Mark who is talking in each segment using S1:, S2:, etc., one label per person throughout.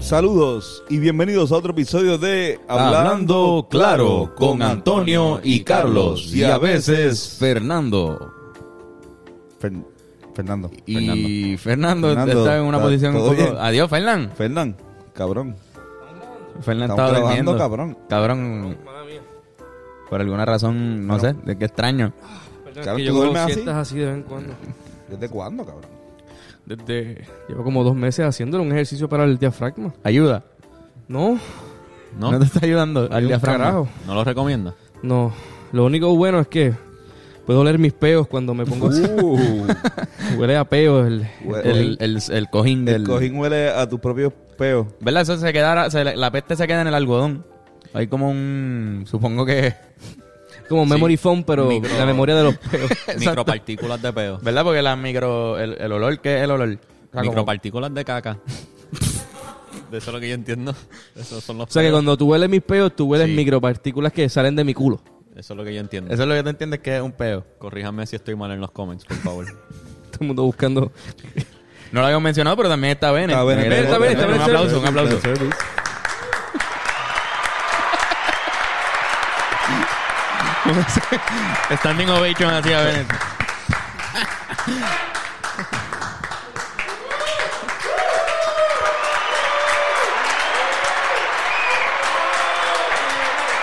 S1: Saludos y bienvenidos a otro episodio de
S2: Hablando Claro con Antonio y Carlos y a veces Fernando.
S1: Fer- Fernando.
S2: Y Fernando,
S1: Fernando,
S2: está en una
S1: ¿está-
S2: posición un
S1: todo
S2: poco...
S1: bien?
S2: Adiós, Fernán.
S1: Fernán, cabrón. Estamos
S2: Fernán estaba
S1: trabajando,
S2: durmiendo.
S1: cabrón.
S2: Cabrón,
S3: Mala mía.
S2: por alguna razón, no sé, de qué extraño.
S3: Perdón,
S1: Claro,
S3: que
S1: ¿tú
S3: yo como
S1: duermes así?
S3: siestas así de vez en cuando.
S1: ¿Desde cuándo, cabrón?
S3: Desde llevo como dos meses haciéndolo, un ejercicio para el diafragma.
S2: Ayuda.
S3: No,
S2: No, te está ayudando al
S3: un
S2: diafragma.
S3: carajo.
S4: No lo recomienda.
S3: no. Lo único bueno es que puedo oler mis peos cuando me pongo así.
S1: Uh,
S3: Huele a peos el,
S1: Hue-
S2: El, el, el cojín del...
S1: Pues, el cojín huele a tus propios peos.
S2: ¿Verdad? Eso se queda, se le- la peste se queda en el algodón. Hay como un... Supongo que...
S3: como memory foam, pero
S4: Micro-
S3: la memoria de los peos.
S4: Micropartículas de peo.
S2: ¿Verdad? Porque la micro... El, el olor, ¿qué es el olor? O sea, como-
S4: Micropartículas de caca. De eso es lo que yo entiendo. Eso son los
S3: O sea que
S4: peos.
S3: cuando tú hueles mis peos, tú hueles
S4: Sí.
S3: micropartículas que salen de mi culo.
S4: Eso es lo que yo entiendo.
S2: Eso es lo que tú entiendes que es un peo.
S4: Corríjame si estoy mal en los comments, por favor.
S3: Todo el mundo buscando.
S2: No lo habíamos mencionado, pero también está Bene.
S1: Está Bene,
S2: Bene,
S1: está
S3: Bene, está
S2: Un
S3: Bene,
S2: aplauso, un
S3: está
S2: aplauso. Standing ovation hacia Bene.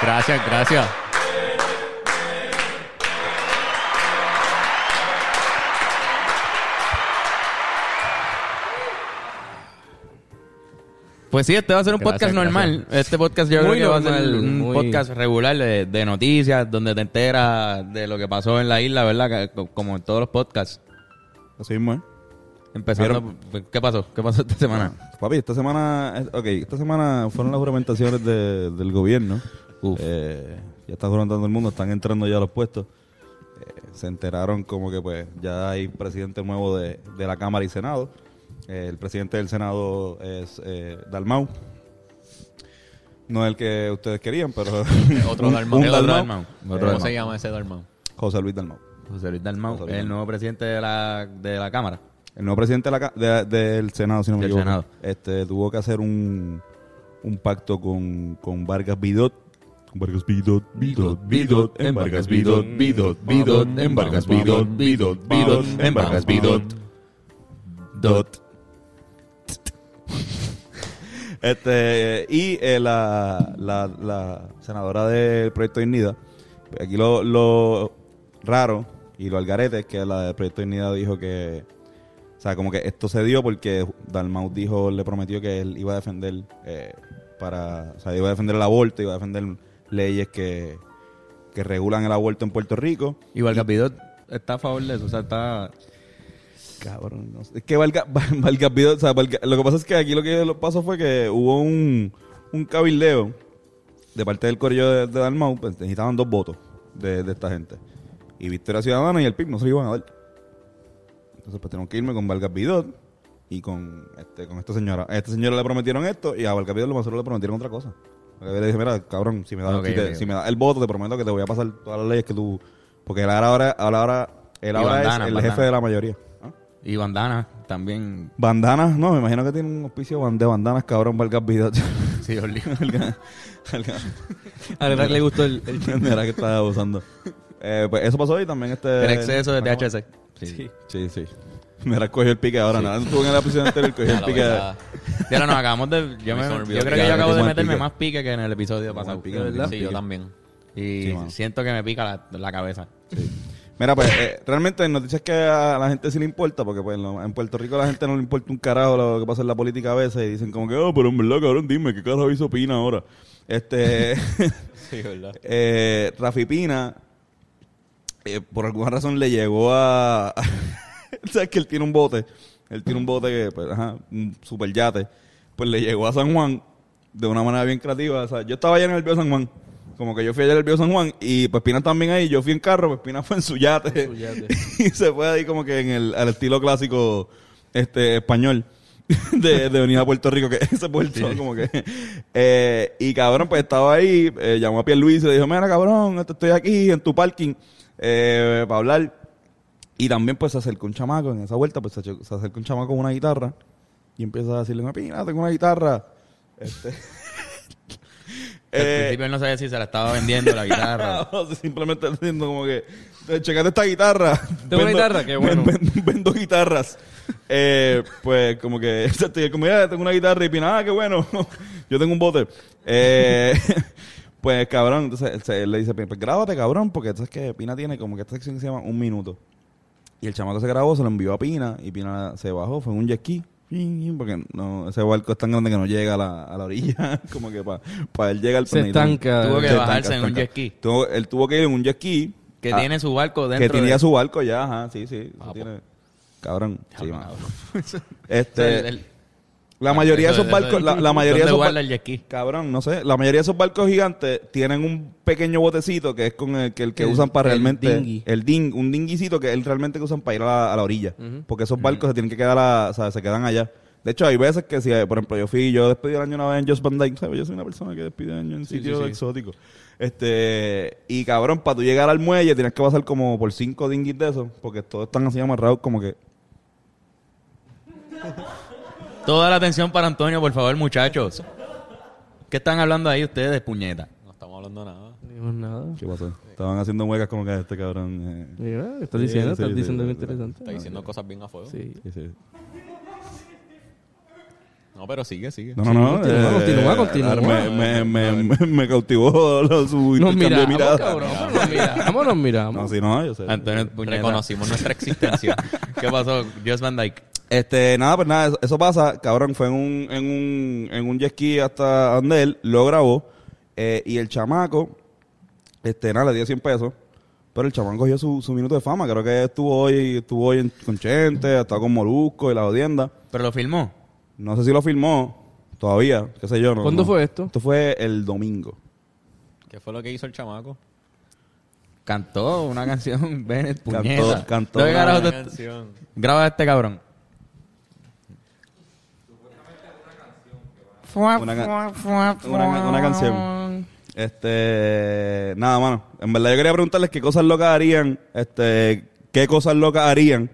S4: Gracias, gracias.
S2: Pues sí, este va a ser un
S4: Gracias,
S2: podcast normal. Este podcast yo
S3: Muy
S2: creo que va a ser
S3: normal,
S2: un
S3: muy-
S2: podcast regular de, de noticias, donde te enteras de lo que pasó en la isla, ¿verdad? Que- co- Como en todos los podcasts.
S1: Así mismo, ¿eh?
S2: Empezando, ¿qué pasó? ¿Qué pasó esta semana?
S1: Papi, esta semana, es- ok, esta semana fueron las juramentaciones de- del gobierno.
S2: Uf.
S1: Eh, ya están juramentando el mundo, están entrando ya a los puestos. Eh, se enteraron como que pues ya hay presidente nuevo de, de la Cámara y Senado. Eh, el presidente del Senado es eh, Dalmau. No el que ustedes querían, pero
S4: Otro
S1: un-
S4: Dalmau.
S1: un
S2: El otro
S1: Dalmau.
S2: Dalmau.
S4: ¿Cómo
S2: Otro Dalmau.
S4: se llama ese Dalmau?
S1: José Luis Dalmau.
S2: José Luis Dalmau,
S1: José Luis
S2: el
S1: Dalmau.
S2: nuevo presidente de la, de la Cámara.
S1: El nuevo presidente de la ca- de- del Senado, si no me
S2: Del
S1: equivoco,
S2: Senado.
S1: Este, tuvo que hacer un, un pacto con, con Vargas Vidot. Con Vargas Vidot, Vidot, Vidot, en Vargas Vidot, Vidot, Vidot, en Vargas Vidot, Vidot, Vidot, en Vargas Vidot. Dot. Este, y eh, la, la, la senadora del Proyecto Dignidad, pues, aquí lo, lo raro y lo algarete es que la del Proyecto Dignidad dijo que, o sea, como que esto se dio porque Dalmau dijo, le prometió que él iba a defender eh, para, o sea, iba a defender el aborto, iba a defender leyes que, que regulan el aborto en Puerto Rico.
S2: Y Vargas Vidot está a favor de eso, o sea, está...
S1: Cabrón, no sé. Es que Valga, Valga Vidal, o sea, Valga- lo que pasa es que aquí lo que lo pasó fue que hubo un, un cabildeo de parte del corillo de, de Dalmau, pues, necesitaban dos votos de, de esta gente. Y Victoria Ciudadana y el PIB no se lo iban a dar. Entonces, pues tenemos que irme con Vargas Vidot y con, este, con esta señora. A esta señora le prometieron esto y a Vargas Vidot lo más seguro le prometieron otra cosa. Vargas Vidot le dije, mira, cabrón, si me das
S2: Ok,
S1: si te-
S2: ok,
S1: si me das el voto, te prometo que te voy a pasar todas las leyes que tú. Porque él ahora, ahora, ahora, él
S2: Y
S1: ahora
S2: bandana,
S1: es el
S2: bandana.
S1: jefe de la mayoría. ¿Ah?
S2: Y Bandana también.
S1: Bandanas, no, me imagino que tiene un auspicio ban- de bandanas, cabrón, Vargas Vidal.
S2: Sí, Orly.
S3: A verdad que le gustó el. el-
S1: Mira que estaba abusando. Eh, pues eso pasó y también este...
S2: El exceso de THC.
S3: Sí.
S1: Sí, sí. Mira, cogió el pique ahora, no, no estuvo en el episodio anterior, cogió
S4: Ya,
S1: el
S4: la
S1: pique.
S4: verdad.
S2: Ya no, nos acabamos de. Yo, me-
S4: Me se me
S2: yo
S4: olvidó.
S2: creo
S1: Ya,
S2: que yo acabo
S1: que
S2: de
S1: más
S2: meterme
S1: pique.
S2: más pique que en el episodio
S1: Más
S2: pasado.
S1: pique,
S2: de
S1: más
S2: verdad.
S4: Sí, yo también.
S2: Y
S1: Sí, mano.
S2: siento que me pica la, la cabeza.
S1: Sí. Mira, pues eh, realmente en noticias que a la gente sí le importa, porque pues no, en Puerto Rico a la gente no le importa un carajo lo que pasa en la política a veces y dicen como que, oh, pero en verdad, cabrón, dime, ¿qué carajo hizo Pina ahora? Este...
S4: Sí, verdad.
S1: Eh, Rafi Pina, eh, por alguna razón le llegó a... ¿Sabes que él tiene un bote? Él tiene un bote que, pues, ajá, un super yate. Pues le llegó a San Juan de una manera bien creativa. O sea, yo estaba allá en el Bio San Juan. Como que yo fui allá en el Bio San Juan y pues Pina también ahí. Yo fui en carro, pues Pina fue en su yate.
S3: su yate.
S1: y se fue ahí como que en el al estilo clásico este español. De, de venir a Puerto Rico, que ese puerto, como que. eh, y cabrón, pues estaba ahí, eh, llamó a Pierluis y le dijo: Mira, cabrón, este, estoy aquí en tu parking eh, para hablar. Y también pues se acercó un chamaco en esa vuelta, pues se, ache- se acercó un chamaco con una guitarra y empieza a decirle, "Mira, Pina, tengo una guitarra, Este.
S2: Al
S1: Eh, Ah.
S2: principio él no sabía si se la estaba vendiendo la guitarra.
S1: o sea, simplemente diciendo como que, "Eh, checate esta guitarra.
S3: una guitarra? Qué bueno.
S1: ven- ven- vendo guitarras. Eh, pues como que, exacto, yo como, mira, tengo una guitarra y pina, ah, qué bueno. yo tengo un bote. Eh, pues cabrón, entonces él se- él le dice, "Pina, pues grábate cabrón, porque entonces que Pina tiene como que esta sección que se llama un minuto. Y el chamaco se grabó, se lo envió a Pina y Pina se bajó, fue en un jet ski. Fin, fin, Porque no, ese barco es tan grande que no llega a la, a la orilla, como que para él llega al
S3: Se estanca.
S2: Tuvo que
S1: se
S2: bajarse
S1: estanca,
S2: en un
S1: estanca.
S2: jet ski.
S1: Tuvo- él tuvo que ir en un jet ski.
S2: Que
S1: Ah,
S2: tiene su barco dentro.
S1: Que tenía
S2: de-
S1: su barco ya, ajá, sí, sí. eso
S2: Ah,
S1: tiene- Cabrón, sí,
S2: Cabrón.
S1: mano.
S2: O sea,
S1: Este,
S2: el- el-
S1: la mayoría de
S2: eso-
S1: esos
S2: eso-
S1: barcos, la, la mayoría de
S2: ¿dónde
S1: esos
S2: guarda
S1: bar-
S2: el jet ski?
S1: Cabrón, no sé. La mayoría de esos barcos gigantes tienen un pequeño botecito que es con el que, el que
S3: El-
S1: usan para
S3: el
S1: realmente.
S3: dinghy.
S1: El ding, un dinguicito que es el realmente que usan para ir a la, a la orilla. Porque esos barcos se tienen que quedar, a, o sea, se quedan allá. De hecho, hay veces que si, eh, por ejemplo, yo fui, yo despedí el año una vez en Just Van Dyke, ¿sabes? Yo soy una persona que despide el año en sitios exóticos. Este, y cabrón, para tú llegar al muelle tienes que pasar como por cinco dinguis de esos, porque todos están así amarrados como que.
S2: Toda la atención para Antonio, por favor, muchachos. ¿Qué están hablando ahí ustedes, puñeta?
S4: No estamos hablando nada.
S3: Digo, nada.
S1: ¿Qué pasó? Estaban haciendo huecas como que este cabrón. eh.
S3: Mira, estás
S1: Sí,
S3: diciendo,
S1: sí,
S3: estás
S1: sí,
S3: diciendo
S1: sí,
S3: algo
S1: sí.
S4: Está
S3: interesante.
S4: diciendo cosas bien a fuego.
S3: Sí.
S1: Sí, sí.
S4: No, pero sigue, sigue.
S1: No, no, no.
S3: continúa, continúa,
S1: eh,
S3: continúa. Ah,
S1: Me, me, me, me, me cautivó lo- su
S3: Nos
S1: intercambio de mirada.
S3: miramos, cabrón. Nos miramos, nos
S1: No,
S3: miramos.
S1: sí, no, yo sé.
S2: Antonio, puñeta.
S4: Reconocimos nuestra existencia.
S2: ¿Qué pasó? Just Van Dyke.
S1: Este, nada, pues nada, eso, eso pasa. Cabrón, fue en un, en un, en un jet ski hasta donde él lo grabó. eh, y el chamaco, este, nada, le dio 100 pesos. Pero el chamaco cogió su, su minuto de fama. Creo que estuvo hoy, estuvo hoy en, con Chente, ha estado con Molusco y la jodienda.
S2: ¿Pero lo filmó?
S1: No sé si lo filmó todavía, qué sé yo. No,
S3: ¿Cuándo
S1: no.
S3: fue esto?
S1: Esto fue el domingo.
S4: ¿Qué fue lo que hizo el chamaco?
S2: Cantó una canción, Bennett,
S1: Cantó-
S2: puñeta.
S1: cantó
S2: ¿Dónde
S1: una
S2: carajo
S4: Una
S2: te-
S4: canción.
S2: Graba este cabrón.
S1: Una ca- una- una canción. Este, nada, mano. En verdad yo quería preguntarles qué cosas locas harían, este, qué cosas locas harían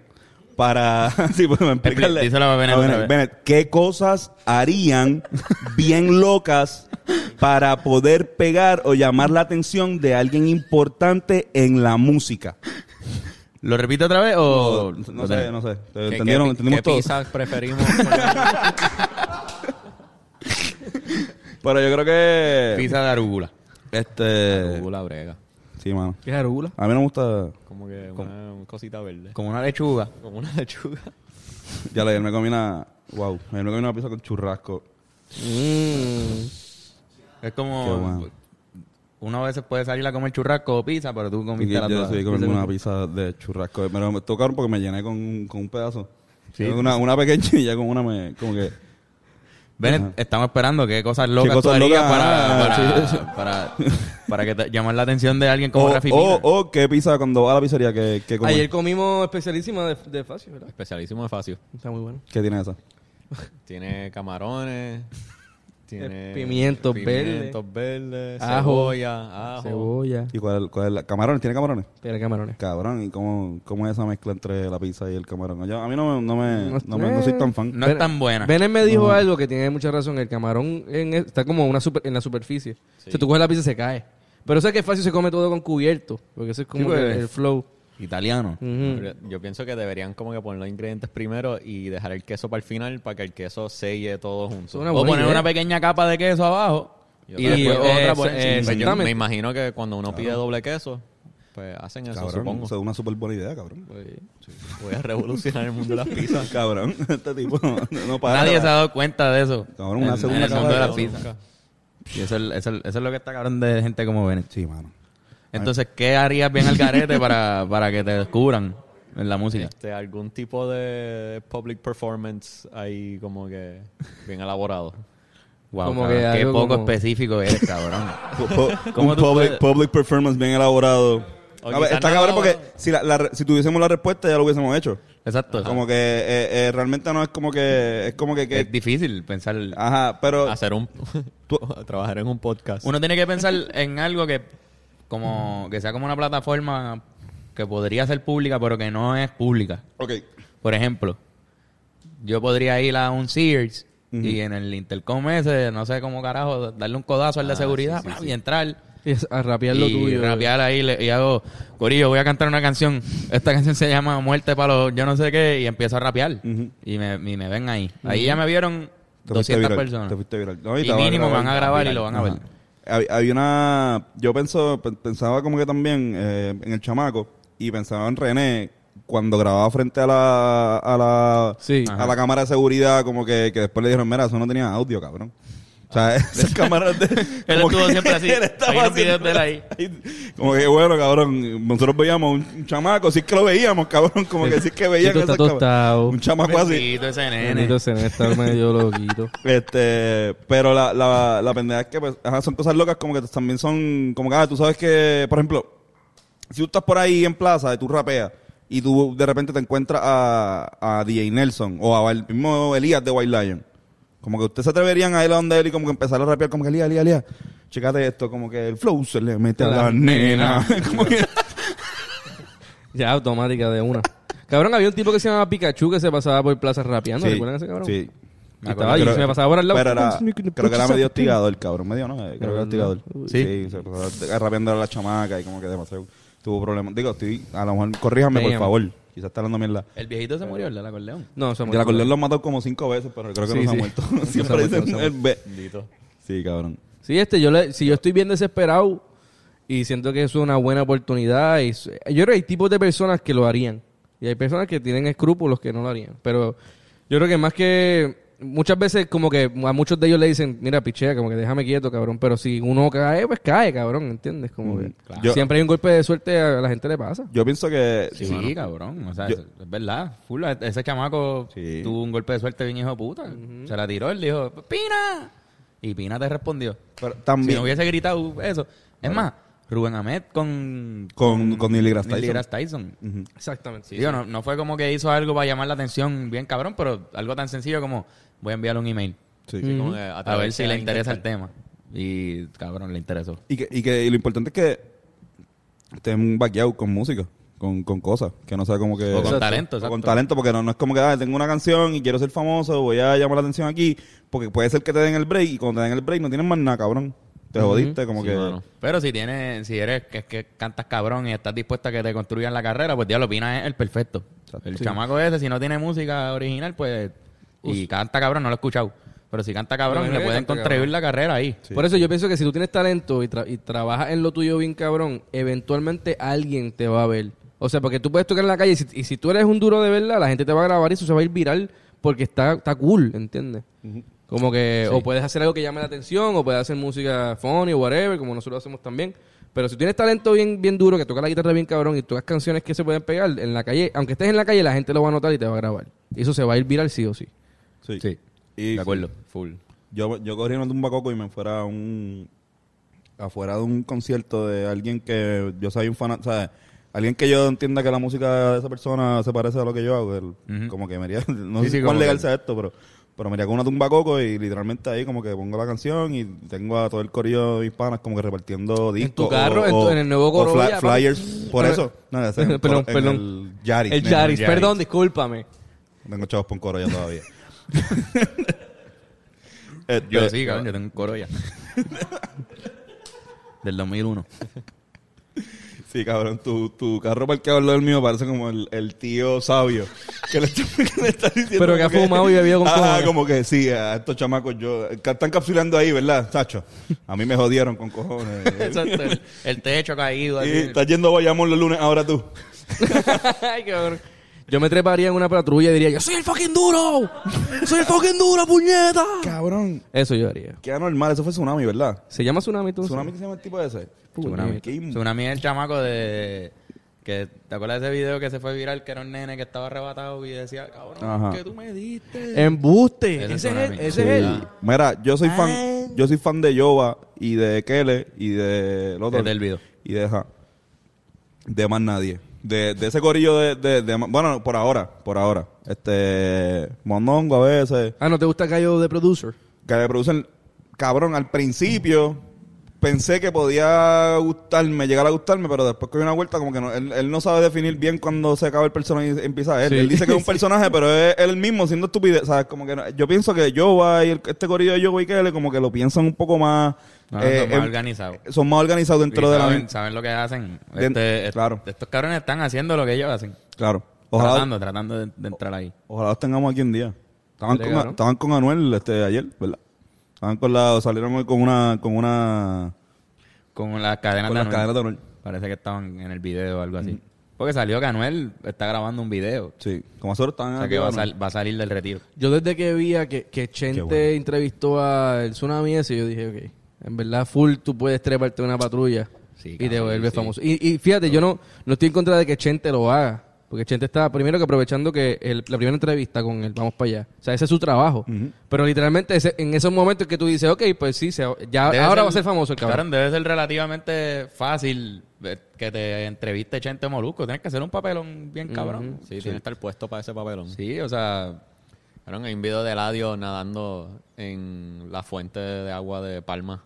S1: para, sí, pues, explicarle.
S2: díselo a Benet otra vez.
S1: Benet, qué cosas harían bien locas para poder pegar o llamar la atención de alguien importante en la música.
S2: ¿Lo repito otra vez o...?
S1: no,
S2: Oh, lo
S1: sé,
S2: tenés?
S1: no sé.
S4: ¿Qué-
S1: ¿Entendieron?
S4: qué-
S1: Entendimos
S4: qué
S1: todo.
S4: pizzas preferimos?
S1: Pero yo creo que,
S2: Pizza de arúgula.
S1: este,
S4: la brega.
S1: sí, mano.
S3: ¿Qué es arugula?
S1: A mí no me gusta.
S4: Como que una cosita verde.
S2: Como una lechuga.
S4: Como una lechuga.
S1: Ya ayer me comí una. Wow, ayer me comí una pizza con churrasco.
S2: Es
S1: Qué
S2: como...
S1: bueno.
S2: Una vez puede salir a comer churrasco o pizza, pero tú
S1: Y
S2: comiste
S1: yo
S2: la
S1: decidí comerme una pizza de churrasco. Pero me tocaron porque me llené con, un- con un pedazo. Una, una pequeña y ya con una me. Como que.
S2: Bennett,
S1: Ajá.
S2: estamos esperando qué cosas locas tú
S1: cosas
S2: harías
S1: locas? Ah,
S2: para, para,
S1: Sí.
S2: para, para que te, llamar la atención de alguien como
S1: o,
S2: Rafi
S1: o,
S2: Pina.
S1: o oh, qué pizza cuando va a la pizzería que, que come.
S3: Ayer comimos especialísima de, de Facio, ¿verdad?
S4: Especialísimo de facio.
S3: Está muy bueno.
S1: ¿Qué tiene esa?
S4: Tiene camarones. Tiene
S3: Eh, pimientos
S4: pimientos verdes,
S3: Ajo.
S4: cebolla, ajo.
S3: Cebolla.
S1: ¿Y cuál, cuál es la? ¿Camarones? ¿Tiene camarones?
S3: Tiene camarones.
S1: Cabrón, ¿y cómo, cómo es esa mezcla entre la pizza y el camarón? Yo- a mí no, me- no, me,
S3: No
S1: no, me,
S3: sé.
S1: no soy tan fan.
S2: No es tan buena.
S3: Benet me dijo
S1: No.
S3: algo que tiene mucha razón. El camarón en- está como una super- en la superficie.
S4: Sí.
S3: Si tú coges la pizza se cae. Pero sé que fácil se come todo con cubierto. Porque eso es como
S2: Sí, pues.
S3: que el, flow.
S2: Italiano.
S3: Ujú.
S4: Yo- Yo pienso que deberían como que poner los ingredientes primero y dejar el queso para el final para que el queso selle todo junto.
S3: Es una
S2: o
S3: buena
S2: poner
S3: idea.
S2: una pequeña capa de queso abajo y, después otra por
S3: eh,
S4: Pues yo
S3: exactamente.
S4: me imagino que cuando uno pide doble queso, pues hacen eso,
S1: Cabrón,
S4: supongo.
S1: eso es una súper buena idea, cabrón.
S4: Voy a revolucionar el mundo de las pizzas.
S1: cabrón, este tipo no para.
S2: Nadie se ha dado cuenta de eso.
S1: Cabrón, una
S2: En-
S1: segunda
S2: en el
S1: capa
S2: mundo
S1: de
S2: de la
S1: queso.
S2: pizza. Y eso, es- eso es- eso es lo que está cabrón de gente como Bennett.
S1: Sí, mano.
S2: Entonces, ¿qué harías bien al carete para, para que te descubran en la música?
S4: Este, algún tipo de public performance ahí como que bien elaborado.
S2: Wow,
S3: Como
S2: cabrón,
S3: que
S2: qué
S3: algo
S2: poco
S3: como-
S2: específico eres, cabrón. ¿Cómo
S1: un public,
S2: tú puedes-
S1: public performance bien elaborado.
S4: O
S1: A ver,
S4: quizás
S1: está
S4: no
S1: cabrón porque
S4: elaborado.
S1: si, la- la re- si tuviésemos la respuesta ya lo hubiésemos hecho.
S2: Exacto.
S1: Como que eh, eh, realmente no es como que... Es como que... que- Ah,
S2: es difícil pensar.
S1: ajá, pero...
S4: Hacer un... trabajar en un podcast.
S2: Uno tiene que pensar en algo que como que sea como una plataforma que podría ser pública, pero que no es pública.
S1: Ok.
S2: Por ejemplo, yo podría ir a un Sears Y en el intercom ese, no sé cómo carajo, darle un codazo
S1: Ah,
S2: al de seguridad ¡pam! y entrar.
S3: Y es a rapear lo
S2: y
S3: tuyo.
S2: rapear ahí le- y hago, Corillo, voy a cantar una canción. Esta canción se llama Muerte para los yo no sé qué y empiezo a rapear.
S1: Ujú.
S2: y, me, y me ven ahí. Ahí ya me vieron
S1: Te fuiste
S2: 200
S1: viral,
S2: personas.
S1: te fuiste viral. No,
S2: Y
S1: te va
S2: mínimo van a grabar y
S1: viral.
S2: lo van a ver.
S1: Hab- Había una... Yo penso, pe- pensaba como que también eh, en el chamaco y pensaba en René cuando grababa frente a la... A la,
S3: Sí.
S1: a la cámara de seguridad, como que, que después le dijeron, mira, eso no tenía audio, cabrón. O sea, esas cámaras de...
S2: Él
S1: como que-
S2: estuvo siempre así.
S1: él estaba
S2: Hay unos videos
S1: haciendo-
S2: de él ahí.
S1: Como que bueno, cabrón, nosotros veíamos un, un chamaco, sí es que lo veíamos, cabrón, como que sí es que veíamos
S3: Chito está tostado.
S1: un chamaco así.
S2: Bendito ese nene.
S3: Bendito sea, está medio loquito.
S1: Este, pero la, la, la pendeja es que pues, ajá, son cosas locas como que también son, como que ah, tú sabes que, por ejemplo, si tú estás por ahí en plaza y tú rapeas y tú de repente te encuentras a, a DJ Nelson o al mismo Elías de White Lion, como que ustedes se atreverían a ir a donde él y como que empezar a rapear como que Elías, Elías, Elías, chécate esto, como que el flow se le mete a la nena, como que...
S3: Ya automática de una. Cabrón, había un tipo que se llamaba Pikachu que se pasaba por plaza rapeando.
S1: Sí,
S3: Ah, ¿Recuerdan ese cabrón?
S1: Sí.
S3: Me acuerdo. Estaba ahí, se me pasaba por al lado.
S1: Pero era, creo que era medio hostigador, el cabrón. Medio, ¿no? Eh, Creo que
S3: Pero
S1: era hostigador.
S3: no.
S1: Sí. se pasaba rapeando a la chamaca y como que demasiado tuvo problemas. Digo, estoy, a lo mejor, corríjame, por
S3: Damn.
S1: favor. Quizás está hablando mierda.
S2: El viejito se murió, el del acordeón.
S3: No, se
S1: El acordeón lo han matado como cinco veces, pero creo que no se
S3: eh. Sí, sí.
S1: ha muerto.
S3: No se ha
S1: Siempre
S3: muerto, no
S1: dicen
S3: se ha
S1: el B.
S4: Bendito.
S1: Sí, cabrón.
S3: Sí, este, yo le- si yo estoy bien desesperado y siento que eso es una buena oportunidad, y, s- yo creo que hay tipos de personas que lo harían. Y hay personas que tienen escrúpulos que no lo harían. Pero yo creo que más que muchas veces como que a muchos de ellos le dicen, mira, pichea, como que déjame quieto, cabrón. Pero si uno cae, pues cae, cabrón, ¿entiendes? Como
S1: Mm,
S3: que
S1: claro. Yo-
S3: siempre hay un golpe de suerte a la gente le pasa.
S1: Yo pienso que...
S2: Sí,
S1: mano.
S2: cabrón. O sea,
S1: Yo-
S2: es verdad. Full, e-, ese chamaco
S1: Sí.
S2: tuvo un golpe de suerte bien hijo de puta. Se la tiró, él dijo, ¡Pina! Y Pina te respondió.
S1: Pero
S2: Si
S1: también
S2: no hubiese gritado eso. Es más, Rubén Ahmed con...
S1: con, con Neil deGrasse
S2: Neil
S1: Tyson.
S2: deGrasse Tyson.
S1: Ujú.
S3: Exactamente.
S2: Digo, No, no fue como que hizo algo para llamar la atención bien cabrón, pero algo tan sencillo como voy a enviarle un email
S1: Sí.
S4: Sí, como
S3: Ujú.
S4: que a
S2: a,
S4: través
S2: ver si
S4: de
S2: le
S4: la
S2: interesa el
S4: internet.
S2: tema. Y cabrón, le interesó.
S1: Y que, y que y lo importante es que estén vaqueados con música, con, con cosas, que no sea como que...
S2: O con
S1: Exacto.
S2: talento,
S1: O
S2: exacto.
S1: con talento, porque no, no es como que, ah, tengo una canción y quiero ser famoso, voy a llamar la atención aquí, porque puede ser que te den el break y cuando te den el break no tienes más nada, cabrón. Te
S3: Ujú.
S1: jodiste, como
S4: Sí,
S1: que...
S4: mano.
S2: Pero si tienes, si eres que, que cantas cabrón y estás dispuesta a que te construyan la carrera, pues diablo, Pina es el perfecto. El chamaco ese, si no tiene música original, pues y canta cabrón, no lo he escuchado. Pero si canta cabrón,
S3: Pero
S2: le
S3: que
S2: pueden
S3: canta
S2: contribuir
S3: cabrón.
S2: la carrera ahí.
S1: Sí.
S3: Por eso yo pienso que si tú tienes talento y, tra- y trabajas en lo tuyo bien cabrón, eventualmente alguien te va a ver. O sea, porque tú puedes tocar en la calle y si, y si tú eres un duro de verdad, la gente te va a grabar y eso se va a ir viral porque está, está cool, ¿entiendes? Como que o puedes hacer algo que llame la atención o puedes hacer música funny o whatever, como nosotros hacemos también. Pero si tienes talento bien, bien duro, que tocas la guitarra bien cabrón y tocas canciones que se pueden pegar en la calle, aunque estés en la calle, la gente lo va a notar y te va a grabar. Y eso se va a ir viral sí o sí.
S1: Sí.
S2: Sí.
S1: Y-
S2: de acuerdo. Full.
S1: Yo, yo corrí una tumba coco y me fuera a un. afuera de un concierto de alguien que yo soy un fan. O sea, alguien que yo entienda que la música de esa persona se parece a lo que yo hago. el-
S2: Ujú.
S1: Como que me iría. No
S2: Sí,
S1: sé
S2: sí,
S1: cuán
S2: como
S1: legal
S2: que-
S1: sea esto, pero. Pero me iría con una tumba coco y literalmente ahí como que pongo la canción y tengo a todo el corillo de hispanas como que repartiendo discos.
S3: tu carro, en tu- en el nuevo
S1: o
S3: coro,
S1: fly-
S3: ya, papi.
S1: flyers. Por
S3: Pero-
S1: eso. No, ese- en
S3: Perdón,
S1: el
S3: perdón.
S1: Yaris.
S3: El
S1: nene, en
S3: Yaris, perdón, discúlpame.
S1: No Tengo chavos por un coro ya todavía.
S2: Yo
S1: Este,
S2: sí, cabrón, yo tengo un coro ya. Del 2001.
S1: Sí, cabrón, tu, tu carro parqueado al lado del mío parece como el, el tío sabio que le está, que le está diciendo.
S3: Pero que ha
S1: como
S3: fumado y bebido con
S1: Ajá,
S3: cojones.
S1: como que sí, a estos chamacos yo. que Están capsulando ahí, ¿verdad, Sacho? A mí me jodieron con cojones.
S2: Exacto. El, el techo caído.
S1: y
S2: así.
S1: estás yendo a Bayamón los lunes ahora tú.
S3: Ay, cabrón. Yo me treparía en una patrulla y diría, yo soy el fucking duro. Soy el fucking duro, puñeta.
S1: Cabrón,
S3: Eso yo haría.
S1: qué anormal, eso fue tsunami, ¿verdad?
S3: Se llama tsunami tú.
S1: ¿Tsunami que se llama el tipo ese?
S2: Tsunami.
S1: Qué im-
S2: Tsunami es el chamaco de. Que, ¿Te acuerdas de ese video que se fue viral? Que era un nene que estaba arrebatado y decía, cabrón,
S1: Ajá.
S2: ¿qué tú me diste?
S3: Embuste.
S2: Ese
S3: Ese,
S2: es
S3: es él.
S2: tsunami.
S3: Ese
S1: Sí.
S3: es él.
S1: Mira, yo soy fan, yo soy fan de Yoba y de Kele y de el otro.
S2: De Del Vido.
S1: Y de ja, de más nadie. De, de ese corillo de, de, de más- bueno, no, por ahora, por ahora. Este Mondongo a veces,
S3: Ah, ¿no te gusta Gallo de Producer?
S1: que le producen cabrón al principio, pensé que podía gustarme, llegar a gustarme, pero después que hay una vuelta, como que no, él, él no sabe definir bien cuando se acaba el personaje y empieza él.
S3: Sí.
S1: Él dice que es un personaje, pero es él mismo siendo estupidez. O sea, como que no- yo pienso que Jova y el- este corrido de Jova y Kelly como que lo piensan un poco más.
S2: No,
S1: eh,
S2: son más
S1: em-
S2: organizados.
S1: son más organizados dentro
S2: Y
S1: de la.
S2: saben, saben lo que hacen.
S1: De-
S2: Este,
S1: claro.
S2: Estos cabrones están haciendo lo que ellos hacen.
S1: Claro. Ojalá,
S2: Tratando, tratando de, de entrar ahí.
S1: Ojalá los tengamos aquí un día. Estaban con,
S3: Brega, ¿no?
S1: estaban con Anuel este, ayer, ¿verdad? Estaban con la, salieron hoy con una, con una,
S2: Con las cadenas
S1: con
S2: de
S1: las
S2: Anuel.
S1: cadenas de Mm. Anuel.
S2: Parece que estaban en el video o algo así. Porque salió que Anuel está grabando un video.
S1: Sí, como nosotros estaban
S2: O sea,
S1: aquí,
S2: que va a,
S1: Anuel.
S2: sal- va a salir del retiro.
S3: Yo desde que vi a que, que Chente
S1: Qué bueno.
S3: entrevistó a el tsunami ese, yo dije, ok, en verdad full tú puedes treparte una patrulla
S2: Sí,
S3: y te
S2: cabrón,
S3: vuelves
S2: sí.
S3: famoso. Y, y fíjate, yo no, no estoy en contra de que Chente lo haga, porque Chente está primero que aprovechando que el- la primera entrevista con él, vamos para allá. O sea, ese es su trabajo. Pero literalmente ese- en esos momentos que tú dices, ok, pues sí, se- ya
S2: Debe
S3: ahora
S2: ser-
S3: va a ser famoso el cabrón.
S2: Cabrón, debe ser relativamente fácil eh, que te entreviste Chente Molusco. Tienes que hacer un papelón bien cabrón.
S4: Sí, tiene que estar puesto para ese papelón.
S2: Sí, o sea,
S4: Cabrón, hay un video de Eladio nadando en la fuente de agua de Palma.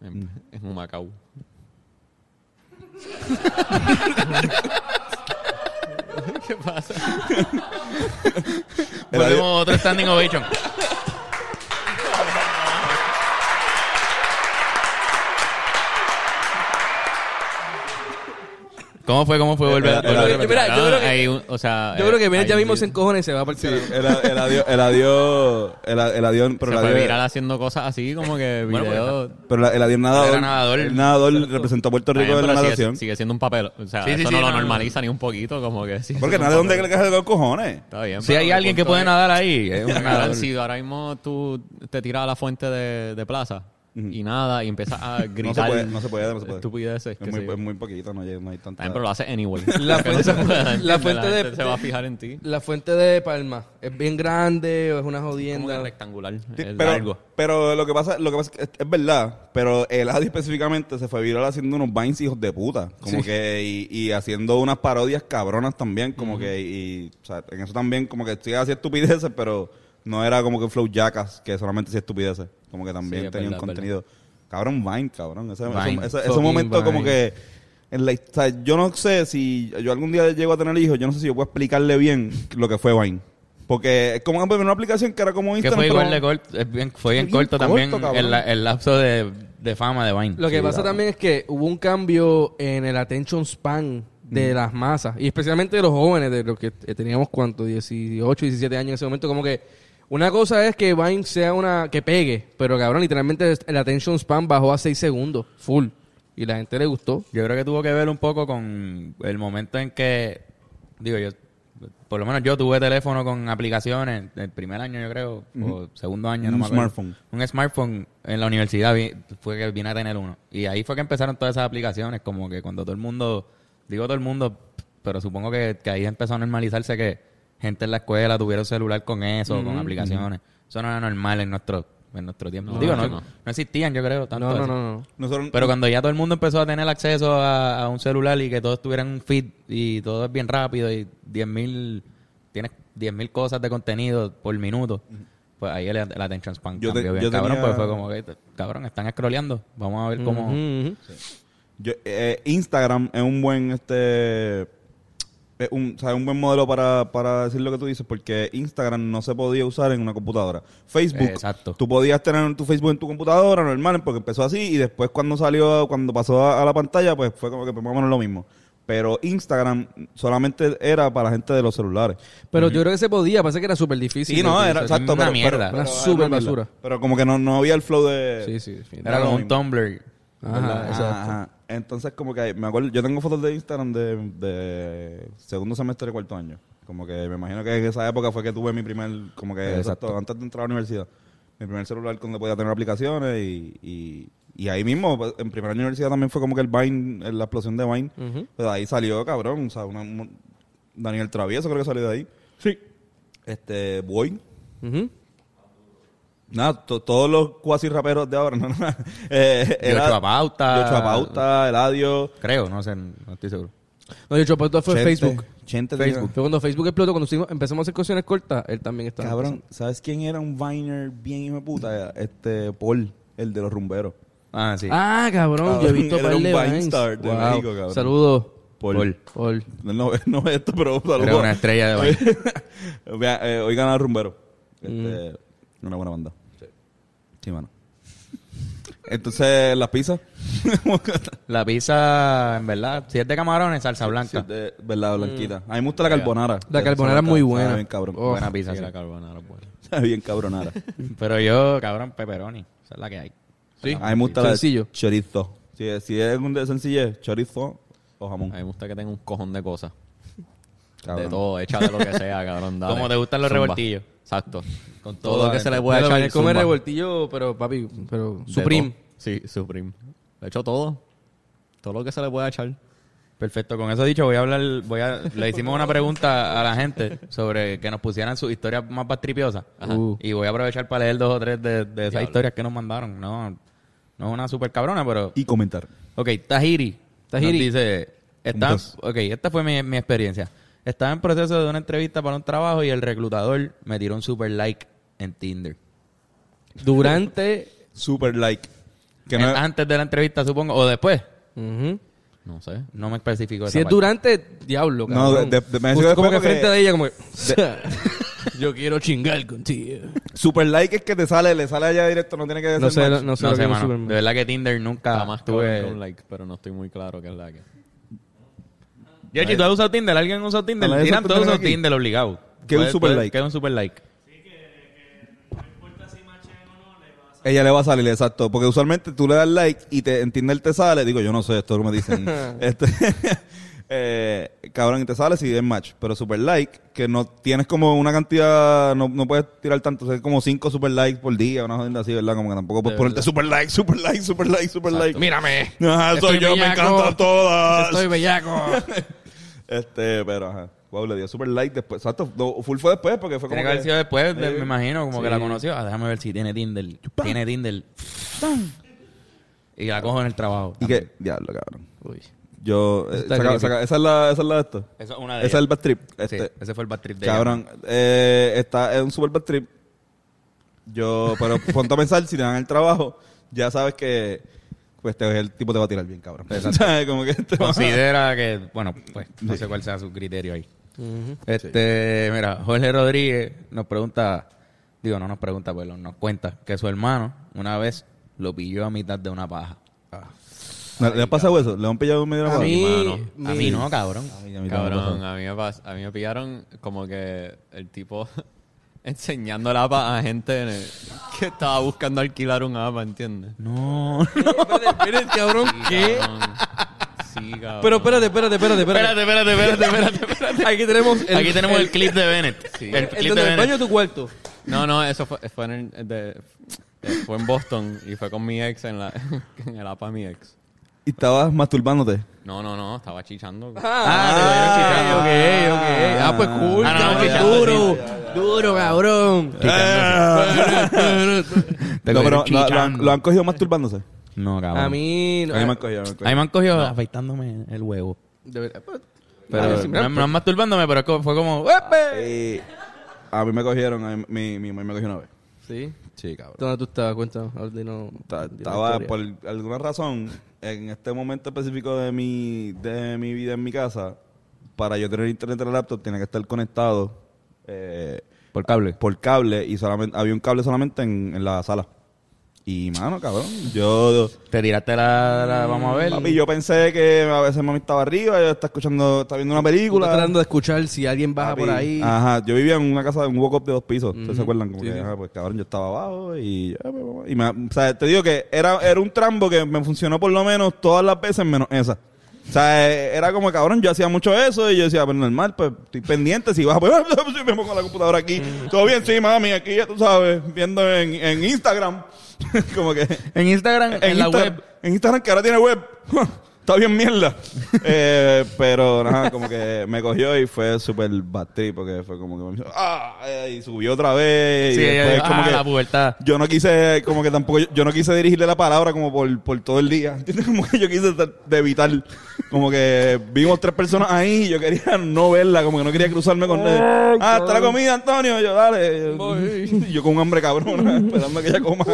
S4: En, en Humacao. ¿Qué pasa?
S1: El adiós-
S2: volvemos a otro standing ovation. ¿Cómo fue? ¿Cómo fue? Volver
S1: Era-
S2: a-
S1: era-
S2: volver a
S1: Yo-
S2: repetir.
S3: mira, yo creo que-
S4: hay un- o sea,
S3: Yo creo que
S4: eh,
S3: viene
S4: hay
S3: ya
S4: un
S3: mismo se
S4: video-
S3: encojona y se va a partir.
S1: Sí, eh. el, el adiós, el adiós, el, el adiós, pero
S4: se
S1: el
S4: fue
S1: adiós,
S4: viral haciendo cosas así, como que
S2: Bueno, pues,
S4: videos...
S1: pero la- el adiós nadador,
S2: Era nadador.
S1: el nadador representó a Puerto
S4: Está
S1: Rico
S4: bien,
S1: en la
S4: pero sigue-
S1: natación.
S4: Sigue, siendo un papel. O sea,
S2: Sí, sí,
S4: eso
S2: sí,
S4: no
S2: no,
S4: lo
S2: no, no.
S4: normaliza ni un poquito, como que sí.
S1: Porque
S4: es un
S1: nadie dónde
S4: papel.
S1: que le cae los cojones.
S4: Está bien.
S2: Si
S4: pero
S2: hay
S4: mi
S2: alguien que
S4: punto
S2: puede
S4: es-
S2: nadar ahí, es un
S4: Cabrón,
S2: nadador.
S4: si ahora mismo tú te tiras a la fuente de, de plaza y nada, y empiezas a
S1: No
S4: gritar.
S1: se puede, no se puede, no se puede.
S4: Estupideces.
S1: Es
S4: que
S1: muy,
S4: sí.
S1: es muy poquito, no, hay- no hay tanta.
S4: También, pero lo haces anyway.
S3: La
S4: Porque no
S3: fuente-
S4: se puede, ¿entiendes?
S3: la fuente
S4: gente
S3: de-
S4: se va a fijar en ti.
S3: La fuente de Palma es bien grande o es una
S4: Como que
S3: jodienda.
S4: rectangular.
S1: Sí,
S4: es
S1: pero,
S4: largo.
S1: pero lo que pasa, lo que pasa es, que es verdad, pero el Eladio específicamente se fue viral haciendo unos vines hijos de puta, como
S3: Sí.
S1: que y, y haciendo unas parodias cabronas también, como que y o sea, en eso también como que sí hacía estupideces, pero no era como que un flow jackas que solamente hacía estupideces, como que también
S4: es
S1: tenía
S4: verdad,
S1: un
S4: es
S1: contenido cabrón vine, cabrón, ese,
S2: Vine.
S1: ese- ese- ese
S3: Fucking
S1: momento como
S3: Vine.
S1: que en la, o sea, yo no sé si yo algún día llego a tener hijos, yo no sé si yo puedo explicarle bien lo que fue Vine. Porque es como una aplicación que era como
S2: que
S1: Instagram.
S2: fue
S1: pero-
S2: igual de corto, es bien- fue bien,
S1: Bien
S2: corto,
S1: corto,
S2: también
S1: cabrón.
S2: el, la- el lapso de, de fama de Vine.
S3: Lo que
S1: Sí,
S3: pasa
S1: claro.
S3: también es que hubo un cambio en el attention span de
S1: Mm.
S3: las masas, y especialmente de los jóvenes, de los que eh, teníamos cuánto, 18, 17 años en ese momento, como que una cosa es que Vine sea una que pegue, pero cabrón, literalmente el attention span bajó a 6 segundos, full, y la gente le gustó.
S2: Yo creo que tuvo que ver un poco con el momento en que, digo yo, por lo menos yo tuve teléfono con aplicaciones el primer año, yo creo, o segundo año, no
S1: Un
S2: me acuerdo.
S1: smartphone.
S2: Un smartphone en la universidad vi- fue que vine a tener uno. Y ahí fue que empezaron todas esas aplicaciones, como que cuando todo el mundo, digo todo el mundo, pero supongo que, que ahí empezó a normalizarse que gente en la escuela tuviera un celular con eso, con aplicaciones. Eso no era normal en nuestro, en nuestro tiempo.
S4: No,
S2: digo,
S4: no,
S2: no,
S4: no.
S2: no existían, yo creo, tanto
S3: No, no,
S2: eso.
S3: no, no.
S1: Nosotros,
S2: Pero cuando ya todo el mundo empezó a tener acceso a, a un celular y que todos tuvieran un feed y todo es bien rápido y 10.000 tienes 10.000 cosas de contenido por minuto, pues ahí el, el attention span
S1: Yo te-
S2: cambió bien,
S1: yo
S2: cabrón,
S1: tenía-
S2: pues fue como que, cabrón, están scrolleando, vamos a ver cómo...
S3: Ujú, ujú.
S1: yo- eh, Instagram es un buen este es un, o sea, es un buen modelo para, para decir lo que tú dices porque Instagram no se podía usar en una computadora. Facebook,
S2: Exacto.
S1: tú podías tener tu Facebook en tu computadora normal porque empezó así y después cuando salió cuando pasó a, a la pantalla pues fue como que pues, más o menos lo mismo. Pero Instagram solamente era para la gente de los celulares.
S3: Pero yo creo que se podía, pasa que era súper difícil.
S1: Sí, no,
S3: de
S1: era
S3: utilizar.
S1: exacto,
S2: una
S1: pero,
S2: mierda.
S1: pero-
S2: Una
S1: pero-
S3: super
S1: pero-
S3: basura.
S1: Pero como que no, no había el flow de
S3: Sí, sí, definitivamente.
S2: Era
S1: lo
S2: como un
S1: mismo.
S2: Tumblr.
S3: Ajá, exacto.
S1: Ajá. Entonces, como que me acuerdo, yo tengo fotos de Instagram de, de segundo semestre y cuarto año. Como que me imagino que en esa época fue que tuve mi primer, como que
S2: Exacto.
S1: exacto, antes de entrar a la universidad, mi primer celular donde podía tener aplicaciones y, y, y ahí mismo, pues, en primera universidad también fue como que el Vine, la explosión de Vine,
S3: Ujú.
S1: pues ahí salió, cabrón, o sea, una- un- Daniel Travieso creo que salió de ahí. Sí. Este, Boy.
S3: Ujú.
S1: Nada, to- todos los cuasi raperos de ahora, no, no. Eh,
S2: Yocho
S1: era-
S2: Apauta.
S1: Yocho Apauta, Eladio.
S2: Creo, no sé, no estoy seguro.
S3: No, yo chopé, todo fue
S1: Chente.
S3: Facebook.
S1: Chente tenía-
S3: Facebook. Fue cuando Facebook explotó, cuando hicimos- empezamos a hacer canciones cortas, él también estaba.
S1: Cabrón, ¿sabes quién era un Viner bien hijo de puta? Este, Paul, el de los rumberos.
S2: Ah, sí.
S3: Ah, cabrón, yo he
S1: Cabrón,
S3: visto
S1: era
S3: par
S1: un
S3: de Vines.
S1: Vinestar de México, cabrón.
S3: Saludos.
S1: Por-
S3: Paul.
S1: No, ve- no ve esto, pero saludos.
S2: Era una estrella de baile.
S1: Vea, eh, oigan a Rumbero. Este,
S2: Mm.
S1: Una buena banda. Sí. mano. Entonces, las pizzas.
S2: La pizza, en verdad, si es de camarones, salsa
S1: Sí,
S2: blanca.
S1: de
S4: Mm.
S1: verdad, blanquita. A mí me gusta la carbonara.
S3: La
S1: De
S3: carbonara es muy
S1: sabe
S3: buena.
S1: bien cabrón.
S3: Oh.
S2: Buena pizza,
S4: Sí,
S2: sí.
S4: la carbonara, bueno.
S1: Sabe bien cabronara.
S2: Pero yo, cabrón, pepperoni. Esa es la que hay.
S3: Sí.
S1: A mí me gusta
S3: Sencillo.
S1: la chorizo. Si es, si es un de sencillez, chorizo o jamón.
S4: A mí me gusta que tenga un cojón de cosas.
S1: Mm. Cabrón.
S4: De todo, echa de lo que sea, cabrón. Dale.
S2: Como te gustan los
S4: Zumba.
S2: revoltillos.
S4: Exacto. Con
S2: todo
S4: todo, lo que se
S2: adentro.
S4: le pueda
S3: Pero
S4: echar.
S3: él come
S4: zumba.
S3: revoltillo, pero papi, pero
S4: De
S3: Supreme.
S4: todo. Sí, Supreme. Le echo todo. Todo lo que se le pueda echar.
S2: Perfecto, con eso dicho, voy a hablar, voy a, le hicimos una pregunta a la gente sobre que nos pusieran sus historias más bastripiosas.
S3: Ajá. Uh.
S2: Y voy a aprovechar para leer dos o tres de, de esas
S4: Diablo.
S2: historias que nos mandaron. No, no es una super cabrona, pero...
S1: Y comentar.
S2: Ok, Tajiri.
S3: Tajiri.
S2: Nos dice, está,
S1: Juntos.
S2: ok, esta fue mi, mi experiencia. Estaba en proceso de una entrevista para un trabajo y el reclutador me tiró un super like en Tinder.
S3: Durante.
S1: Super like. Que no
S2: Eh,
S1: es-
S4: ah.
S2: Antes de la entrevista, supongo, o después.
S3: Ujú.
S4: No sé.
S2: No me especificó. esa
S3: Si es
S2: parte.
S3: durante, diablo,
S1: No,
S3: cabrón.
S1: de- de- me
S3: Justo
S1: decía
S3: como que
S1: después
S3: frente
S1: porque-
S3: de ella, como que, Yo quiero chingar contigo.
S1: Super like es que te sale, le sale allá directo, no tiene que
S3: No
S1: ser
S3: sé,
S1: match.
S3: no sé
S2: No
S3: lo
S2: sé,
S3: que es
S2: mano.
S3: Superman.
S2: De verdad que Tinder nunca
S4: Está más
S2: Ah, tuve...
S4: cabrón que un like, pero no estoy muy claro qué es la que.
S2: Yoshi, ¿tú has usado Tinder? ¿Alguien ha usado Tinder?
S1: A la vez
S2: Tiran
S1: tú
S2: todos
S1: tienes
S2: usado
S1: aquí.
S2: Tinder obligado.
S1: ¿Qué es un
S2: Puedes-
S1: super
S2: puedes-
S1: like?
S2: ¿Qué es un super like?
S1: Ella le va a salir, exacto. Porque usualmente tú le das like y te, en Tinder te sale. Digo, yo no sé, esto es lo que me dicen. este, eh, cabrón, y te sale si es match. Pero super like, que no tienes como una cantidad, no, no puedes tirar tanto. O sea, como cinco super likes por día, una jodida así, ¿verdad? Como que tampoco puedes ponerte super like, super like, super like, super like.
S3: Mírame.
S1: Ajá, soy
S3: Estoy
S1: yo, me
S3: bellaco.
S1: encantan todas.
S3: Estoy bellaco.
S1: Este, pero ajá. Wow, le dio super like después. Exacto, no, full fue después porque fue como
S2: Tiene que
S1: que-
S2: haber sido después, de-
S1: Sí.
S2: me imagino, como que la conoció. Ah, déjame ver si tiene Tinder. Tiene Tinder. Y la cojo en el trabajo.
S1: Y que, diablo, cabrón.
S3: Uy.
S1: Yo, eh,
S3: Está
S1: saca-
S3: creepy.
S1: saca- esa es la, esa es la de esto.
S2: Eso es una de
S1: Ese es el
S2: ellas.
S1: bad trip.
S2: Ah, Sí,
S1: Este,
S2: ese fue el bad trip de
S1: cabrón, eh, está, es un super bad trip. Yo, pero ponte a pensar, si te dan el trabajo, ya sabes que pues te- el tipo te va a tirar bien, cabrón. ¿Sabes? Como que te
S2: ella.
S1: va-
S2: Considera que, bueno, pues no sé cuál sea su criterio ahí. Este, mira, Jorge Rodríguez nos pregunta, digo, no nos pregunta, pero nos cuenta que su hermano una vez lo pilló a mitad de una paja.
S1: ¿No- ¿Le ha pasado eso? ¿Le han pillado medio la
S3: A mí,
S2: A mí no, cabrón.
S4: Cabrón, a mí, me pas- a mí me pillaron como que el tipo enseñando el APA a gente en el- que estaba buscando alquilar un APA, ¿entiendes?
S2: No.
S3: Miren, cabrón, ¿qué?
S4: Cabrón. Sí, cabrón.
S3: Pero espérate, espérate, espérate, espérate.
S2: Espérate, espérate, espérate, espérate, espérate.
S3: Aquí tenemos el,
S2: Aquí tenemos el clip de Bennett.
S4: Sí.
S2: El
S3: el-
S2: clip de
S3: donde el baño
S2: Bennett.
S3: de tu cuarto.
S4: No, no, eso fue, fue en el- de- fue en Boston y fue con mi ex en, la, en el APA de mi ex.
S1: Y estabas masturbándote.
S4: No, no, no, estaba chichando.
S3: Ah,
S1: te
S3: ok,
S1: vieron
S3: ok.
S1: chichando.
S3: Ah, pues cool,
S2: Ah, no,
S3: cabrón,
S2: chichando,
S3: duro, duro, cabrón.
S1: No, pero lo, lo han,
S2: chichando.
S1: lo han cogido masturbándose.
S2: No, cabrón.
S3: A mí,
S1: A mí me han cogido, me han cogido.
S2: A mí me han cogido afeitándome el
S1: Ah,
S2: huevo.
S3: de verdad, pues,
S2: Pero
S3: ah,
S2: no,
S3: sí, mira,
S2: no masturbándome, pero es como- fue como... ¡Epe!
S1: Eh, a mí me cogieron, a mí- mi, mi mamá me cogió una vez.
S3: Sí.
S1: Sí, cabrón.
S3: ¿Dónde tú estabas? Cuéntame. ahora dinos-
S1: Ta-
S3: dinos
S1: Estaba
S3: historia.
S1: por alguna razón en este momento específico de mi de mi vida en mi casa para yo tener internet en la laptop tenía que estar conectado eh,
S2: Por cable.
S1: por cable y solamente había un cable solamente en, en la sala y mano cabrón yo
S2: Te tiraste la, la- Vamos a ver.
S1: papi, yo pensé que a veces mami estaba arriba yo estaba escuchando estaba viendo una
S3: Tú estás
S1: película
S3: tratando de escuchar si alguien baja
S1: Papi,
S3: por ahí.
S1: Ajá, yo vivía en una casa, un walk-up de dos pisos. ¿Ustedes se acuerdan? Como
S3: Sí,
S1: que,
S3: sí.
S1: ajá, pues cabrón, yo estaba abajo y... ya, pues, vamos. y me- o sea, te digo que era, era un trambo que me funcionó por lo menos todas las veces menos esa. O sea, eh, era como, cabrón, yo hacía mucho eso y yo decía, pues normal, pues estoy pendiente, si vas, pues si me pongo la computadora aquí. Todo bien, sí, mami, aquí ya tú sabes, viendo en, en Instagram. como que...
S2: En Instagram, en, la
S1: Insta-
S2: web.
S1: En Instagram, que ahora tiene web. Está bien mierda. Eh, pero nada, como que me cogió y fue súper bad trip porque fue como que me hizo, ah, eh, y subió otra vez.
S2: Sí,
S1: y después
S2: ah,
S1: como que
S2: la pubertad.
S1: yo no quise, como que tampoco, yo no quise dirigirle la palabra como por, por todo el día. ¿Entiendes? Como que yo quise tra- de evitar, como que vimos tres personas ahí y yo quería no verla, como que no quería cruzarme con él. Ah, está la comida, Antonio. Yo, dale. Yo, yo con un hambre cabrona, esperando a que ella coma.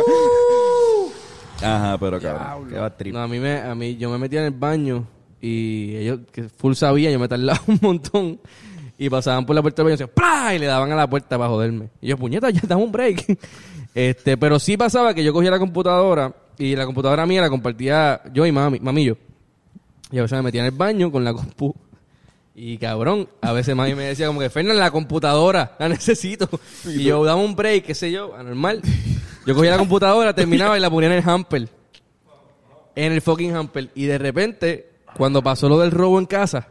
S1: Ajá, pero cabrón. Qué va trip.
S3: No, a mí me, a mí, yo me metía en el baño y ellos, que full sabían, yo me tardaba un montón. Y pasaban por la puerta del baño y decían, ¡plá! Y le daban a la puerta para joderme. Y yo, puñeta, ya dame un break. Este, pero sí pasaba que yo cogía la computadora y la computadora mía la compartía yo y mami, mami y yo. Y a veces me metía en el baño con la compu. Y cabrón, a veces mami me decía como que, Fernan, la computadora, la necesito. Y yo daba un break, qué sé yo, anormal. Yo cogía la computadora, terminaba y la ponía en el hamper. En el fucking hamper. Y de repente, cuando pasó lo del robo en casa,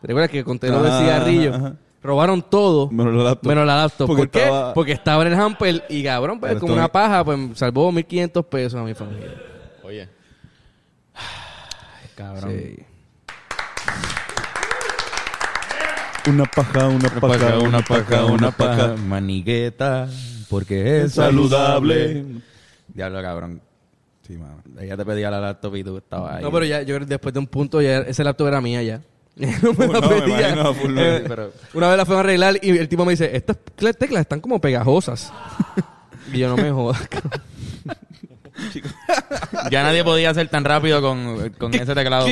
S3: ¿te recuerdas que conté lo del
S1: Ajá,
S3: cigarrillo?
S1: ajá, ajá.
S3: Robaron todo.
S1: Menos la laptop.
S3: Menos la laptop.
S1: Porque
S3: ¿Por qué?
S1: estaba-
S3: Porque estaba en el hamper y cabrón, pues
S1: Pero
S3: con
S1: esto-
S3: una paja, pues salvó 1500 pesos a mi familia.
S4: Oye.
S2: Cabrón.
S3: Sí.
S1: Una paja, una paja, una paja, una paja.
S2: Manigueta, porque es
S1: Es saludable.
S2: saludable. Diablo, cabrón.
S1: Sí, mano.
S2: Ella te pedía la laptop y tú estabas ahí.
S3: No, pero ya, yo creo que después de un punto ya ese laptop era mía ya. no me la
S1: No, me
S3: pedía.
S1: imagino, full no.
S3: Eh,
S2: Pero-
S3: Una vez la fueron a arreglar y el tipo me dice, estas cl- teclas están como pegajosas. y yo no me jodas. cabrón.
S2: Ya nadie podía hacer tan rápido con, con ese teclado.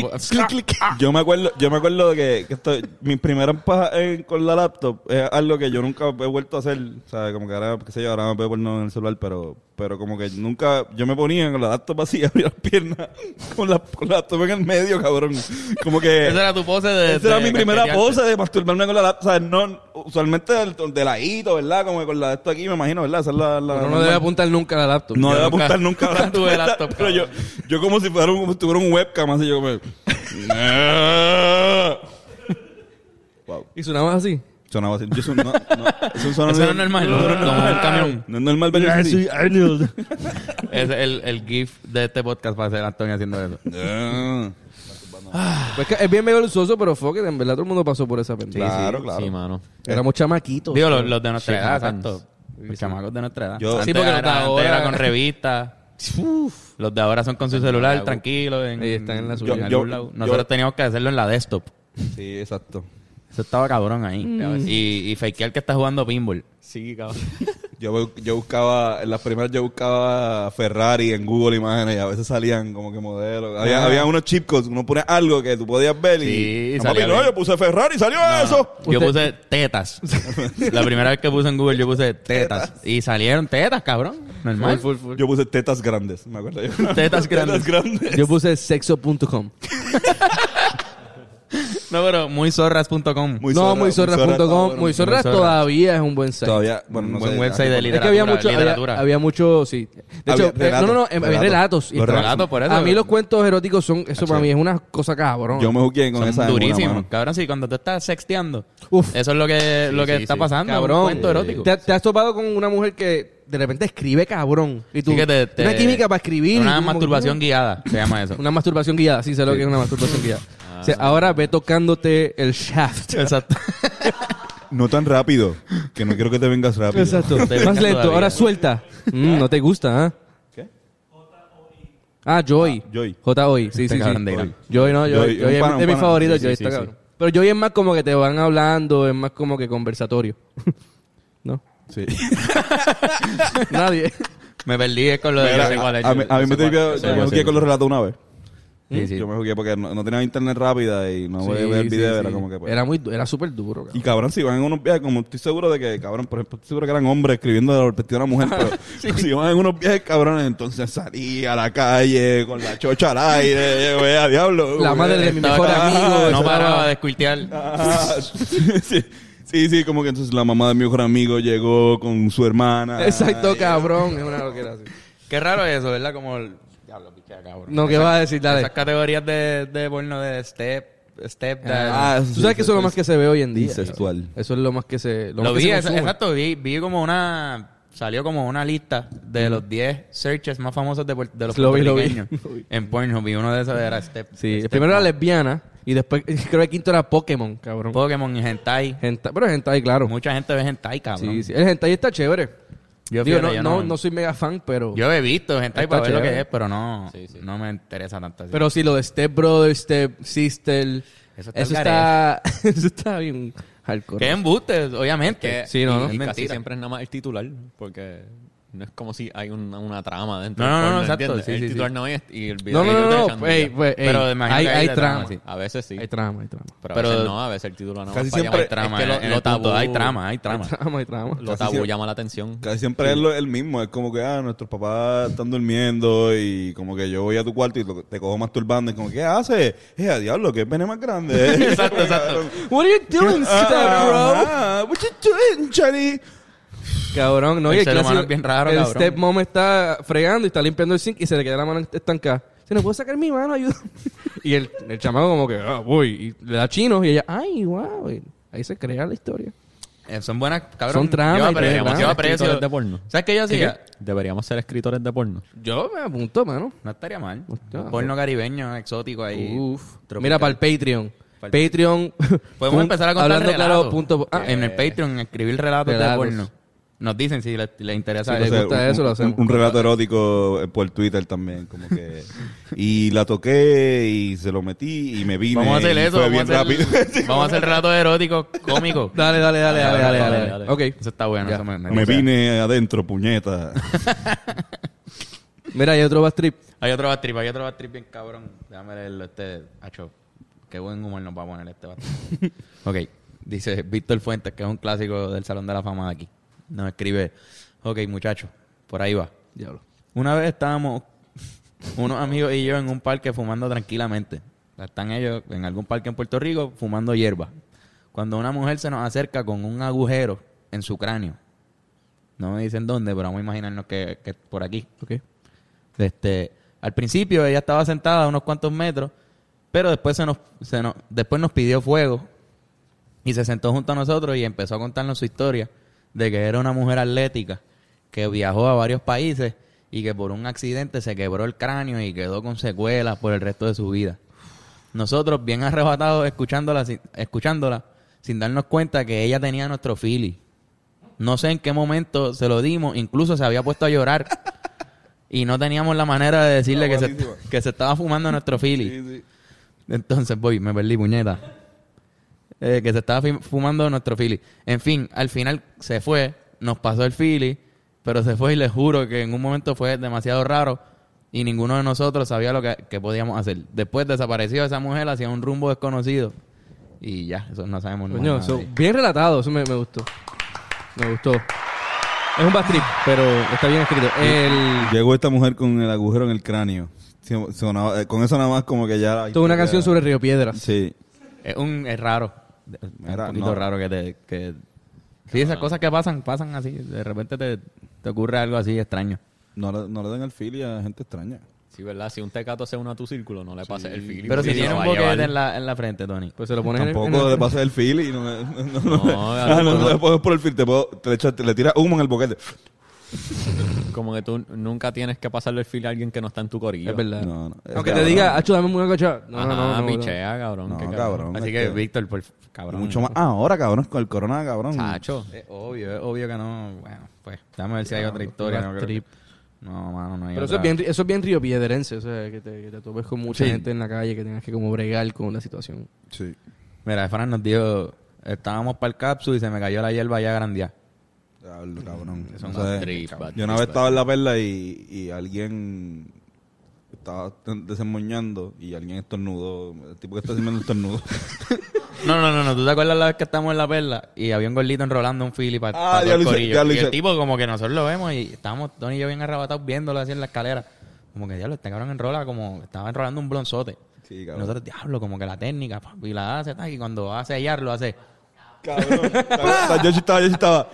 S1: Yo me acuerdo, yo me acuerdo que, que esto, mis primeras pajas eh, con la laptop es algo que yo nunca he vuelto a hacer. O sea, como que ahora, qué sé yo, ahora me puedo poner en el celular, pero, pero como que nunca, yo me ponía con la laptop así, abría las piernas con la, con la laptop en el medio, cabrón. Como que.
S2: Esa era tu pose de.
S1: Esa era
S2: de
S1: mi primera
S2: casquetearte.
S1: pose de masturbarme con la laptop. O sea, no, usualmente del- de ladito, ¿verdad? Como que con la de esto aquí, me imagino, ¿verdad? Esa es la, la-
S3: Uno
S1: la-
S3: no debe apuntar nunca a la laptop.
S1: no
S2: Yo
S1: debe
S2: nunca-
S1: apuntar nunca
S2: nunca
S1: a la
S2: tuve
S1: laptop,
S2: laptop,
S1: Pero yo,
S2: cabrón.
S1: yo como si fuera un, como si tuviera un webcam, así yo como... wow.
S3: Y sonaba así.
S1: Sonaba así. Yo son- no, no, eso sonaba-
S2: Eso no es normal. Como un camión.
S1: No es normal ver eso así.
S2: Es el, el GIF de este podcast para ser Antonio haciendo eso.
S1: Ah,
S3: Pues que es bien vergonzoso, pero fuck it, en verdad todo el mundo pasó por esa pendeja.
S1: Claro, claro.
S4: Sí, mano.
S3: Éramos chamaquitos.
S2: Digo, los, los de nuestra
S4: Sí,
S2: edad,
S4: fans.
S2: exacto. Los chamacos de nuestra edad.
S1: Yo- Sí,
S2: antes
S3: porque los de
S2: era, antes
S3: ahora-
S2: era con revistas. Los de ahora son con su celular, tranquilos. En,
S3: Ahí están en la
S2: yo-
S3: suya.
S2: en
S1: yo-
S2: algún lado. Nosotros
S1: yo-
S2: teníamos que hacerlo en la desktop.
S1: Sí, exacto.
S2: Eso estaba cabrón ahí. Y, y fakear que está jugando pinball.
S4: Sí, cabrón.
S1: Yo, bu- yo buscaba, en las primeras yo buscaba Ferrari en Google Imágenes y a veces salían como que modelos. Había, había unos cheat codes, uno ponía algo que tú podías ver y...
S2: Sí,
S1: Ah,
S2: salía
S1: papi, no,
S2: bien.
S1: yo puse Ferrari, salió eso.
S2: Yo
S3: Usted-
S2: puse tetas. la primera vez que puse en Google, yo puse tetas. Y salieron tetas, cabrón. Normal.
S1: Yo puse tetas grandes, me acuerdo yo.
S2: Tetas grandes.
S1: grandes.
S3: Yo puse sexo.com.
S2: No, pero muyzorras.com.
S1: Muy
S3: No,
S1: zorra,
S3: muy
S1: muy zorra,
S3: zorras.com.
S1: cabrón.
S3: Muy zorras
S2: Muy zorras.
S3: todavía es un buen site.
S1: Todavía, bueno, no
S2: Un buen
S1: sé,
S2: website de
S1: aquí-
S2: literatura.
S3: Es que había mucho,
S2: literatura.
S3: Había, había mucho, sí. De
S1: Había
S3: hecho, eh,
S1: relatos,
S3: no, no, no, eh, había
S1: relatos.
S3: relatos. y
S1: Los
S3: todo.
S2: relatos, por eso.
S3: A mí los cuentos eróticos son, eso para mí es una cosa cabrón.
S1: Yo me jugué con esa
S2: Son
S1: en una
S2: durísimos.
S1: mano.
S2: Cabrón, sí, cuando tú estás sexteando.
S3: Uf.
S2: Eso es lo que, lo que
S4: sí,
S2: está
S4: sí.
S2: pasando.
S3: cabrón.
S2: Un cuento erótico.
S3: ¿Te, te has topado con una mujer que de repente escribe cabrón. Y tú,
S2: Sí que te- te-
S3: una química para escribir. y
S2: Una
S3: tú como- "Mm".
S2: masturbación guiada, se llama eso.
S3: Una masturbación guiada, sí, sé lo que es una masturbación guiada. O sea, ahora ve tocándote el shaft.
S2: Ah, Exacto.
S1: No tan rápido, que no quiero que te vengas rápido.
S3: Exacto.
S2: Te vengas
S3: Más lento,
S2: todavía.
S3: ahora suelta. Mm, no te gusta, ¿ah?
S1: ¿Qué?
S3: Ah, Joy.
S1: Ah, Joy.
S3: J-O-Y, sí, sí, sí.
S2: cabrón de Irán.
S3: Joy, no, Joy.
S1: Joy,
S3: Joy
S1: un pana,
S3: es, mi- es
S1: un
S3: mi
S1: pana.
S3: favorito,
S1: Sí, sí,
S3: Joy
S1: sí,
S3: está
S1: sí.
S3: cabrón. Pero Joy es más como que te van hablando, es más como que conversatorio. ¿No?
S1: Sí.
S3: Nadie.
S2: Me perdí con lo de.
S1: Mira,
S4: sé cuál es,
S1: a, a mí,
S4: yo-
S1: a mí
S4: yo
S1: me
S4: sé cuál,
S1: tripió-
S4: yo sé
S1: yo me
S4: cuál.
S1: jugué con los relatos una vez.
S2: Sí, sí.
S1: Yo me jugué porque no, no tenía internet rápida y no podía
S3: ¿Mm? Sí,
S1: ver el
S3: sí,
S1: video,
S3: sí.
S1: era como que... pues,
S3: Era muy du- era súper duro, cabrón.
S1: Y cabrón, si van en unos viajes, como estoy seguro de que, cabrón, por ejemplo, estoy seguro que eran hombres escribiendo de la perspectiva de una mujer, pero si van en unos viajes, cabrón, entonces salí a la calle con la chocha al aire, güey, a diablo.
S3: La
S1: güey.
S3: madre de mi
S2: Estaba
S3: mejor
S2: cabrón,
S3: amigo.
S2: No
S3: eso
S2: paraba
S3: estaba-
S2: de escuitear.
S1: Ah, sí, sí, sí, como que entonces la mamá de mi mejor amigo llegó con su hermana.
S3: Exacto, cabrón. Es una loquera así.
S2: Qué raro es eso, ¿verdad? Como. el- Diablo, pichea, cabrón.
S3: No, ¿qué
S2: Esas-
S3: vas a decir? Dale.
S2: Esas categorías de, de porno de step, step, dad.
S1: Ah,
S3: Tú sabes que eso es lo más que se ve hoy en día.
S1: Sexual.
S3: Eso es lo más que se.
S2: Lo,
S3: Lo, más que
S2: vi,
S3: se
S2: ex-
S3: consume.
S2: exacto, vi, vi como una... Salió como una lista de los 10 searches más famosos de, puer- de los
S3: Lo vi, lo vi.
S2: puertorriqueños en Pornhub. Y uno de esos era Step.
S3: Sí,
S2: Step
S3: primero era
S2: Mom.
S3: lesbiana y después creo que el quinto era Pokémon, cabrón.
S2: Pokémon y Hentai.
S3: Hentai- pero hentai, claro.
S2: Mucha gente ve Hentai, cabrón.
S3: Sí, sí. El hentai está chévere.
S2: Yo,
S3: Digo,
S2: fíjate, yo
S3: no, no, no soy mega fan, pero.
S2: Yo he visto Hentai
S3: Está
S2: para ver lo que
S3: chévere.
S2: es, pero no,
S4: Sí, sí.
S2: no me interesa tanto. así.
S3: Pero sí, lo de Step Brother, Step Sister.
S2: Eso
S3: Eso
S2: está
S3: está.
S2: al
S3: Eso está, bien hardcore.
S2: que embustes, obviamente.
S4: Que-
S3: Sí, no,
S4: y-
S3: no.
S4: y
S2: Es
S4: casi
S2: mentira.
S4: siempre es nada más el titular, porque No es como si hay un- una trama dentro
S2: No,
S4: del
S2: no, no,
S4: porno,
S2: exacto,
S4: ¿entiendes?
S2: sí,
S4: el
S2: sí,
S4: titular
S2: sí.
S4: no es y el video
S3: No, no,
S4: que
S3: no,
S4: está
S3: no.
S4: echando
S3: ey,
S4: ya.
S3: pues, ey,
S2: Pero imagino
S3: hay,
S2: que hay
S3: hay
S2: de
S3: trama.
S2: trama, sí.
S4: A veces sí,
S3: Hay trama, hay trama.
S4: pero a
S2: Pero-
S4: veces no, a veces el título no.
S1: Casi
S4: para
S1: siempre-
S4: llamar trama,
S2: es que lo-
S4: eh,
S2: lo tabú, hay trama, hay trama.
S3: Trama, Oh, hay trama.
S4: Lo
S1: Casi
S4: tabú
S1: siempre-
S4: llama la atención.
S1: Casi siempre es lo- el mismo, es como que, ah, nuestros papás están durmiendo y como que yo voy a tu cuarto y lo- te cojo masturbando y como, ¿qué haces? Eh, a diablo, qué pene más grande. exacto, exacto.
S3: What are you doing, step
S1: What you doing, Charlie?
S3: bro? Cabrón, no,
S2: El
S3: y el
S2: ser humano
S3: clásico-
S2: es bien raro,
S3: El
S2: cabrón.
S3: step mom está fregando y está limpiando el zinc y se le queda la mano estancada. Se no puedo sacar mi mano, ayuda. y el, el chamaco como que, ah, voy. Y le da chinos y ella, ay, wow. Y ahí se crea la historia.
S2: Eh, son buenas, cabrón.
S3: Son tramas
S2: Yo
S3: y
S2: apre-
S3: tramas.
S2: yo aprecio.
S4: Escritores de porno.
S2: ¿Sabes qué yo hacía?
S4: Deberíamos ser escritores de porno.
S3: Yo me apunto, mano.
S2: No estaría mal.
S3: Hostia.
S2: Un porno caribeño, exótico ahí.
S3: Uf.
S2: tropical.
S3: Mira, para el Patreon.
S2: Pa'l-
S3: Patreon.
S2: Podemos empezar a contar
S3: Hablando
S2: relatos.
S3: claro, punto. Ah,
S2: Eh, en el Patreon, escribir relatos, de
S3: relatos.
S2: porno. Nos dicen si les, les interesa.
S3: Sí, pues,
S2: eso.
S3: lo sé. gusta eso, lo hacemos.
S1: Un, un relato erótico eh, por Twitter también, como que. Y la toqué y se lo metí y me vine.
S2: vamos a hacer
S1: y
S2: eso.
S1: Fue
S2: Vamos a
S1: bien rápido.
S2: hacer, vamos a hacer relatos eróticos cómicos.
S3: Dale, dale, dale, dale, dale, dale,
S4: dale.
S3: Ok.
S2: Eso está bueno.
S3: Ya.
S2: Eso me, me
S1: me
S2: gusta.
S1: vine adentro, puñeta.
S3: Mira, hay otro bad trip.
S2: Hay otro bad trip, hay otro bad trip bien cabrón. Déjame leerlo. Este, acho, qué buen humor nos va a poner este bad trip. ok, dice Víctor Fuentes, que es un clásico del Salón de la Fama de aquí. Nos escribe, ok muchachos, por ahí va.
S3: Diablo.
S2: Una vez estábamos unos amigos y yo en un parque fumando tranquilamente. Están ellos en algún parque en Puerto Rico fumando hierba. Cuando una mujer se nos acerca con un agujero en su cráneo. No me dicen dónde, pero vamos a imaginarnos que, que es por aquí.
S3: Ok.
S2: Este, al principio ella estaba sentada a unos cuantos metros, pero después se nos, se nos- después nos pidió fuego y se sentó junto a nosotros y empezó a contarnos su historia de que era una mujer atlética que viajó a varios países y que por un accidente se quebró el cráneo y quedó con secuelas por el resto de su vida. Nosotros, bien arrebatados, escuchándola, sin- escuchándola, sin darnos cuenta que ella tenía nuestro fili. No sé en qué momento se lo dimos, incluso se había puesto a llorar y no teníamos la manera de decirle que, se,
S1: buenísimo.
S2: que se estaba fumando nuestro fili. Entonces voy, me perdí, puñeta. Eh, que se estaba fi- fumando nuestro Philly. En fin, al final se fue, nos pasó el Philly, pero se fue y les juro que en un momento fue demasiado raro y ninguno de nosotros sabía lo que, que podíamos hacer. Después desapareció esa mujer hacia un rumbo desconocido y ya, eso no sabemos más
S3: Coño,
S2: nada
S3: so-
S2: de ella.
S3: bien relatado. Eso me, me gustó. Me gustó. Es un bad trip, pero está bien escrito. El...
S1: Llegó esta mujer con el agujero en el cráneo. Sí, sonaba- eh, con eso nada más como que ya... la
S3: Esto es una
S1: historia-
S3: canción sobre Río Piedras.
S1: Sí.
S2: Es, un, es raro. Es
S1: Mira,
S2: un poquito
S1: no.
S2: raro que te... que- Sí, esas cosas que pasan, pasan así. De repente te, te ocurre algo así extraño.
S1: No le, no le den el fili a gente extraña.
S4: Sí, ¿verdad? Si un tecato se une a tu círculo, no le pases el feeling.
S2: Pero
S4: porque
S2: si
S4: se
S2: tiene un
S4: lo va a llevar.
S2: boquete en la, en la frente, Tony.
S3: Pues se lo pones en el- en
S1: Tampoco
S3: el-
S1: le pases el fili. No, no, no, no.
S4: No,
S1: Ah, no, no le puedes por el fili. Te, puedo- te le, echas- te le tiras humo en el boquete.
S4: Como que tú nunca tienes que pasarle el feeling a alguien que no está en tu corillo.
S3: Es verdad.
S1: No, no. Es
S3: Aunque te
S1: cabrón. Ah,
S3: diga, acho, dame una cocha. No,
S4: Ajá,
S3: no, no, no.
S4: pichea, cabrón.
S1: No,
S4: qué
S1: cabrón.
S2: Así que,
S1: este,
S2: Víctor, por cabrón.
S1: Mucho más. Ah, ahora, cabrón, con el corona, cabrón.
S4: Chacho.
S2: Es obvio, es obvio que no. Bueno, pues, déjame ver si hay otra historia.
S3: bad
S2: No, creo que-
S3: trip.
S2: no, mano, no hay
S3: Pero eso
S2: otra.
S3: es bien, eso es bien riopiederense, o sea, que te, que te topes con mucha
S2: Sí.
S3: gente en la calle que tengas que como bregar con la situación.
S1: Sí.
S2: Mira, Fran nos dijo: estábamos para el capsu y se me cayó la hierba allá grandía.
S1: Diablo, cabrón.
S4: Eso
S1: O
S4: es
S1: sea,
S4: un trip, bad
S1: Yo una vez
S4: trip, bad
S1: estaba en la perla y, y alguien estaba desemboñando y alguien estornudó. El tipo que está haciendo estornudo.
S2: No, no, no, no. ¿Tú te acuerdas la vez que estamos en la perla? Y había un gordito enrolando un fili para
S1: Ah, ya
S2: todo el
S1: lo hice,
S2: corillo.
S1: ya lo
S2: Y el
S1: hice.
S2: tipo, como que nosotros lo vemos y estábamos, Tony y yo, bien arrebatados viéndolo así en la escalera. Como que, diablo, este cabrón enrola como... Estaba enrolando un blonzote.
S1: Sí,
S2: Y
S1: cabrón.
S2: nosotros, diablo, como que la técnica, pa, y la hace, ta, y cuando va a sellar, lo hace...
S1: Cabrón. cabrón. yo chistaba, yo chistaba.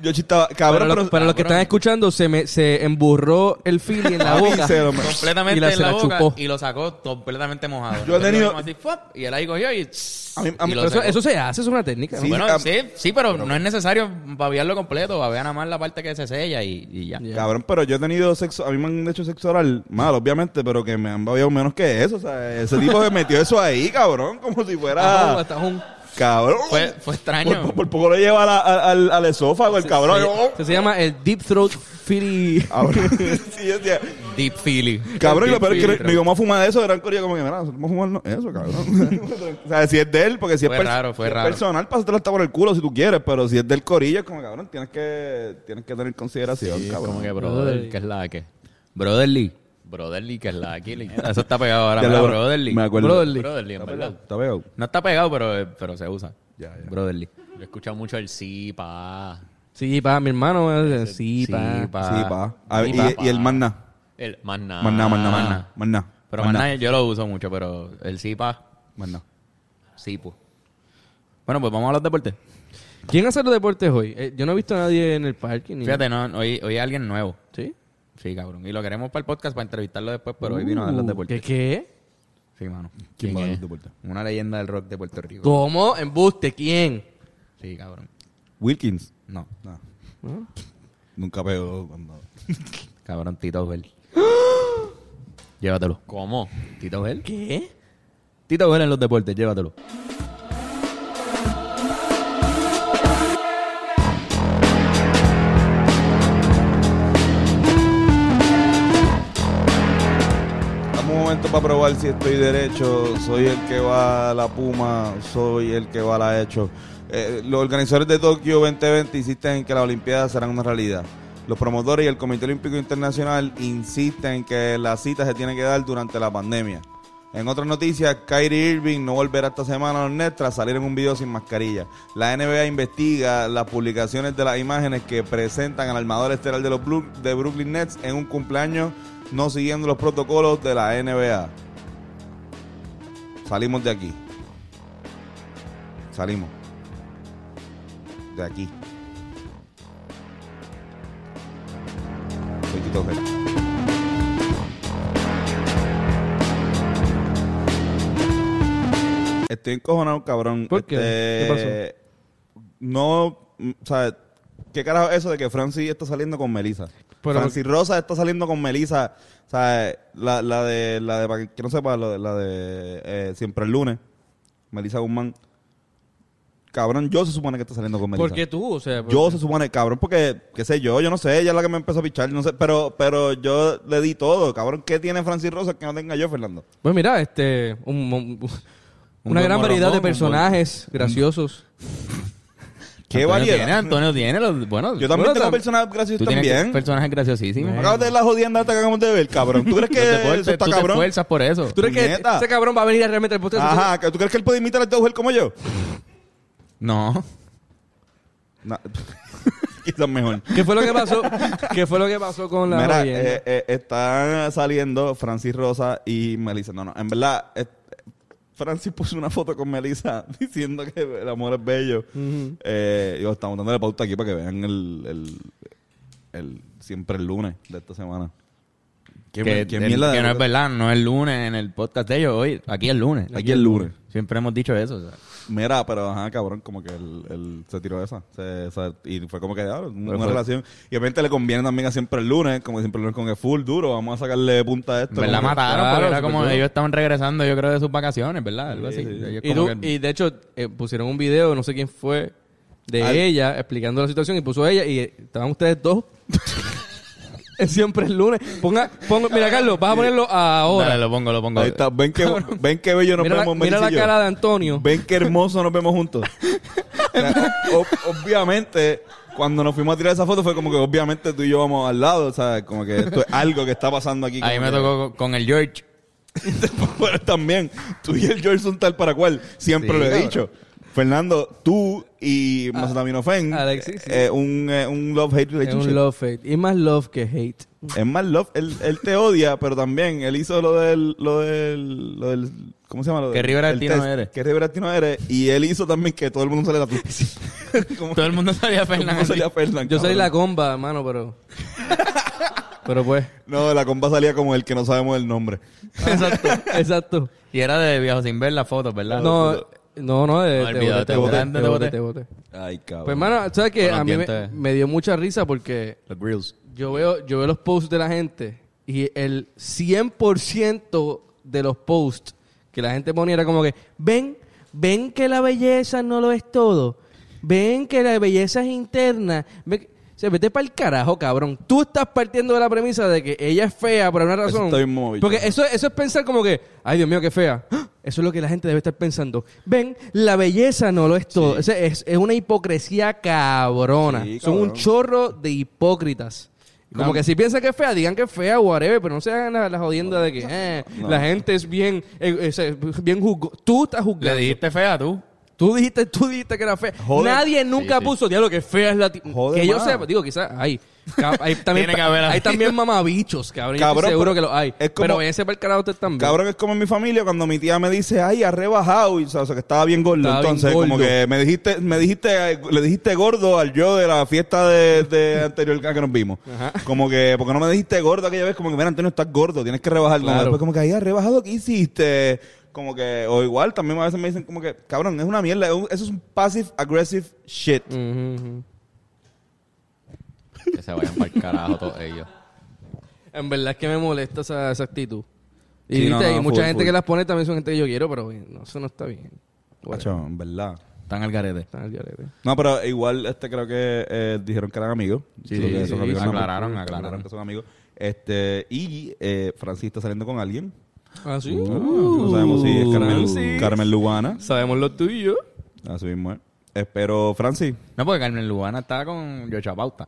S1: Yo chistaba. Cabrón,
S3: para,
S1: pero.
S3: los, para los que están escuchando, se me se emburró el fili en la
S1: Papi,
S3: boca.
S1: se Ah, lo me-
S2: completamente
S3: Y la-
S2: en
S3: se
S2: la
S3: la
S2: boca
S3: chupó.
S2: y lo sacó completamente mojado.
S1: Yo he
S2: Entonces
S1: tenido-
S2: lo hicimos así, ¡fuap! y él ahí cogió y... tss,
S1: A mí- a mí-
S2: y lo
S3: Pero eso,
S2: sacó.
S3: eso se hace, eso es una técnica. ¿no?
S1: Sí,
S2: bueno,
S1: a-
S2: sí, sí, pero no es necesario babearlo completo, babea nada más la parte que se sella y, y ya.
S3: Ya.
S1: Cabrón, pero yo he tenido sexo, a mí me han hecho sexo oral mal, obviamente, pero que me han babiado menos que eso, o sea, ese tipo que metió eso ahí, cabrón, como si
S3: Hasta un-
S1: fuera...
S3: hasta un-
S1: Cabrón.
S2: Fue, fue extraño.
S1: Por, por- por poco lo lleva a la- a- al, al esófago el cabrón.
S3: se-
S1: Yo,
S3: se, se llama el Deep Throat Fili.
S1: Cabrón. Sí, yo decía,
S4: Deep Philly.
S1: Cabrón, y lo
S3: Deep
S1: peor es que
S3: filtro.
S1: no íbamos a fumar de eso, eran Corea como que, mira, nosotros vamos a fumarnos eso, cabrón. o sea, si es de él, porque si
S2: Fue
S1: es,
S2: raro, fue
S1: si es
S2: raro.
S1: personal, pásatelo hasta por el culo si tú quieres, pero si es del corillo, es como cabrón, tienes que, tienes que tener consideración,
S4: Sí,
S1: cabrón.
S4: como que
S3: Brotherly.
S4: brother, que es la que.
S2: Brotherly.
S4: Brotherly, que es la aquí.
S2: Eso está pegado ahora,
S1: Ya
S2: ¿verdad?
S1: lo-
S2: Brotherly.
S1: Me acuerdo.
S3: Brotherly.
S4: Brotherly, en verdad.
S1: Está pegado.
S2: No está pegado, pero, eh, pero se usa. Brotherly.
S4: Yo he escuchado mucho el sí, pa.
S3: Sí, pa, mi hermano. eh, Sí,
S2: Sí,
S3: pa.
S2: pa.
S1: Sí, pa. A ver,
S4: Sí,
S1: y,
S4: pa, pa.
S1: y el más nada.
S4: El más nada.
S1: Más nada, más nada, más
S2: Ah.
S1: nada, más nada.
S2: Pero más nada, yo lo uso mucho, pero el SIPA,
S1: Más nada.
S2: sí, pues. Bueno, pues vamos a los deportes.
S3: ¿Quién hace los deportes hoy? Eh, yo no he visto a nadie en el parque. Ni...
S2: Fíjate, no, hoy, hoy hay alguien nuevo.
S3: ¿Sí?
S2: Sí, cabrón. Y lo queremos para el podcast, para entrevistarlo después, pero hoy vino a dar los
S3: Uh,
S2: deportes.
S3: ¿Qué qué?
S2: Sí, mano.
S1: ¿Quién va a
S4: ¿Quién
S1: dar los
S4: es?
S1: deportes?
S2: Una leyenda del rock de Puerto Rico.
S3: ¿Cómo? ¿Embuste? ¿Quién?
S2: Sí, cabrón.
S1: Wilkins. Ah.
S2: No,
S1: No. Nunca pegó cuando...
S2: cabrón, Tito Bell. llévatelo.
S4: ¿Cómo?
S2: Tito Bell.
S3: ¿Qué?
S2: Tito Bell en los deportes, llévatelo.
S1: Dame un momento para probar si estoy derecho. Soy el que va a la Puma, soy el que va a la Hecho. Eh, los organizadores de Tokio 2020 insisten en que las Olimpiadas serán una realidad. Los promotores y el Comité Olímpico Internacional insisten en que las citas se tienen que dar durante la pandemia. En otras noticias, Kyrie Irving no volverá esta semana a los Nets tras salir en un video sin mascarilla. La NBA investiga las publicaciones de las imágenes que presentan al armador estelar de los Bru- de Brooklyn Nets en un cumpleaños no siguiendo los protocolos de la NBA. Salimos de aquí. Salimos. De aquí. Soy Tito Vela. Estoy encojonado, cabrón.
S3: ¿Por qué?
S1: Este, No, mm, o sea, ¿qué carajo es eso de que Francis está saliendo con Melissa?
S3: Pero-
S1: Francis Rosa está saliendo con Melissa. O sea, la, la de, la de, para que no sepa, la de, la de eh, Siempre el lunes, Melissa Guzmán. Cabrón, yo se supone que está saliendo con Melissa.
S3: ¿Por qué tú? O sea, pues, ¿por
S1: Yo
S3: qué?
S1: se supone, cabrón, porque, qué sé yo, yo no sé, ella es la que me empezó a pichar, no sé, pero, pero yo le di todo, cabrón. ¿Qué tiene Francis Rosa que no tenga yo, Fernando?
S3: Pues mira, este, un- un- una
S2: buen
S3: gran variedad
S2: morrón,
S3: de
S2: un buen-
S3: personajes graciosos.
S2: Mm.
S1: ¿Qué
S2: Antonio
S1: variedad?
S2: Tiene, Antonio tiene los. Bueno,
S1: Yo también
S3: Bueno,
S1: tengo
S3: tam-
S1: personas graciosas
S2: tú tienes
S1: también.
S2: personajes graciosísimos.
S1: Me acabas de ver la jodienda hasta que acabamos de ver, cabrón. ¿Tú crees
S2: Los
S1: que
S2: deportes,
S1: eso está
S2: tú te
S1: cabrón?
S2: esfuerzas por eso.
S3: ¿Tú crees que
S1: Puñeta.
S3: ese cabrón va a venir a realmente al podcast?
S1: Ajá, ¿tú crees que él puede imitar al Dougel como yo?
S2: No.
S1: No. Quizás mejor.
S3: ¿Qué fue lo que pasó? ¿Qué fue lo que pasó con la
S1: Mira,
S3: jodienda?
S1: eh, eh, están saliendo Francis Rosa y Melissa. No, no, en verdad, eh, Francis puso una foto con Melissa diciendo que el amor es bello. Eh, yo estamos dándole pauta aquí para que vean el, el, el- siempre el lunes de esta semana. ¿Qué,
S2: que,
S1: qué
S2: el-
S1: mierda de-
S2: que no es verdad, no es el lunes en el podcast de ellos. Hoy, aquí es lunes.
S1: Aquí el lunes.
S2: Siempre hemos dicho eso. o sea.
S1: Mira, pero ajá, cabrón, como que él, él se tiró esa. Se- esa- y fue como que ah, una
S2: fue-
S1: relación. Y obviamente le conviene también a siempre el lunes, como que siempre el lunes con el full duro, vamos a sacarle punta a esto.
S2: En ¿Verdad?
S1: Como que-
S2: Pues Mataron,
S3: claro,
S2: porque era
S3: súper
S2: como
S3: duro.
S2: ellos estaban regresando, yo creo, de sus vacaciones, ¿verdad? Algo así.
S1: Sí, sí.
S2: Ellos
S3: y,
S2: como
S3: tú-
S2: que-
S3: y de hecho, eh, pusieron un video, no sé quién fue, de
S1: Al-
S3: ella explicando la situación y puso ella y eh, estaban ustedes dos. Es siempre el lunes. Ponga, ponga- mira, Carlos, vas a ponerlo ahora.
S2: Dale, lo pongo, lo pongo.
S1: Ahí está, ven que, ven que bello nos
S3: mira la,
S1: vemos,
S3: mira la
S1: Melissa y yo.
S3: cara de Antonio.
S1: Ven que hermoso nos vemos juntos. O sea, o- obviamente, cuando nos fuimos a tirar esa foto fue como que obviamente tú y yo vamos al lado, o sea, como que esto es algo que está pasando aquí.
S2: Ahí
S1: como
S2: me
S1: que-
S2: tocó con- con el George.
S1: Pero también, tú y el George son tal para cual, siempre
S2: Sí,
S1: lo he
S2: cabrón.
S1: dicho. Fernando, tú y Mazataminofen,
S3: Ah, Alexis, sí.
S1: eh, un, eh, un love-hate
S3: Es
S1: relationship.
S3: un love hate. Y más love que hate.
S1: Es más love, él, él te odia, pero también él hizo lo del, lo del, lo del ¿cómo se llama? Lo
S2: Que
S1: del-
S2: Rivera
S1: el
S2: Latino
S1: test.
S2: eres.
S1: Que Rivera Latino eres. Y él hizo también que todo el mundo sale la ¿Cómo,
S2: Todo el mundo sabía
S1: cómo
S2: Fernández.
S1: salía Fernan,
S3: Yo soy
S1: cabrón?
S3: la comba, hermano, pero. pero pues.
S1: No, la comba salía como el que no sabemos el nombre.
S3: Exacto. Exacto.
S2: Y era de viejo sin ver las fotos, ¿verdad?
S3: No, no, no, de,
S2: No,
S3: te
S2: olvídate,
S3: boté, te
S2: te
S3: boté,
S2: boté,
S3: te
S2: te boté.
S3: boté, te boté.
S1: Ay, cabrón.
S3: Pues, hermano, ¿sabes qué?
S4: Con los
S3: A mí me,
S4: dientes.
S3: me dio mucha risa porque
S2: Los grills.
S3: yo veo, yo veo los posts de la gente y el 100% de los posts que la gente ponía era como que, ven, ven que la belleza no lo es todo. Ven que la belleza es interna. Ven que-". O sea, vete para el carajo, cabrón. Tú estás partiendo de la premisa de que ella es fea por una
S1: Eso
S3: razón.
S1: está bien mamabicho.
S3: Porque eso, eso es pensar como que, ay Dios mío, qué fea. ¡Ah! Eso es lo que la gente debe estar pensando. Ven, la belleza no lo es todo. O sea, es, es una hipocresía cabrona.
S1: Sí,
S3: Son un
S1: cabrón.
S3: chorro de hipócritas. Como
S1: No.
S3: que si piensan que es fea, digan que es fea o whatever, pero no se hagan la, la jodienda de que eh,
S1: No.
S3: la gente es bien, eh, eh, se- bien juzgo- Tú estás juzgando.
S2: Le dijiste fea tú.
S3: Tú dijiste, tú dijiste que era fea.
S1: Joder.
S3: Nadie nunca
S4: sí.
S3: puso, diablo, que fea es la ti-".
S1: Joder,
S3: Que yo
S1: mano.
S3: sepa, digo, quizás hay. ca- hay también,
S2: Tiene que haber
S3: hay
S2: algo.
S3: también mamabichos, cabrón. yo estoy
S1: Cabrón,
S3: seguro
S1: pero-
S3: que los hay.
S1: es como-
S3: pero váyanse para el carajo ustedes también.
S1: Cabrón, es como en mi familia cuando mi tía me dice, ay, ha rebajado, y, o sea, o sea, que estaba bien gordo.
S3: Estaba bien
S1: Entonces, como
S3: gordo.
S1: que me dijiste, me dijiste, eh, le dijiste gordo al yo de la fiesta de, de anterior que nos vimos. Como que, porque no me dijiste gordo aquella vez, como que, mira, Antonio, estás gordo, tienes que rebajar. Como
S3: Claro.
S1: después, como que, ay, ha rebajado, ¿qué hiciste? Como que, o igual, también a veces me dicen, como que, cabrón, es una mierda, es un- eso es un passive aggressive shit.
S3: Ujú, ujú.
S4: Que se vayan para el carajo todos ellos.
S3: En verdad es que me molesta esa, esa actitud. Y,
S1: Sí,
S3: viste,
S1: no, no,
S3: hay
S1: full,
S3: mucha gente
S1: full.
S3: que las pone también son gente que yo quiero, pero eh, no, eso no está bien. Bueno,
S1: Cacho, en verdad.
S2: Están al garete.
S3: está al garete.
S1: No, pero igual este creo que eh, dijeron que eran amigos.
S2: Sí,
S1: Creo que
S2: sí,
S1: son
S2: sí,
S1: amigos.
S2: aclararon,
S1: Son-
S2: aclararon.
S1: que son amigos. Este, y eh, Francis está saliendo con alguien.
S3: Ah, sí.
S1: Mm. no sabemos si es Carmen,
S3: Francis.
S1: Carmen Lugana.
S3: Sabemos lo tuyo.
S1: Así mismo es. Eh, pero Francis.
S2: No, porque Carmen Lugana está con Yocha Pauta.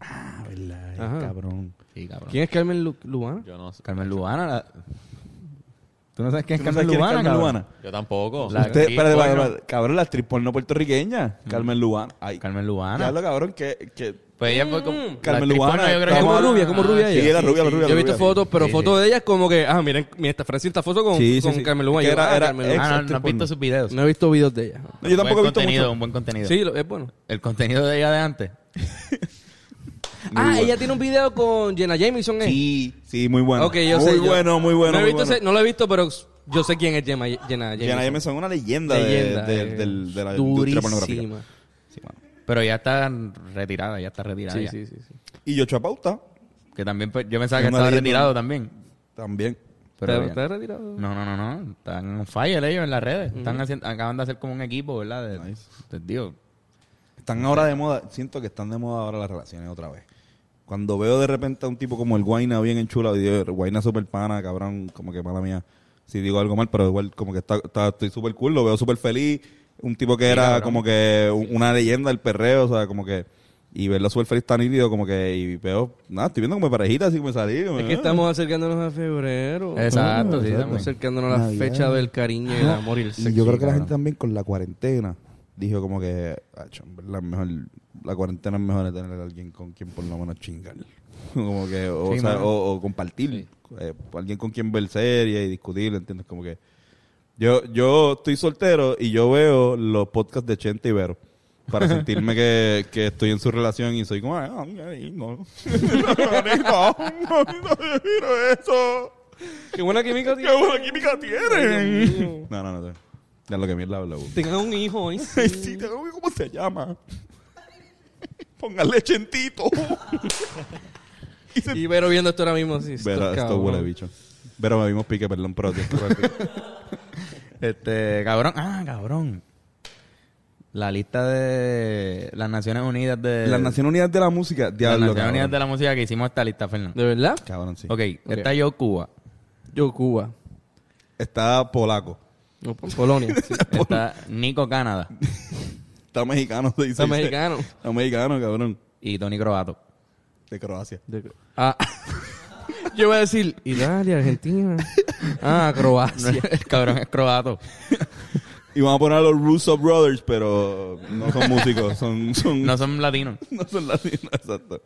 S1: Ah, verdad,
S3: Ajá.
S1: cabrón.
S2: Sí, cabrón.
S3: ¿Quién es Carmen Lu- Lubana?
S4: Yo no sé.
S2: Carmen Lugana. la- ¿Tú no sabes quién es
S1: ¿Tú no
S2: Carmen
S1: sabes quién es
S2: Lugana?
S1: Carmen
S2: cabrón?
S1: Lugana?
S4: Yo tampoco.
S2: La-
S1: Usted,
S2: actriz
S1: espérate, espérate,
S2: porno. Mm.
S1: espérate. cabrón, la actriz porno puertorriqueña. Carmen Lugana. Ay,
S2: Carmen Lugana.
S1: ya lo cabrón, que, que
S2: Pues ella fue con.
S1: Carmen
S2: la actriz
S1: Lugana,
S2: porno, yo creo que-
S1: estamos
S3: Como
S1: Ah,
S3: rubia, como rubia
S1: sí,
S3: ella.
S1: era rubia, la rubia,
S3: Yo
S1: la
S3: he visto
S1: rubia.
S3: fotos, pero
S2: Sí,
S3: fotos de ellas como que, ah, miren, mira, esta Francis esta foto con,
S1: Sí, sí,
S3: con
S1: sí.
S3: Carmen Lugana.
S1: Que
S3: Yo,
S1: era-
S3: ah,
S1: era
S3: Carmen
S1: ex-
S2: Ah,
S3: Lugana.
S2: no, no
S1: actriz
S2: has visto
S1: porno.
S2: sus videos.
S3: No he visto videos de ella.
S1: No, yo tampoco he
S2: buen
S1: visto
S2: contenido,
S1: mucho.
S2: un buen contenido.
S3: Sí, lo- es bueno.
S2: El contenido de ella de antes.
S3: Ah, ella tiene un video con Jenna Jameson, ¿eh?
S1: Sí, sí, muy bueno.
S3: Ok, yo
S1: muy
S3: sé, yo-
S1: bueno, muy bueno,
S3: No, he
S1: muy
S3: visto
S1: bueno.
S3: ese- no lo he visto, pero yo sé quién es Jenna, Jenna Jameson.
S1: Jenna Jameson es una leyenda, de-
S3: Leyenda,
S1: de,
S3: eh,
S1: del- de la industria pornográfica.
S3: durísima.
S1: Sí, mano.
S2: Pero ya está retirada, ya está retirada.
S3: Sí,
S2: ya.
S3: sí, sí, sí.
S1: Y Yocho Pauta
S2: Que también, pues, yo pensaba
S1: Es
S2: que
S1: una
S2: estaba
S1: leyenda.
S2: retirado también.
S1: también.
S2: Pero
S3: ¿Está-
S2: ya-
S3: está retirado?
S2: No, no, no, no. Están on fire ellos en las redes. Están haciendo, acaban de hacer como un equipo, ¿verdad? De,
S1: Nice.
S2: de- digo,
S1: Están ahora de moda, siento que están de moda ahora las relaciones otra vez. Cuando veo de repente a un tipo como el Guaina bien enchulado, y digo, Guaina super pana, cabrón, como que mala mía. Si digo algo mal, pero igual como que está, está- estoy super cool, lo veo super feliz. Un tipo que era
S2: cabrón.
S1: como que un- una leyenda del perreo, o sea, como que... Y verlo super feliz tan nítido, como que... Y veo, nada, estoy viendo como parejita, así como salir. como,
S3: Es que
S1: ah.
S3: estamos acercándonos a febrero.
S2: Exacto, sí,
S3: Estamos
S2: también.
S3: acercándonos a la
S1: Navidad.
S3: fecha del cariño y el amor y el sexo.
S1: Y yo creo que la
S3: cabrón.
S1: gente también con la cuarentena dijo como que, "Acho, en verdad, mejor, la cuarentena es mejor de tener a alguien con quien por lo menos chingar. como que, o,
S2: Sí,
S1: sea,
S2: mano.
S1: o- o compartir. Eh, alguien con quien ver series y discutir, ¿entiendes? Como que yo, yo estoy soltero y yo veo los podcasts de Chente y Vero. Para sentirme que, que estoy en su relación y soy como, "Ah, no, no, no, no, no quiero eso.
S3: Qué buena química
S1: ¡Qué
S3: tiene.
S1: buena química
S3: Ay, Dios
S1: tienen!
S3: mío.
S1: No, no, no. Ya lo que mierda habla, güey.
S3: Tengan un hijo, ¿eh?
S1: Ay, sí, te digo, ¿cómo se llama? Póngale chentito.
S3: Y Vero viendo esto ahora mismo. Sí,
S1: Pero esto
S3: cabrón.
S1: huele a bicho. Pero me vimos pique, perdón, pero te-
S2: este, cabrón. Ah, cabrón. La lista de las Naciones Unidas de.
S1: Las Naciones Unidas de la Música,
S2: las
S1: diablo,
S2: Naciones
S1: cabrón.
S2: Unidas de la Música que hicimos esta lista, Fernando.
S3: ¿De verdad?
S1: Cabrón, sí.
S2: Ok,
S3: Ok.
S2: está yo Cuba.
S3: Yo, Cuba.
S1: Está polaco.
S3: No, Pol- Polonia. sí.
S2: Está Nico Canadá.
S1: Está mexicano, se dice.
S3: Está mexicano.
S1: Está mexicano, cabrón.
S2: Y Tony Croato.
S1: De Croacia.
S3: De- Ah. Yo voy a decir Italia, Argentina. Ah, Croacia.
S2: El cabrón es croato.
S1: Y van a poner a los Russo Brothers, pero no son músicos, son, son,
S2: No son latinos.
S1: no son latinos, exacto.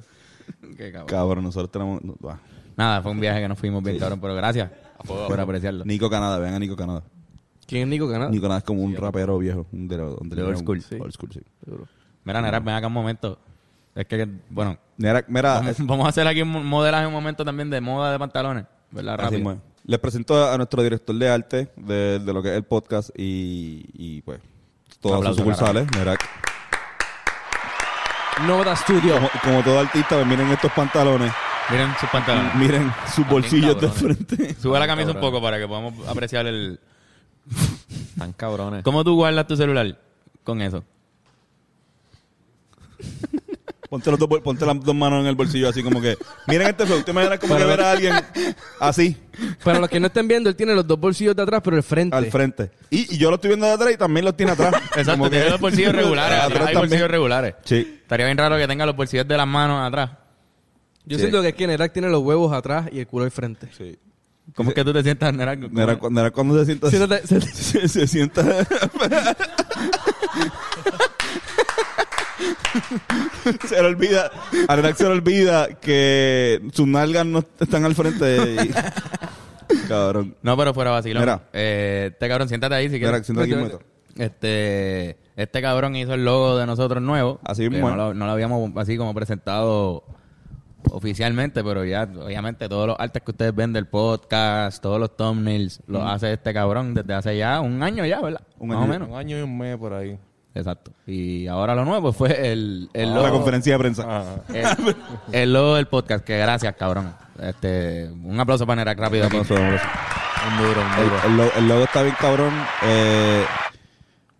S2: Qué cabrón.
S1: Cabrón, nosotros tenemos... no, bah.
S2: Nada, fue un viaje que nos fuimos bien, cabrón, pero gracias por apreciarlo.
S1: Nico Canadá, vean a Nico Canadá.
S3: ¿Quién es Nico Canadá?
S1: Nico Canadá es como un rapero viejo. Un de, los-
S2: De old
S1: un-
S2: school. Sí.
S1: Old school, sí.
S3: Seguro.
S2: Mira, Nera, ven acá un momento. Es que, bueno,
S1: Mira, mira,
S2: vamos,
S1: Ah, es-
S2: vamos a hacer aquí un mo- modelaje un momento también de moda de pantalones, ¿verdad?
S1: así
S2: Rápido.
S1: mismo es. les presento a nuestro director de arte de, de lo que es el podcast y, y pues todas
S2: Aplauso,
S1: sus sucursales. Mira,
S3: Nova Studio.
S1: como, como todo artista, pues, miren estos pantalones,
S2: Miren sus pantalones.
S1: miren sus
S2: Ah. También
S1: bolsillos de
S2: cabrones.
S1: frente.
S2: Sube la camisa un
S4: Cabrón.
S2: poco para que podamos apreciar el...
S4: Están cabrones.
S2: ¿Cómo tú guardas tu celular con eso?
S1: Ponte, los dos bol- ponte las dos manos en el bolsillo así como que... Miren este flow. Te imaginas como que ver a alguien así,
S3: Para los que no estén viendo, él tiene los dos bolsillos de atrás, pero el frente.
S1: al frente. Y, y yo lo estoy viendo de atrás y también lo tiene atrás.
S2: Exacto,
S1: Como que-
S2: tiene los bolsillos regulares.
S1: Atrás
S2: atrás hay
S1: también.
S2: bolsillos regulares.
S1: Sí.
S2: Estaría bien raro que tenga los bolsillos de las manos atrás.
S3: Yo
S1: Sí.
S3: siento que es que Nerak tiene los huevos atrás y el culo al frente.
S1: sí.
S2: ¿Cómo es que tú te sientas, Nerak?
S1: No era, cu- no era cuando se sienta...
S3: Siéntate- siéntate.
S1: se, se sienta... se le olvida... A Renac se le olvida que sus nalgas no están al frente. y- Cabrón.
S2: No, pero fuera vacilón.
S1: Mira.
S2: Eh, este cabrón, siéntate ahí si
S1: Mira,
S2: quieres.
S1: siéntate aquí un momento.
S2: Este, este cabrón hizo el logo de nosotros nuevo.
S1: Así
S2: que
S1: mismo,
S2: No
S1: eh.
S2: lo, no lo habíamos así como presentado oficialmente, pero ya, obviamente, todos los artes que ustedes ven del podcast, todos los thumbnails, los hace este cabrón desde hace ya un año ya, ¿verdad?
S1: Un
S2: Más
S1: año.
S2: o menos.
S5: Un año y un mes por ahí.
S2: Exacto. Y ahora lo nuevo fue el, el
S1: Ah, La
S2: logo.
S1: conferencia de prensa.
S5: Ajá.
S2: El, el logo del podcast, que gracias, cabrón. Este, un aplauso para Nerak rápido. aquí.
S4: Un duro, un
S1: El,
S4: duro.
S1: el lo- el logo está bien cabrón, eh,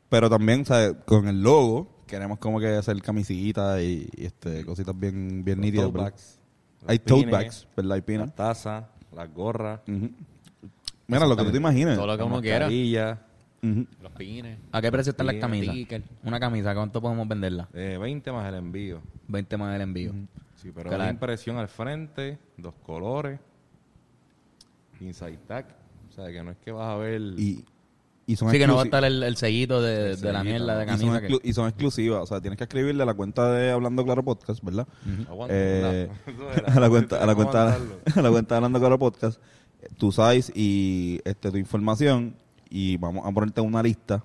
S1: pero también ¿sabes? con el logo queremos como que hacer camisitas y, y, este, cositas bien, bien nítidas.
S5: tote
S1: ¿verdad?
S5: bags, los
S1: Hay tote
S5: pines.
S1: bags, ¿verdad? Hay pines.
S5: Las tazas, las gorras,
S1: Ujú. Mira, lo que tú te imagines.
S4: Todo lo que
S5: las
S4: uno quiera.
S5: mascarillas.
S1: Ujú.
S4: Los pines.
S2: ¿A qué precio están las
S5: Bien,
S2: camisas?
S4: ticket.
S2: Una camisa, ¿cuánto podemos venderla?
S5: Eh, 20 más el envío.
S2: 20 más el envío.
S5: Sí, pero
S2: Claro.
S5: la impresión al frente, dos colores, inside tag. O sea, que no es que vas a ver...
S1: Y, y son
S2: Así que no va a
S1: exclusi-
S2: estar el, el sellito de, de la
S5: sellito,
S2: mierda de
S1: y son,
S2: camisa. que-
S1: exclu- y son exclusivas, o sea, tienes que escribirle a la cuenta de Hablando Claro Podcast, ¿verdad?
S5: Aguanta,
S1: Eh,
S5: ¿verdad? Eso era.
S1: a la cuenta a la
S5: Vamos a
S1: cuenta
S5: aguantarlo.
S1: a la cuenta de hablando claro podcast eh, tu size y este tu información y vamos a ponerte una lista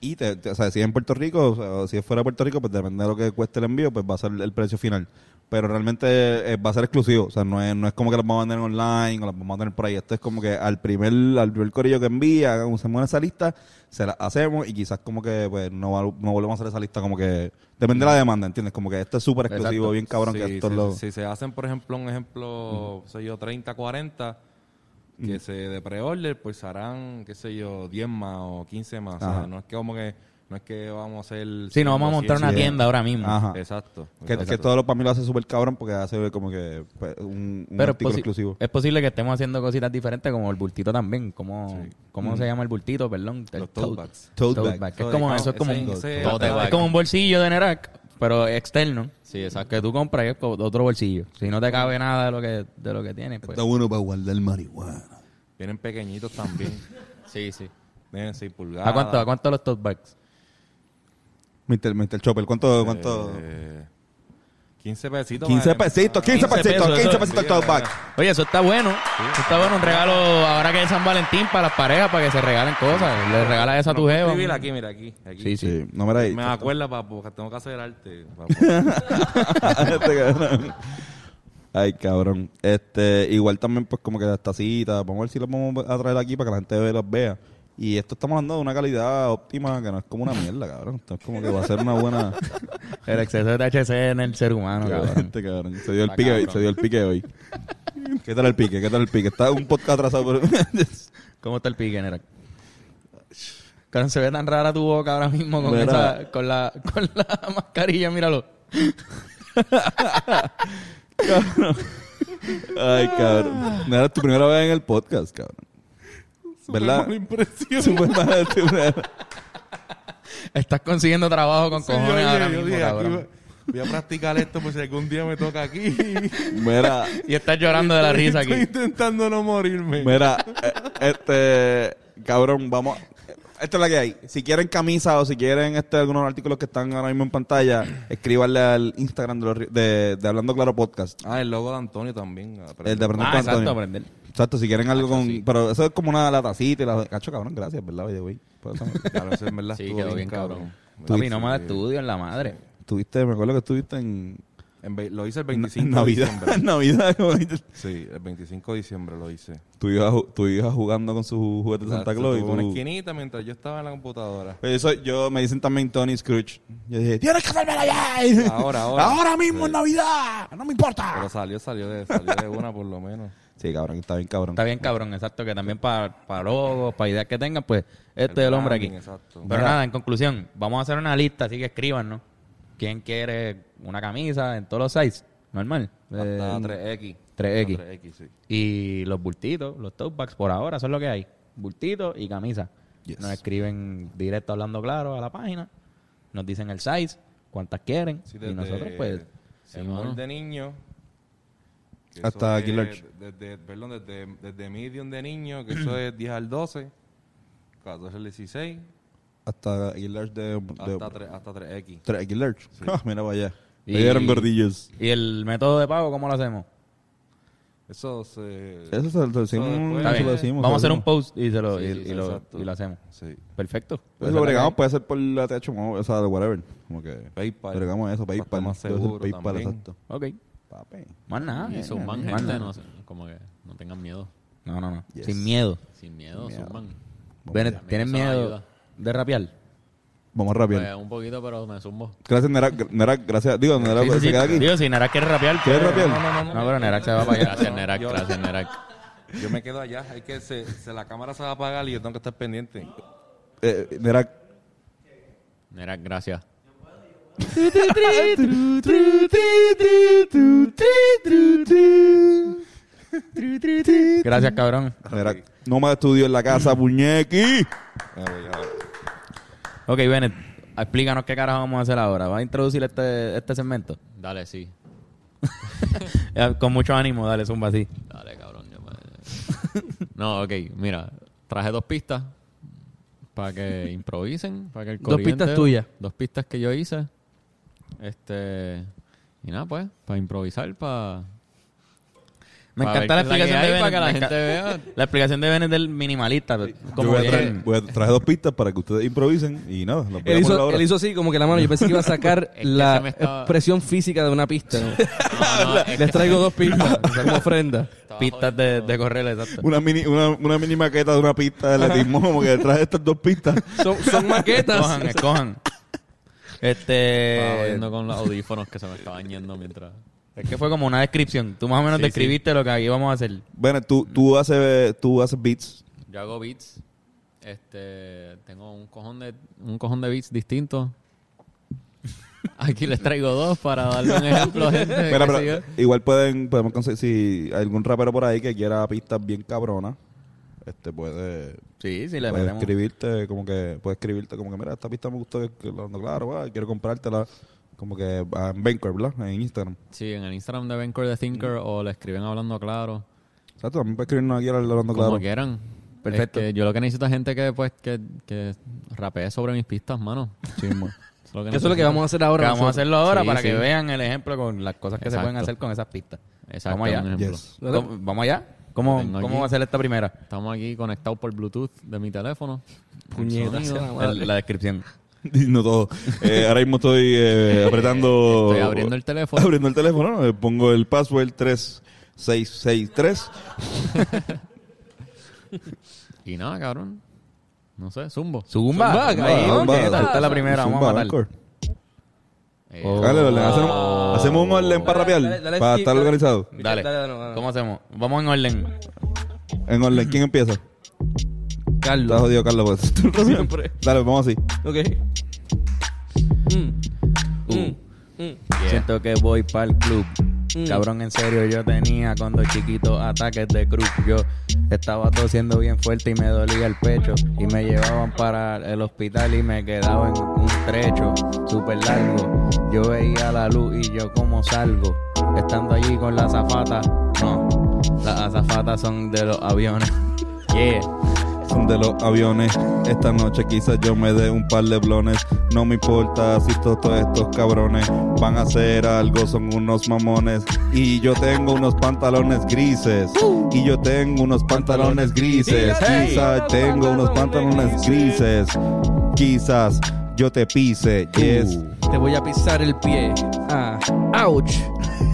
S1: y te, te- o sea, si es en Puerto Rico o sea, o si es fuera de Puerto Rico pues depende de lo que cueste el envío pues va a ser el precio final pero realmente eh, va a ser exclusivo o sea no es, no es como que las vamos a vender online o las vamos a tener por ahí esto es como que al primer al primer corillo que envía hagan- usemos esa lista se la hacemos y quizás como que pues no, va- no volvemos a hacer esa lista como que depende de la demanda entiendes como que esto es súper exclusivo
S2: Exacto.
S1: bien cabrón
S5: Sí,
S1: que esto
S5: si,
S1: es lo-
S5: si se hacen, por ejemplo, un ejemplo, sé yo, 30, 40, que se de pre-order, pues harán, qué sé yo, 10 más o 15 más. O
S1: Ajá.
S5: sea, no es que como que, no es que vamos a hacer...
S2: Sí, no vamos a
S5: 100,
S2: montar una
S5: 100.
S2: tienda ahora mismo.
S1: Ajá.
S5: Exacto.
S1: Que, que
S5: exacto.
S1: todo lo para mí lo hace súper cabrón porque hace como que pues, un, un
S2: Pero es,
S1: artículo
S2: posi-
S1: exclusivo.
S5: eh,
S2: es posible que estemos haciendo cositas diferentes como el bultito también. ¿Cómo, ¿cómo se llama el bultito? Perdón. El
S5: Los tote bags.
S1: Tote
S2: tote
S1: bag.
S2: bag, que
S5: Eso
S2: Es
S5: de-
S2: como,
S5: no,
S2: eso es como,
S5: ese-
S2: un,
S5: ese-
S2: tote
S4: tote
S2: bag.
S4: bag.
S2: Es como un bolsillo de Nerac, pero externo.
S4: Sí, exacto.
S2: Que tú compras y es como otro bolsillo. Si no te cabe nada de lo que, de lo que tienes, pues.
S1: bueno para guardar marihuana.
S5: Vienen pequeñitos también.
S4: Sí, sí.
S5: Vienen 6 pulgadas.
S2: ¿A cuánto, ¿A cuánto los tote bags?
S1: Mr. Mr. Chopper, ¿cuánto? cuánto?
S5: Eh, 15 pesitos.
S1: 15
S5: vale.
S1: pesitos, 15
S2: 15
S1: pesitos,
S2: pesos,
S1: 15
S2: eso-
S1: pesitos el
S5: sí,
S1: tote
S5: eh,
S1: bag.
S2: Oye, eso está bueno. Eso está bueno. Un regalo ahora que es San Valentín para las parejas, para que se regalen cosas. Le regalas eso a tu
S5: Nos
S2: jeva.
S5: escribir aquí, mira, aquí. aquí.
S2: Sí, sí.
S1: Sí, no me la
S5: Me
S1: dicho.
S5: acuerdo, papo, porque tengo que hacer arte. papo.
S1: Este cabrón. Ay, cabrón. Este, igual también, pues, como que las tacitas, vamos a ver si las vamos a traer aquí para que la gente ve- las vea. Y esto estamos hablando de una calidad óptima que no es como una mierda, cabrón. Esto es como que va a ser una buena.
S2: El exceso de THC en el ser humano, cabrón.
S1: Este cabrón. Se dio el pique hoy, se dio el pique hoy. ¿Qué tal el pique? ¿Qué tal el pique? Está un podcast atrasado, pero
S2: ¿Cómo está el pique, Nera? Cabrón, se ve tan rara tu boca ahora mismo con,
S1: Mira.
S2: esa, con, la, con la mascarilla, míralo.
S1: Ay, cabrón. No era tu primera vez en el podcast, cabrón. ¿Verdad? Súper mala impresión.
S2: Estás consiguiendo trabajo con
S5: Sí, yo
S2: cojones
S5: dije,
S2: ahora
S5: yo
S2: mismo,
S5: dije, aquí
S2: cabrón.
S5: voy- Voy a practicar esto por si algún día me toca aquí.
S1: Mira,
S2: Y estás llorando de la risa
S5: Estoy
S2: aquí.
S5: intentando no morirme.
S1: mira, eh, este, cabrón, vamos. Esta es la que hay. Si quieren camisas o si quieren este, algunos artículos que están ahora mismo en pantalla, escríbanle al Instagram de, los ri- de- de Hablando Claro Podcast.
S5: Ah, el logo de Antonio también. ah, pero-
S1: El de Aprender
S2: Ah,
S1: con
S2: exacto,
S1: Antonio.
S2: aprender.
S1: Exacto, si quieren algo con. Pero eso es como una la tacita y la. Cacho, cabrón, gracias, ¿verdad? By the way? Por eso me-
S5: Claro, eso en verdad
S4: Sí,
S5: estuvo
S4: quedó
S5: bien
S4: bien cabrón.
S5: cabrón.
S2: Papi, no más estudio en la madre.
S1: Estuviste, me acuerdo que estuviste en.
S5: En ve- lo hice el
S1: en
S5: 25 de
S1: Navidad. En
S5: diciembre.
S1: Navidad. como dices.
S5: Sí, el 25 de diciembre lo hice.
S1: tu hija, ju- tu hija jugando con su juguete Santa Claus.
S5: Se
S1: Y
S5: tuvo una
S1: tú-
S5: esquinita mientras yo estaba en la computadora.
S1: Pues eso, yo me dicen también Tony Scrooge. Yo dije, tienes que hacérmela ya.
S5: Ahora, ahora.
S1: mismo en Navidad. No me importa.
S5: Pero salió, salió de, salió de una por lo menos.
S1: sí, cabrón, está bien, cabrón.
S2: Está bien, cabrón, exacto, que también para logos, para ideas que tengan, pues este es el hombre aquí.
S5: branding, exacto.
S2: Pero nada, en conclusión, vamos a hacer una lista, así que escríbanos. ¿Quién quiere una camisa en todos los sizes? Normal.
S5: Hasta
S2: Eh,
S5: 3X.
S2: 3X.
S5: Hasta 3X, sí.
S2: Y los bultitos, los tote bags por ahora, son lo que hay. Bultitos y camisa.
S1: Yes.
S2: Nos escriben directo hablando claro a la página. Nos dicen el size, cuántas quieren.
S5: Sí,
S2: y
S5: desde
S2: nosotros, pues. sí,
S5: el
S2: mano.
S5: mall de niño. que eso
S1: Hasta
S5: es
S1: Kid Large.
S5: Desde, perdón, desde, desde medium de niño, que eso es 10 al 12, 14 al 16,
S1: Hasta aquí large de... de-
S5: hasta, 3, hasta 3X.
S1: tres aquí large. Ah, mira para allá.
S2: Y-
S1: Ahí eran gordillos.
S2: ¿Y el método de pago cómo lo hacemos?
S5: Eso se...
S1: Eso se lo decimos.
S5: después-
S1: se
S2: Está
S1: lo
S2: bien.
S1: decimos, Pues
S2: Vamos a
S1: se
S2: hacer
S1: lo
S2: un post y, se lo,
S5: Sí,
S2: y,
S5: sí,
S2: y
S5: sí,
S2: lo,
S5: exacto.
S2: y lo hacemos.
S5: Sí.
S2: Perfecto.
S1: Pues lo bregamos, puede ser por la TH, o sea, de whatever. Como que
S5: PayPal.
S1: bregamos eso,
S5: Para estar
S1: PayPal.
S5: más
S1: Debe ser
S5: seguro
S1: PayPal,
S5: también.
S1: exacto.
S2: Ok.
S1: Papi.
S2: Más nada.
S4: Y
S2: eh,
S4: suman
S2: más
S4: gente,
S2: nada.
S4: no sé, como que no tengan miedo.
S2: No, no, no.
S1: Yes.
S2: Sin miedo.
S4: Sin miedo,
S1: Miedo.
S4: suman.
S2: Bennett, ¿Tienes
S4: eso nos
S2: miedo
S4: ayuda.
S2: de rapear?
S1: Vamos rápido.
S4: Pues, un poquito, pero me sumo.
S1: Gracias, Nera. gr- Nera, gracias. Digo, Nera,
S2: Sí, sí,
S1: se
S2: sí.
S1: pues, queda aquí.
S2: Digo, si Nerak quiere rapear.
S1: ¿Quieres rapear?
S2: No, pero Nerak se va para allá.
S4: Pues, Gracias, Nerak.
S5: yo-
S4: Gracias, Nerak.
S5: Yo me quedo allá, es que se, se- la cámara se va a apagar y yo tengo que estar pendiente.
S1: Eh, Nera,
S4: Nerak, gracias.
S2: Gracias, cabrón.
S1: Nera, no más estudio en la casa, puñequi.
S2: Ok, Bennett, explícanos qué carajo vamos a hacer ahora. ¿Vas a introducir este, este segmento?
S4: Dale, sí.
S2: Eh, Con mucho ánimo, dale, zumba así.
S4: Dale, cabrón. yo me- no, ok, mira. Traje dos pistas para que improvisen, para que el
S3: Dos
S4: corriente-
S3: pistas tuyas.
S4: Dos pistas que yo hice. Este... Y nada, pues, para improvisar, para...
S2: Me
S4: para
S2: encanta la
S4: ver qué es
S2: explicación de
S4: que hay,
S2: Bennett.
S4: Para que la
S2: me
S4: gente
S2: enca-
S4: vea.
S2: La explicación de Bennett del minimalista.
S1: Yo
S2: Como
S1: voy a
S2: bien.
S1: traer, voy a traer dos pistas para que ustedes improvisen y nada, los voy a
S3: Él
S1: poner
S3: hizo,
S1: ahora.
S3: él hizo así, como que la mano. Yo pensé que iba a sacar
S4: que
S3: la
S4: se me estaba-
S3: expresión física de una pista. ¿no?
S4: No, no, es
S3: Les traigo dos pistas como ofrenda.
S2: pistas de, de correo, exacto.
S1: Una mini, una, una mini maqueta de una pista de atletismo, como que traje estas dos pistas.
S3: Son, son maquetas.
S2: Escojan, escojan.
S4: Estaba
S2: Este.
S4: jodiendo con los audífonos que se me estaban yendo mientras.
S2: Es que fue como una descripción. Tú más o menos
S4: Sí,
S2: describiste lo que aquí vamos a hacer.
S1: Bueno, tú, tú, haces, tú haces beats.
S4: Yo hago beats. Este, tengo un cojón de un cojón de beats distintos. Aquí les traigo dos para darle un ejemplo, gente. qué
S1: Mira,
S4: sé yo.
S1: pero igual pueden, podemos conseguir, si hay algún rapero por ahí que quiera pistas bien cabronas, este puede,
S2: Sí, sí, le
S1: puede
S2: metemos.
S1: escribirte como que, puede escribirte como que, mira, esta pista me gustó, que, que lo- claro, va, quiero comprártela, como que ah, en Banker, ¿verdad? En Instagram.
S4: Sí, en el Instagram de Bencore the Thinker
S3: Mm.
S4: o le escriben hablando claro.
S1: O sea, tú también puedes escribirnos aquí hablando
S4: Como
S1: claro.
S4: quieran.
S2: Perfecto.
S4: Es que yo lo que necesito es gente que pues que, que rapee sobre mis pistas, mano.
S1: Sí, mo.
S4: Eso es lo que
S3: Eso es lo que
S4: necesito.
S3: vamos a hacer ahora.
S2: Que vamos a
S3: nosotros.
S2: hacerlo ahora
S4: Sí,
S2: para que
S4: sí.
S2: vean el ejemplo con las cosas que se
S4: Exacto.
S2: pueden hacer con esas pistas.
S4: Exacto,
S2: Vamos
S4: un
S2: allá.
S4: ejemplo.
S1: Yes.
S2: ¿Cómo- ¿Vamos allá? ¿Cómo,
S4: Lo tengo
S2: cómo
S4: aquí.
S2: va a ser esta primera?
S4: Estamos aquí conectados por Bluetooth de mi teléfono.
S3: Puñeta,
S4: El sonido.
S3: sea la madre.
S2: El- la descripción.
S1: No todo. Eh, ahora mismo estoy eh, apretando.
S4: Estoy abriendo el teléfono.
S1: Abriendo el teléfono, eh, pongo el password 3663.
S4: Y nada, cabrón. No sé, zumbo.
S2: Zumba.
S3: Zumba,
S2: Zumba,
S3: cabrón,
S2: cabrón,
S1: Zumba,
S2: ¿qué tal? Esta es la primera,
S1: Zumba,
S2: vamos a matar.
S1: Anchor.
S4: Eh,
S2: Oh.
S1: Dale, dale, hacemos, hacemos un orden para rapear,
S3: Dale, dale,
S1: para
S3: skip,
S1: estar
S3: dale.
S1: organizado.
S2: Dale.
S3: Dale, dale, dale.
S2: ¿Cómo hacemos? Vamos en orden.
S1: En orden, ¿quién empieza? Está
S3: Carlos.
S1: jodido, Carlos. pues. Tú no-
S3: Siempre.
S1: Dale, vamos así.
S3: Ok. Mm. Mm. Mm.
S2: Siento que voy para el club.
S3: Mm.
S2: Cabrón, en serio, yo tenía cuando chiquito ataques de cruz. Yo estaba tosiendo bien fuerte y me dolía el pecho. Y me llevaban para el hospital y me quedaba en un trecho súper largo. Yo veía la luz y yo como salgo. Estando allí con la azafata. No, las azafatas son de los aviones. Yeah.
S1: Son de los aviones. Esta noche quizás yo me dé un par de blones. No me importa si to- todos estos cabrones van a hacer algo, son unos mamones. Y yo tengo unos pantalones grises. Y yo tengo unos pantalones grises.
S2: Hey.
S1: Quizás tengo unos pantalones grises. Quizás yo te pise. Yes.
S3: Te voy a pisar el pie. Ah, ouch.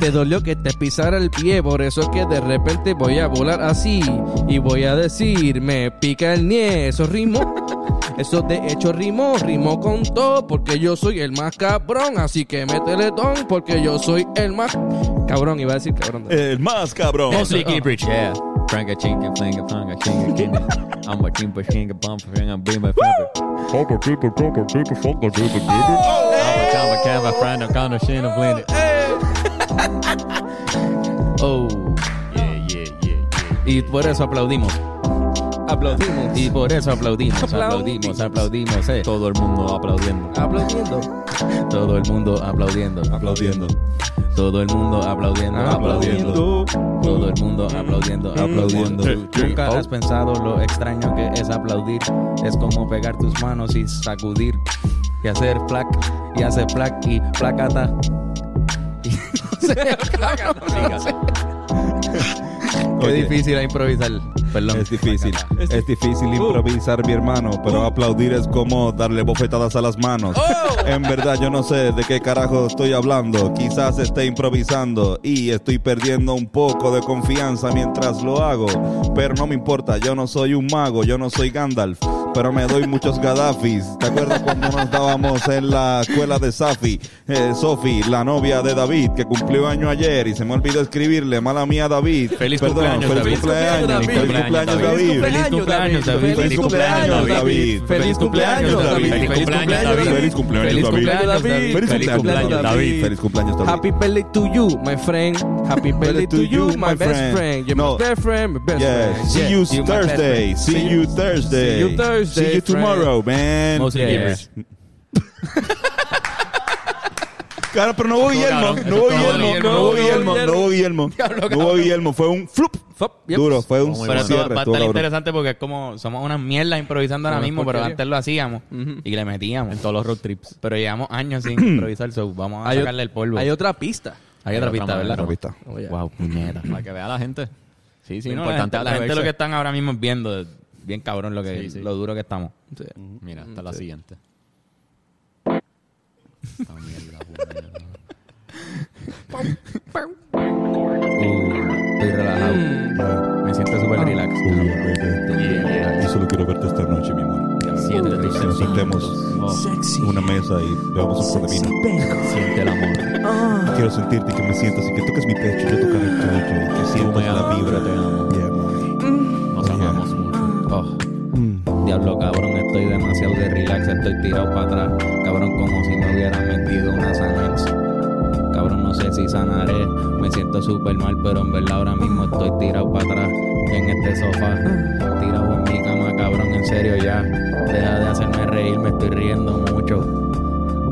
S3: Te dolió que te pisara el pie, por eso es que de repente voy a volar así y voy a decir, me pica el nie, eso rimó. Eso de hecho rimó, rimó con todo, porque yo soy el más cabrón, así que métele don, porque yo soy el más cabrón, iba a decir cabrón.
S1: El más cabrón.
S2: Mostly Cambridge.
S4: Yeah. Frank a chinga, flinga, flanga, chinga, chinga. I'm a chimpa, chinga, bump, ringa, bimba, flipper.
S6: Fuck the people, fuck the people, fuck the people, baby.
S4: I'm a chamba, chamba, my friend, I'm kind of ashamed of playing it.
S2: Oh.
S4: Yeah, yeah, yeah, yeah.
S2: Y por eso aplaudimos.
S3: Aplaudimos.
S2: Y por eso aplaudimos.
S3: Aplaudimos.
S2: Aplaudimos, aplaudimos. eh.
S4: Todo el mundo aplaudiendo.
S3: Aplaudiendo.
S2: Todo el mundo aplaudiendo.
S1: Aplaudiendo.
S2: Todo el mundo aplaudiendo.
S1: Aplaudiendo. Mm.
S2: Todo el mundo aplaudiendo, aplaudiendo.
S1: Sí, sí. Oh.
S2: Nunca has pensado lo extraño que es aplaudir. Es como pegar tus manos y sacudir. Y hacer plac, y hacer plac, y placata. Qué
S1: Oye,
S2: difícil es improvisar. Perdón.
S1: Es difícil. Es difícil improvisar, mi hermano, pero aplaudir es como darle bofetadas a las manos. En verdad, yo no sé de qué carajo estoy hablando. Quizás esté improvisando y estoy perdiendo un poco de confianza mientras lo hago. Pero no me importa, yo no soy un mago, yo no soy Gandalf. Pero me doy muchos Gaddafis. ¿Te acuerdas cuando nos dábamos en la escuela de Safi? Eh, Sofi, la novia de David, que cumplió año ayer y se me olvidó escribirle. Mala mía, David.
S2: Feliz
S1: Perdón,
S2: cumpleaños,
S1: feliz
S2: David.
S1: cumpleaños.
S2: Feliz
S1: Feliz
S2: cumpleaños,
S1: cumpleaños,
S2: David.
S1: David.
S2: Feliz cumpleaños, David.
S1: Feliz cumpleaños, David.
S3: Feliz
S1: Feliz
S2: Feliz cumpleaños, David.
S3: cumpleaños, David.
S1: cumpleaños,
S2: Feliz
S1: David.
S2: cumpleaños, David.
S1: Feliz cumpleaños, David. Feliz cumpleaños, David.
S3: Happy birthday to you, my friend. Happy birthday to you, my best friend. You're
S1: No.
S3: my best friend, my best
S1: Yeah.
S3: friend.
S1: See
S2: Yeah,
S1: you
S2: you my best
S1: Thursday.
S2: friend.
S1: See you Thursday.
S3: See you Thursday,
S1: See you
S3: friend.
S1: tomorrow, man.
S2: Mostly
S3: Yeah.
S2: gamers.
S1: Cara, pero no hubo Guillermo. No hubo Guillermo. No hubo Guillermo. No hubo Guillermo. No hubo Guillermo. Fue un flup.
S3: Fop, yep.
S1: Duro. Fue un
S2: Pero esto
S1: cierre.
S2: va a
S1: estuvo
S2: estar
S1: cabrón.
S2: interesante porque es como somos una mierda improvisando ahora
S3: Una
S2: mismo, pero
S3: porquería.
S2: antes lo hacíamos y le metíamos.
S4: En todos los road trips.
S2: Pero llevamos años sin improvisar, so vamos a
S3: Hay o-
S2: sacarle el polvo.
S3: Hay otra pista.
S2: Hay otra pista,
S4: manera,
S2: ¿verdad?
S1: otra pista.
S3: Oh, yeah.
S2: Wow, puñeta.
S4: Para que vea la gente.
S2: Sí,
S4: Lo
S2: sí, no, la
S4: importante
S2: gente,
S4: es
S2: la gente
S4: atreverse.
S2: lo que están ahora mismo es viendo, bien cabrón lo que
S4: Sí, sí.
S2: lo duro que estamos.
S3: Sí.
S4: Mira, hasta la siguiente. Esta mierda, puñeta.
S2: estoy relajado. Me siento súper relax.
S1: Uy, baby. Yo solo quiero verte esta noche, mi amor.
S4: Siente tus
S1: Que nos sentemos en una mesa y bebamos un poco de vino.
S4: Siente el amor.
S1: Quiero sentirte y que me sientas y que toques mi pecho, yo tocar el tuyo y que sientas
S4: me
S1: la
S4: amas,
S1: vibra.
S4: yo te amo.
S1: Yeah, amor.
S4: Nos amamos mucho.
S2: Oh. Diablo, cabrón, estoy demasiado de relax, estoy tirado para atrás. Cabrón, como si me hubieran metido una Xanax. Cabrón, no sé si sanaré, me siento súper mal, pero en verdad ahora mismo estoy tirado para atrás en este sofá. Tirado en mi cama, cabrón, en serio ya. Deja de hacerme reír, me estoy riendo mucho.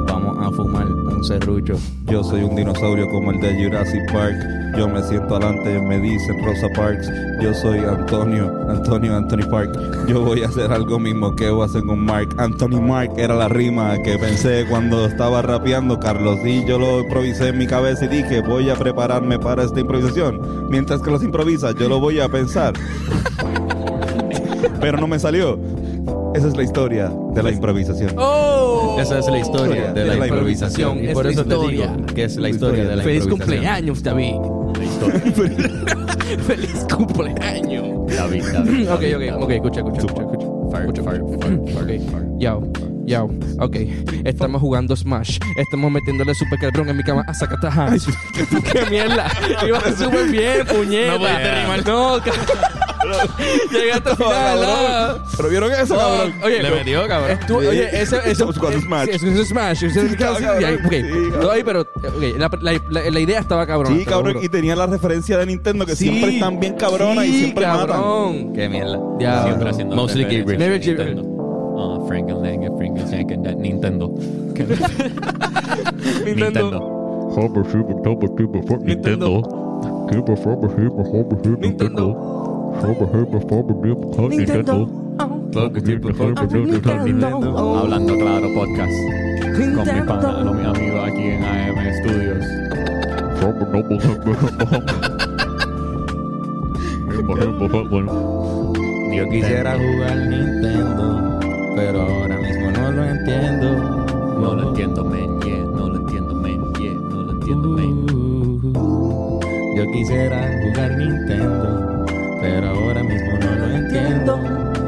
S2: Vamos a fumar un serrucho.
S1: Yo soy un dinosaurio como el de Jurassic Park. Yo me siento adelante, me dicen Rosa Parks. Yo soy Antonio, Antonio Anthony Park. Yo voy a hacer algo mismo que voy a hacer con Mark. Anthony Mark era la rima que pensé cuando estaba rapeando Carlos. Y yo lo improvisé en mi cabeza y dije, voy a prepararme para esta improvisación. Mientras que los improvisas, yo lo voy a pensar. Pero no me salió. Esa es la historia de la improvisación.
S3: Oh.
S2: Esa es la historia de la improvisación. Y
S3: Es
S2: por
S3: la
S2: eso te
S3: historia.
S2: digo que es la historia de la
S3: Feliz
S2: improvisación.
S3: cumpleaños, David. Feliz cumpleaños.
S4: David, David.
S3: Ok, ok, ok, escucha, escucha, escucha, escucha.
S4: Fire, fire, fire, fire, fire.
S3: Yao, yao, ok. Estamos jugando Smash. Estamos metiéndole super cabrón en mi cama a Zacataja. ¡Qué mierda! Iba súper bien, puñeta.
S2: No pudiste rimar.
S3: No, cabrón. Llegaste al final. ah.
S1: ¿Pero vieron eso,
S3: Oh,
S1: cabrón?
S3: Oye,
S2: Le
S3: pero-
S2: metió, cabrón.
S3: Estu-
S1: Sí.
S3: Oye, ese, ese,
S1: Estamos jugando
S3: eh,
S1: Smash.
S3: sí, Es un Smash. Es un Smash.
S1: cabrón,
S3: y ahí, ok.
S1: sí, cabrón.
S3: No, oye, pero eh, ok, la, la- la- la idea estaba cabrón.
S1: Sí, cabrón, y tenía la referencia de Nintendo que
S3: Sí.
S1: siempre están bien cabronas y siempre matan.
S2: Qué mierda.
S3: Ya.
S4: Siempre haciendo
S2: Mostly
S4: referencias
S3: Gabriel.
S4: a
S3: Maybe
S4: Nintendo. Ah, Frank and Lang, Frank and Shank and that Nintendo. Nintendo.
S6: Hubba shubba dubba dubba fuck Nintendo. Gibba fubba hubba hubba hubba
S3: Nintendo.
S6: dibba. Hubba hubba fubba dibba fuck Nintendo. Hubba dibba hubba dubba fuck Nintendo.
S4: Hablando claro, podcast. Con mis panas, con mis amigos aquí en AM à, Studios.
S6: Fubba double hubba hubba hubba. Hubba hubba fuck one.
S2: Yo quisiera jugar Nintendo, pero ahora mismo no lo entiendo.
S4: No lo entiendo, man, yeah. No lo entiendo, man, yeah. No lo entiendo, man.
S2: Uh, yo quisiera jugar Nintendo, pero ahora mismo no lo entiendo.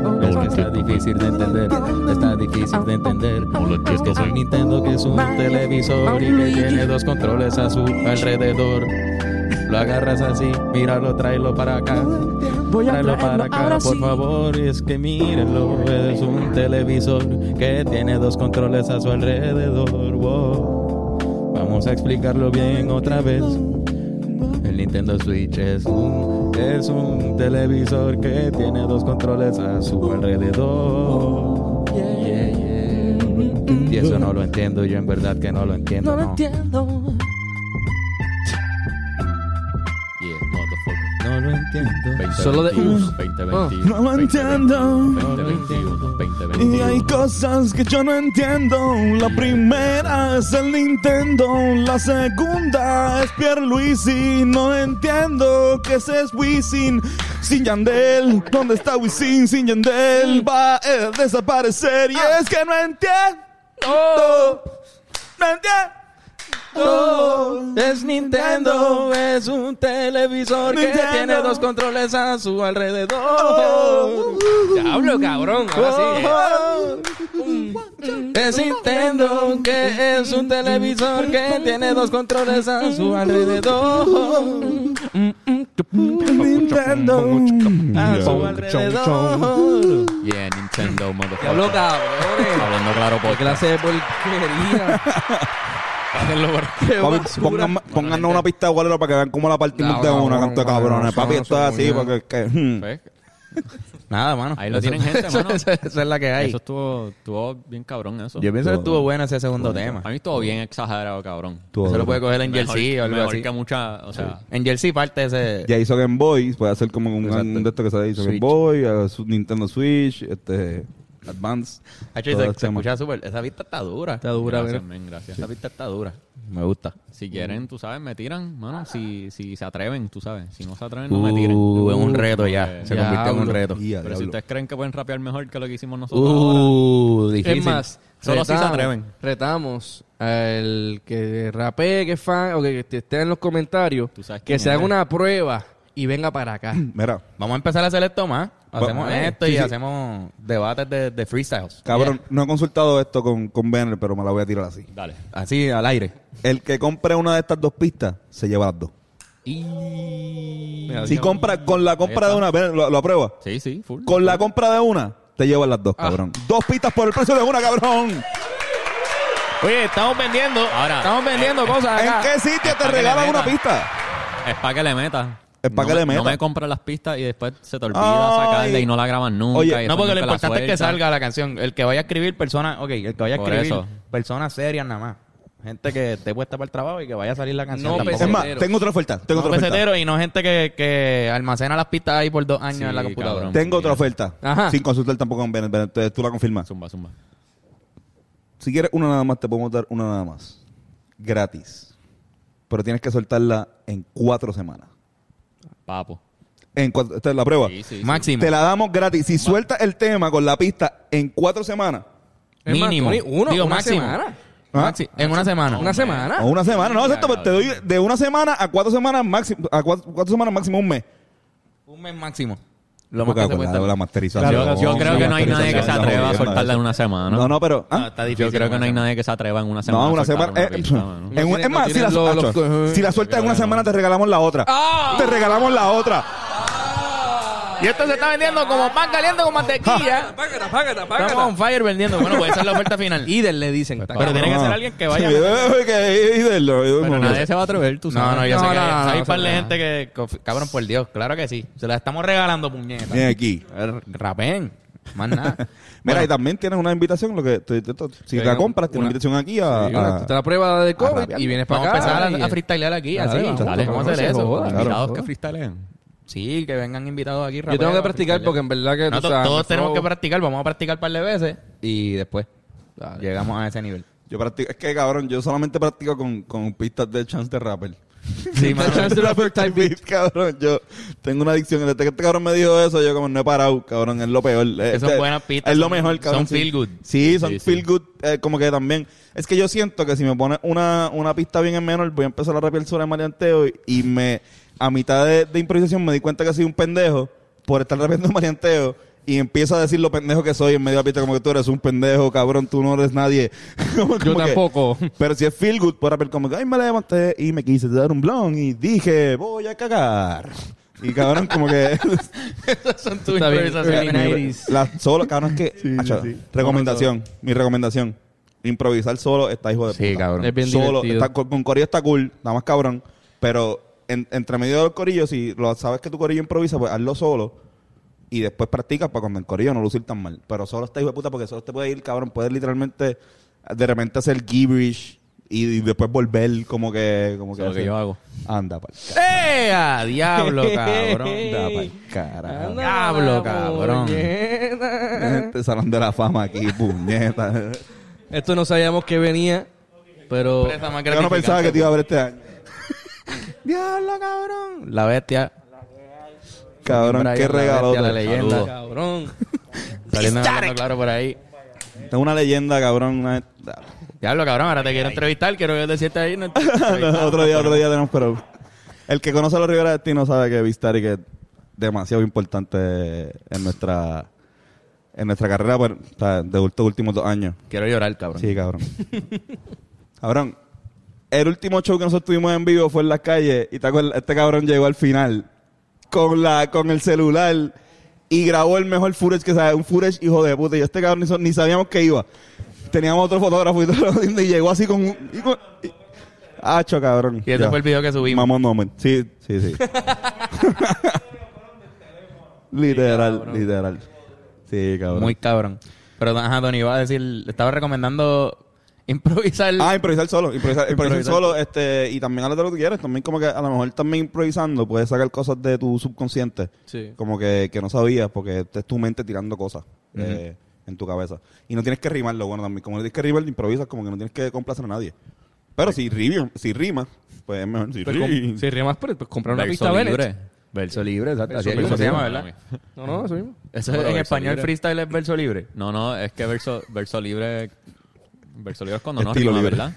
S6: lo
S2: está
S6: entiendo.
S2: difícil de entender, está difícil de entender.
S6: No lo
S2: Es
S6: entiendo,
S2: que es un
S6: man.
S2: Nintendo que es un televisor y que tiene dos controles a su alrededor. Lo agarras así, míralo, tráelo para acá.
S7: Voy a
S2: Tráelo para
S7: traerlo,
S2: acá,
S7: ahora
S2: por
S7: sí.
S2: favor. Es que mírenlo, es un televisor que tiene dos controles a su alrededor. Wow.
S7: Vamos a explicarlo bien otra vez. El Nintendo Switch es un, es un televisor que tiene dos controles a su alrededor. Yeah, yeah. Y eso no lo entiendo, yo en verdad que no lo entiendo.
S8: No lo
S7: No,
S8: entiendo.
S4: Yeah, motherfucker.
S7: No lo entiendo.
S4: 2021,
S3: Solo de-
S4: 2021.
S1: No lo entiendo.
S4: 2021, 2021.
S1: Y hay cosas que yo no entiendo. La primera es el Nintendo. La segunda es Pierluisi. No entiendo que ese es Wisin. Sin Yandel. ¿Dónde está Wisin? Sin Yandel. Va a eh, desaparecer. Y es que no entiendo. No entiendo.
S7: Es Nintendo, es un televisor
S1: Nintendo.
S7: que tiene dos controles a su alrededor.
S1: Oh.
S3: Diablo, cabrón. Ahora sí. eh.
S7: Oh. Es Nintendo, que es un televisor que tiene dos controles a su alrededor.
S1: Nintendo. Ah,
S7: A su alrededor.
S4: Yeah, Nintendo, motherfucker.
S3: Diablo, cabrones.
S4: Hablando claro,
S3: Qué
S4: porque
S3: eh. clase de porquería. Qué basura.
S1: Pónganos una pista de Walero para que vean cómo la partimos de
S3: Cabrón,
S1: una, canto de cabrones.
S3: cabrón, eso
S1: Papi,
S3: no
S1: esto
S3: se
S1: es así,
S3: puede.
S1: porque es que. hmm.
S2: Nada, mano.
S4: Ahí lo
S2: Eso-
S4: tienen, gente,
S2: eso-
S4: mano.
S2: eso- Esa es la que hay.
S4: Eso estuvo, estuvo bien cabrón, eso.
S2: Yo pienso que estuvo bueno ese segundo tema.
S4: A mí estuvo bien exagerado, cabrón.
S2: Se lo puede coger en
S4: Mejor-
S2: Jersey o algo
S4: mejor
S2: así.
S4: que mucha, o sea,
S2: En Jersey parte ese.
S1: Ya hizo Game Boy, puede hacer como un,
S2: Exacto.
S1: un de estos que se hizo Game
S2: Switch.
S1: Boy, eh, su Nintendo Switch, este Advance.
S2: Hacho, y
S1: todo este
S2: se,
S1: el
S2: se
S1: tema.
S2: escucha súper. Esa pista está dura.
S3: Está dura,
S4: gracias,
S3: ¿verdad?
S4: men, gracias.
S2: Esa pista está dura. Me gusta.
S4: Si quieren, tú sabes, me tiran, mano. Si, si se atreven, tú sabes. Si no se atreven, no me tiren.
S2: Uh, es un reto ya. Se
S3: Diablo.
S2: convirtió en un reto.
S1: Y a
S4: Pero si
S1: diablo.
S4: ustedes creen que pueden rapear mejor que lo que hicimos nosotros ahora,
S2: Uh, difícil.
S3: Es más,
S4: Solo si se
S3: retamos-
S4: atreven.
S3: Retamos al que rapee, que fan, o que esté en los comentarios,
S4: Tú sabes
S3: que
S4: quién
S3: se haga
S4: eres.
S3: una prueba y venga para acá.
S1: Mira,
S2: Vamos a empezar a hacer esto más. Hacemos
S1: Bueno,
S2: esto
S1: sí,
S2: y
S1: sí.
S2: hacemos debates de, de freestyles.
S1: cabrón, no he consultado esto con, con Banner, pero me la voy a tirar así.
S4: dale.
S2: Así, al aire.
S1: El que compre una de estas dos pistas, se lleva las dos. si compra, con la compra de una, Banner, lo, lo aprueba.
S4: Sí, sí, full.
S1: Con la compra de una, te llevas las dos,
S2: Ah.
S1: cabrón. Dos pistas por el precio de una, cabrón.
S2: Oye, estamos vendiendo.
S4: Ahora,
S2: estamos vendiendo cosas
S1: ¿En
S2: acá.
S1: qué sitio te
S4: que
S1: regalan
S4: le
S1: una
S4: meta.
S1: pista?
S4: Es para que le metas.
S1: Es pa'
S4: No
S1: que
S4: me-
S1: le meta.
S4: No me compras las pistas y después se te olvida
S1: Ay.
S4: sacarla y no la grabas nunca.
S1: Oye,
S4: y
S2: No,
S4: después
S2: porque lo
S4: nunca la
S2: importante es que
S4: sueltas.
S2: salga la canción. El que vaya a escribir personas, ok, el que vaya a
S4: Por
S2: escribir
S4: eso.
S2: personas serias nada más. Gente que esté puesta para el trabajo y que vaya a salir la canción.
S3: No
S2: tampoco.
S1: Es más,
S3: Peseteros.
S1: tengo otra oferta. Tengo
S2: No
S1: otra oferta.
S2: pesetero y no gente que, que almacena las pistas ahí por dos años
S4: Sí,
S2: en la computadora.
S4: cabrón.
S1: Tengo otra oferta.
S3: Ajá.
S1: Sin consultar tampoco con Banner, Banner, te- tú la confirmas.
S4: Zumba, zumba.
S1: Si quieres una nada más, te podemos dar una nada más. Gratis. Pero tienes que soltarla en cuatro semanas.
S4: Papo.
S1: En cuatro- esta es la prueba.
S4: Sí, sí. sí.
S2: Máximo.
S1: Te la damos gratis. Si sueltas el tema con la pista en cuatro semanas,
S3: Es más,
S2: Mínimo.
S3: Tony, uno,
S2: Digo,
S3: una
S2: máximo.
S3: semana.
S1: ¿ah?
S2: Maxi- en una semana.
S3: Una semana.
S1: o una semana, no, exacto, pero te doy de una semana a cuatro semanas máximo, a cuatro, cuatro semanas máximo un mes.
S2: Un mes máximo. Lo más
S1: Porque
S2: que se
S1: con
S2: puede
S1: la,
S2: tardar.
S1: la masterización.
S4: Yo, yo creo que no hay nadie que se
S1: masterización,
S4: atreva a
S1: jodiendo,
S4: soltarla en
S1: eso.
S4: una semana.
S1: No, no, pero. ¿ah?
S2: No, está
S4: Yo
S2: difícil.
S4: creo que
S2: una
S4: no hay
S2: semana.
S4: nadie que se atreva en una semana.
S1: No,
S4: a
S1: una
S4: soltar
S1: semana.
S4: una
S1: eh,
S4: pista,
S1: pf,
S4: mano.
S1: en un-
S3: tiene-
S1: es
S3: no
S1: más, si
S3: tiene
S1: la,
S3: los- los ¡Ah!
S1: acho,
S3: cojones.
S1: si la sueltas en una semana, te regalamos la otra. Te regalamos la otra.
S2: Y esto se está vendiendo como pan caliente con mantequilla.
S3: Págala, págala,
S2: Estamos
S3: págala.
S2: on fire vendiendo. Bueno, puede ser la oferta final. Pues,
S3: Ider le dicen.
S2: Pero tiene que
S1: Ah.
S2: ser alguien que vaya.
S1: Sí, eh, que- y de lo- y de
S4: Pero
S1: lo-
S4: nadie se va a atrever, tú sabes.
S2: No, no, yo
S3: No,
S2: sé que
S3: no,
S2: hay,
S3: no,
S2: hay
S3: no,
S2: par
S3: no,
S2: de
S3: no.
S2: gente que... conf- Cabrón, por Dios, claro que sí. Se la estamos regalando, puñetas.
S1: Viene aquí.
S2: R- Rapén. Más nada.
S1: Mira,
S2: Bueno,
S1: y también tienes una invitación, lo que te- te- te- si la
S4: Tengo
S1: compras, tienes una
S4: una-
S1: invitación aquí a... a-
S3: Está la prueba
S2: Ah,
S3: de COVID
S1: rabiar.
S3: y vienes para
S2: Vamos a
S3: acá.
S2: empezar
S3: y-
S2: a, a freestylear aquí,
S3: Dale,
S2: así.
S3: vamos,
S2: Dale, vamos a hacer
S3: se
S2: eso.
S3: joda.
S1: Claro.
S4: Invitados que freestylean.
S2: Sí, que vengan invitados aquí
S3: Yo tengo que
S2: rapero,
S3: practicar
S2: freestylear.
S3: porque en verdad que
S2: No,
S3: tú
S2: to-
S3: sabes,
S2: todos
S3: me
S2: tenemos
S3: flow.
S2: que practicar. Vamos a practicar un par de veces y después llegamos a ese nivel.
S1: Yo practico, es que cabrón, yo solamente practico con, con pistas de chance de rapper.
S2: Sí, mano.
S3: Chance de rapper type beat.
S1: Este cabrón, yo tengo una adicción. Desde que este cabrón me dijo eso, yo como no he parado, cabrón, es lo peor. Este,
S2: son buenas pistas,
S1: Es lo
S2: son-
S1: mejor, cabrón.
S2: son
S1: sí.
S2: feel good.
S1: Sí, son
S4: Sí, sí.
S1: feel good, eh, como que también. Es que yo siento que si me pones una, una pista bien en menor, voy a empezar a rapear sobre Marianteo y, y me, a mitad de, de improvisación me di cuenta que soy un pendejo por estar rapeando Marianteo. Y empiezo a decir lo pendejo que soy en medio de la pista, como que tú eres un pendejo, cabrón, tú no eres nadie. Como-
S3: Yo
S1: como que-
S3: tampoco.
S1: pero si es feel good, por haber como que, ay, me levanté y me quise dar un blon y dije, voy a cagar. Y cabrón, como que.
S2: Son tus
S3: Está bien,
S2: improvisaciones.
S3: early 90s.
S1: la, solo, cabrón, es que. Acho, Recomendación, mi recomendación. improvisar solo está hijo de
S2: Sí,
S1: puta.
S2: cabrón.
S3: Es bien
S1: solo,
S3: divertido.
S1: está- con, con corillo está cool, nada más cabrón, pero en- entre medio del corillo, si lo sabes que tu corillo improvisa, pues hazlo solo y después practicas para cuando el corillo no lucir tan mal. Pero solo está hijo de puta porque solo te puede ir, cabrón, puedes literalmente de repente hacer gibberish y, y después volver como que... Como que
S4: Eso es lo que
S1: hacer-
S4: yo hago.
S1: Anda, pa'l ca-
S2: ¡Eh! a ¡Diablo, cabrón!
S1: anda, pa'l carajo.
S2: ¡Diablo, cabrón!
S1: Gente, salón de la fama aquí, puñeta.
S3: Esto no sabíamos que venía, pero
S2: Sorpresa más
S1: Yo no pensaba que te iba a ver este año.
S2: ¡Diablo, cabrón! La bestia.
S1: Cabrón,
S2: Brian,
S1: qué
S2: la
S1: regalo.
S2: bestia, La leyenda.
S3: cabrón.
S2: Saliendo hablando claro por ahí.
S1: Es una leyenda, cabrón. una-
S2: Diablo, cabrón, ahora te quiero entrevistar. Quiero decirte ahí. No te-
S1: otro día, otro día tenemos, pero. El que conoce a los Rivera Destino sabe que Vistari que es demasiado importante en nuestra en nuestra carrera pero, o sea, de estos últimos dos años.
S2: Quiero llorar, cabrón.
S1: Sí, cabrón. cabrón, el último show que nosotros tuvimos en vivo fue en las calles y te acuerdas, este cabrón llegó al final con la con el celular y grabó el mejor footage que sabe, un footage hijo de puta. Y este cabrón ni, so- ni sabíamos que iba. Teníamos otro fotógrafo y todo lo- y llegó así con un... y con- y- Acho, cabrón.
S2: Y ese
S1: Ya.
S2: fue el video que subimos.
S1: Mamón moment. Sí, sí, sí. literal, literal. Sí, cabrón.
S2: Muy cabrón. Pero, ajá, Tony, iba a decir... le Estaba recomendando improvisar.
S1: Ah, improvisar solo, improvisar, improvisar
S2: Improvisar.
S1: solo, este, y también haz de lo que quieres, también como que a lo mejor también improvisando puedes sacar cosas de tu subconsciente,
S3: Sí.
S1: como que, que no sabías, porque es tu mente tirando cosas eh, en tu cabeza. Y no tienes que rimarlo, bueno, también, como no tienes que rimar, improvisas, como que no tienes que complacer a nadie. Pero si rimas, si rimas, pues es mejor, si
S3: Pero com-
S1: rimas.
S3: si rimas, pues, pues comprar una pista
S4: Verso
S3: Bennett.
S4: libre.
S7: Verso libre, exacto.
S2: Verso
S7: Así es
S2: libre
S7: como
S2: se llama,
S4: Para
S2: ¿verdad?
S4: mí.
S3: No, no, eso mismo.
S2: Eso
S4: Bueno,
S2: en
S4: verso
S2: español
S4: libre.
S2: freestyle es verso libre.
S4: No, no, es que verso, verso libre. Verso libre es cuando no
S1: Estilo
S4: rima,
S1: libre.
S4: ¿verdad?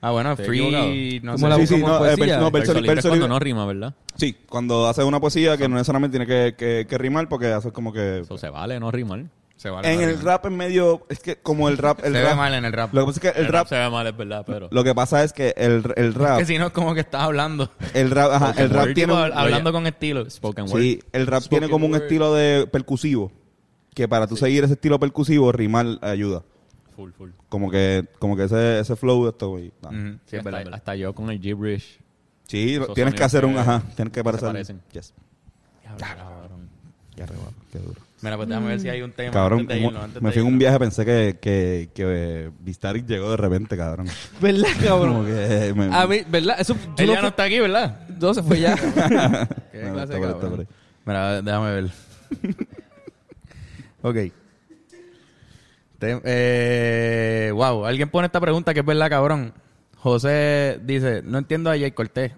S2: Ah, bueno,
S4: Estoy
S2: free,
S4: equivocado.
S2: no
S3: Como
S2: sé.
S3: la
S1: Sí,
S3: busco
S1: sí,
S3: como
S1: no, eh,
S3: poesía.
S1: verso- no, verso-
S4: Verso libre es
S1: verso
S4: cuando
S1: libre-
S4: no rima, ¿verdad?
S1: Sí, cuando haces una poesía que no necesariamente tiene que, que, que rimar, porque haces como que...
S4: Eso se vale, no rimar.
S2: Se vale
S1: En
S2: mal,
S1: el rap en medio, es que como el rap... El
S2: Se
S1: rap
S2: ve mal en el rap.
S1: Lo que pasa es que el rap
S4: se ve mal, es verdad, pero.
S1: Lo que pasa es que el, el rap,
S2: Que si no, es como que estás hablando.
S1: el rap, ajá, el rap
S2: Tipo,
S1: tiene, un-
S2: hablando con estilo.
S4: Spoken word.
S1: sí, el rap tiene como un estilo de percusivo, que para tú seguir ese estilo percusivo rimar ayuda,
S4: Full, full.
S1: como que, como que ese, ese flow de esto, güey, nah.
S2: Ujú, sí,
S4: Sí,
S2: es verdad, es
S4: hasta,
S2: verdad.
S4: hasta yo con el gibberish.
S1: Sí,
S4: Esos
S1: tienes que
S4: sonidos
S1: hacer un,
S4: que-
S1: ajá, tienes que parecer.
S4: parecen.
S1: Yes.
S2: Cabrón.
S1: Ya, re bueno, qué duro.
S2: Mira, pues déjame ver si hay un tema.
S1: Cabrón,
S2: antes de irnos,
S1: como-
S2: antes
S1: me
S2: de
S1: fui en un
S2: irnos.
S1: viaje, pensé que, que, que eh, Vistaric llegó de repente, cabrón.
S3: ¿Verdad,
S1: Como
S3: cabrón?
S1: que, eh, me-
S2: Ah,
S3: A mí, ¿verdad? Eso tú
S2: Él
S3: no
S2: ya no
S3: fu-
S2: está aquí, ¿verdad?
S3: no se fue ya.
S2: Qué
S1: No, está
S2: clase de
S1: por ahí, está
S2: cabrón.
S1: por ahí.
S2: Mira, déjame ver. ok. Te- eh, wow, alguien pone esta pregunta que es verdad, cabrón. José dice, no entiendo a Jay Cortés.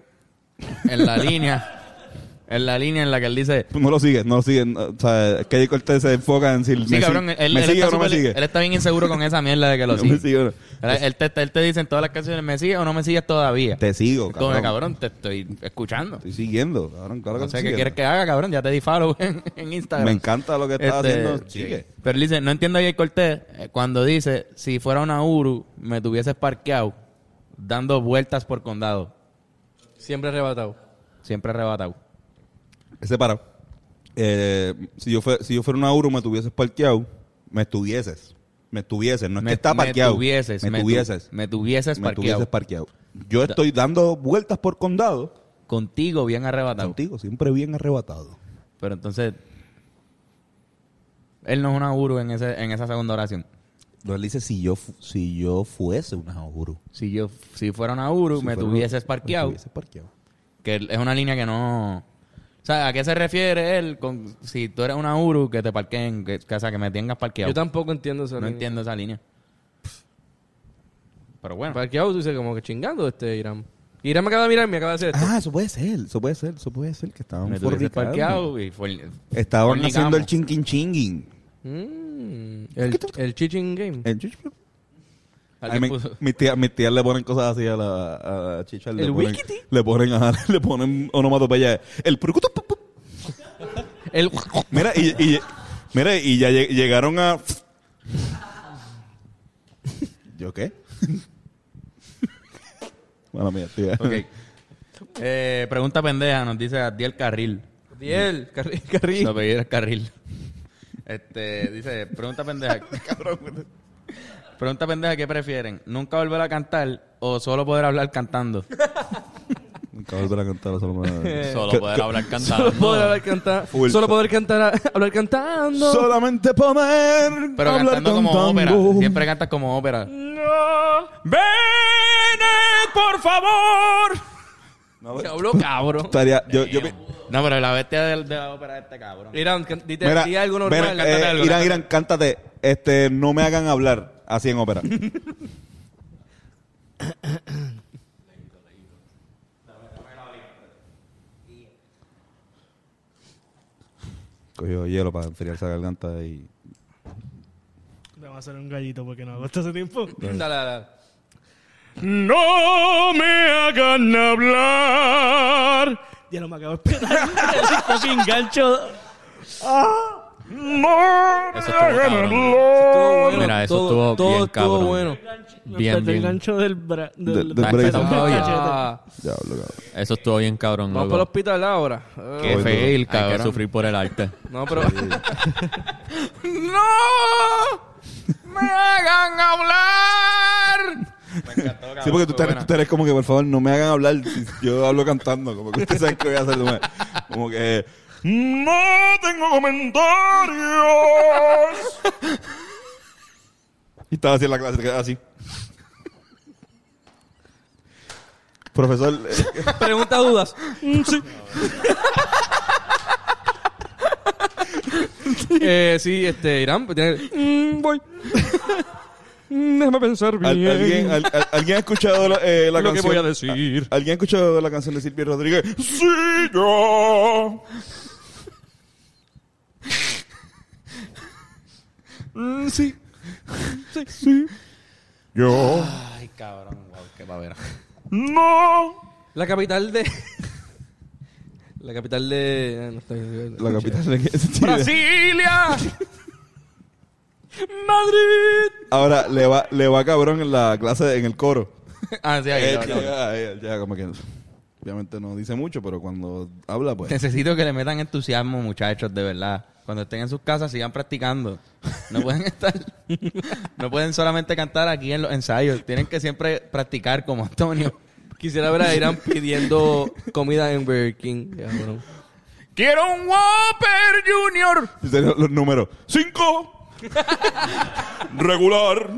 S2: En la línea, en la línea en la que él dice...
S1: Pues No lo sigues, no lo sigues. no, o sea, que Jay Cortez se enfoca en si
S2: Sí,
S1: me,
S2: cabrón,
S1: sigue-
S2: él,
S1: me
S2: él
S1: sigue
S2: está
S1: o no me
S2: súper-
S1: sigue.
S2: él está bien inseguro con esa mierda de que lo
S1: No me
S2: sigue.
S1: sigue o no.
S2: Él, él te, él te dice en todas las canciones, ¿me sigues o no me sigues todavía?
S1: Te sigo,
S2: Es como que,
S1: cabrón.
S2: cabrón, te estoy escuchando.
S1: Estoy siguiendo, cabrón. Claro que
S2: No sé
S1: estoy
S2: qué quieres
S1: siguiendo.
S2: que haga, cabrón. Ya te di follow en, en Instagram.
S1: Me encanta lo que estás
S2: Este,
S1: haciendo. Sigue.
S2: Pero él dice, no entiendo a Jay Cortés eh, cuando dice, si fuera una Uru, me tuvieses parqueado dando vueltas por condado.
S3: Siempre arrebatado.
S2: Siempre arrebatado.
S1: Ese para. Eh, si, yo fue, si yo fuera una Uru, me tuvieses parqueado. Me estuvieses. Me estuvieses. No es que está parqueado.
S2: Me tuvieses.
S1: Me
S2: tu-
S1: tuvieses.
S2: Me tuvieses
S1: Me
S2: parqueado.
S1: tuvieses parqueado. Yo estoy dando vueltas por condado.
S2: Contigo bien arrebatado.
S1: Contigo, siempre bien arrebatado.
S2: Pero entonces, él no es una Uru en, ese, en esa segunda oración.
S1: No, él dice, si yo, fu- si yo fuese una Uru.
S2: Si yo si fuera una Uru,
S1: Si
S2: me
S1: fuera una-
S2: tuvieses parqueado.
S1: Me tuvieses parqueado.
S2: Que es una línea que no... O sea, ¿a qué se refiere él con si tú eres una Uru que te parqueen, que, que- o sea, que me tengas parqueado?
S3: Yo tampoco entiendo eso.
S2: no entiendo esa línea. Pero bueno.
S3: Parqueado, tú dices como que chingando este Irán. Irán me acaba de mirar, me acaba de hacer esto.
S1: Ah, eso puede ser. Eso puede ser. Eso puede ser que estaban
S2: me tuvieses
S1: fornicando.
S2: parqueado y fue...
S1: Estaban
S2: fornicamos.
S1: haciendo el chinquin chinguin.
S3: Mm, el, el chiching game.
S1: El chuch- Ay,
S2: Alguien
S1: Eh, me-
S2: puso-
S1: mis, tías, mis tías le ponen cosas así a la a, a Chicha. Le
S3: ¿El
S1: ponen,
S3: wikiti?
S1: le ponen, ajá, le ponen onomatopeya. El prucutu, pu, pu.
S3: El
S1: Mira, y, y, mira, y ya lleg- llegaron a. ¿Yo qué? Bueno, mía, tía.
S2: Ok. Eh, pregunta pendeja, nos dice Adiel Carril.
S3: Diel, Carril, Carril.
S2: Su apellido es Carril. Este, dice, pregunta pendeja. pregunta pendeja, ¿qué prefieren? ¿Nunca volver a cantar o solo poder hablar cantando?
S1: Nunca volver a cantar solo me-
S4: Solo
S1: Que-
S4: poder
S1: que-
S4: hablar
S3: Solo
S4: cantando.
S3: poder hablar cantar.
S1: Full.
S3: Solo poder cantar hablar cantando.
S1: Solamente poder
S2: Pero
S1: hablar
S2: cantando como ópera.
S1: cantando.
S2: Siempre cantas como ópera.
S1: No,
S3: Se habló cabrón.
S1: estaría- yo- yo pi-
S2: No, pero la bestia de, de la ópera de este cabrón.
S3: Irán, can- dite
S1: Mira,
S3: di algo
S1: ven,
S3: normal.
S1: eh,
S3: Cántate algo.
S1: Irán, Irán, cántate. Este, no me hagan hablar así en ópera. Cogió hielo para enfriar esa garganta y...
S8: Te va a hacer un gallito porque no hago esto hace tiempo.
S3: Dale, dale, dale.
S8: No me hagan hablar. Ya no me acabo de esperar. Ese fucking gancho. Ah, no me
S4: Eso estuvo
S8: hagan
S4: cabrón.
S8: hablar.
S3: Todo bueno,
S4: Mira, eso
S3: todo-
S4: estuvo
S3: todo
S4: bien
S3: estuvo
S4: cabrón.
S3: bueno.
S4: Bien,
S8: El
S4: bien.
S8: gancho del bra...
S1: Del-
S8: Del,
S1: del brazo.
S8: del
S4: Ah,
S8: cachete.
S3: Ah,
S1: Diablo, cabrón.
S4: Eso estuvo bien cabrón,
S3: Vamos
S4: loco.
S3: para el hospital ahora. Ah,
S2: Qué fail,
S4: Hay que
S2: cabrón.
S4: sufrir por el arte.
S3: No, pero.
S1: Sí, porque tú, te- tú eres como que, por favor, no me hagan hablar. si Yo hablo cantando, como que ustedes saben que voy a hacer. como que- Como que...
S8: No tengo comentarios.
S1: Y estaba así en la clase, te quedaba así. Profesor, eh,
S3: Pregunta dudas. eh, sí, este, Irán. pues, tiene- Mm, voy. Mm, Déjame pensar bien.
S1: ¿al- ¿alguien, al- al- ¿alguien ha escuchado la, eh, la
S3: lo que
S1: canción?
S3: voy a decir.
S1: ¿Alguien ha escuchado la canción de Silvio Rodríguez? ¡Sí, yo!
S3: Mm, sí. Sí.
S1: Yo.
S2: Ay, cabrón, wow, qué pavera.
S3: La capital de. La capital de. ah, no está bien.
S1: La capital de
S3: ¡Brasilia! ¡Madrid!
S1: Ahora le va, le va cabrón en la clase, en el coro. Eh,
S2: Ah, sí, ahí,
S1: Él
S2: cabrón.
S1: llega, él llega como que. Obviamente no dice mucho, pero cuando habla, pues.
S2: Necesito que le metan entusiasmo, muchachos, de verdad. Cuando estén en sus casas, sigan practicando. No pueden estar. no pueden solamente cantar aquí en los ensayos. Tienen que siempre practicar como Antonio.
S3: Quisiera ver a Irán pidiendo comida en Burger King. Ya, cabrón.
S2: ¡Quiero un Whopper Junior!
S1: Dice los números: ¡Cinco! regular.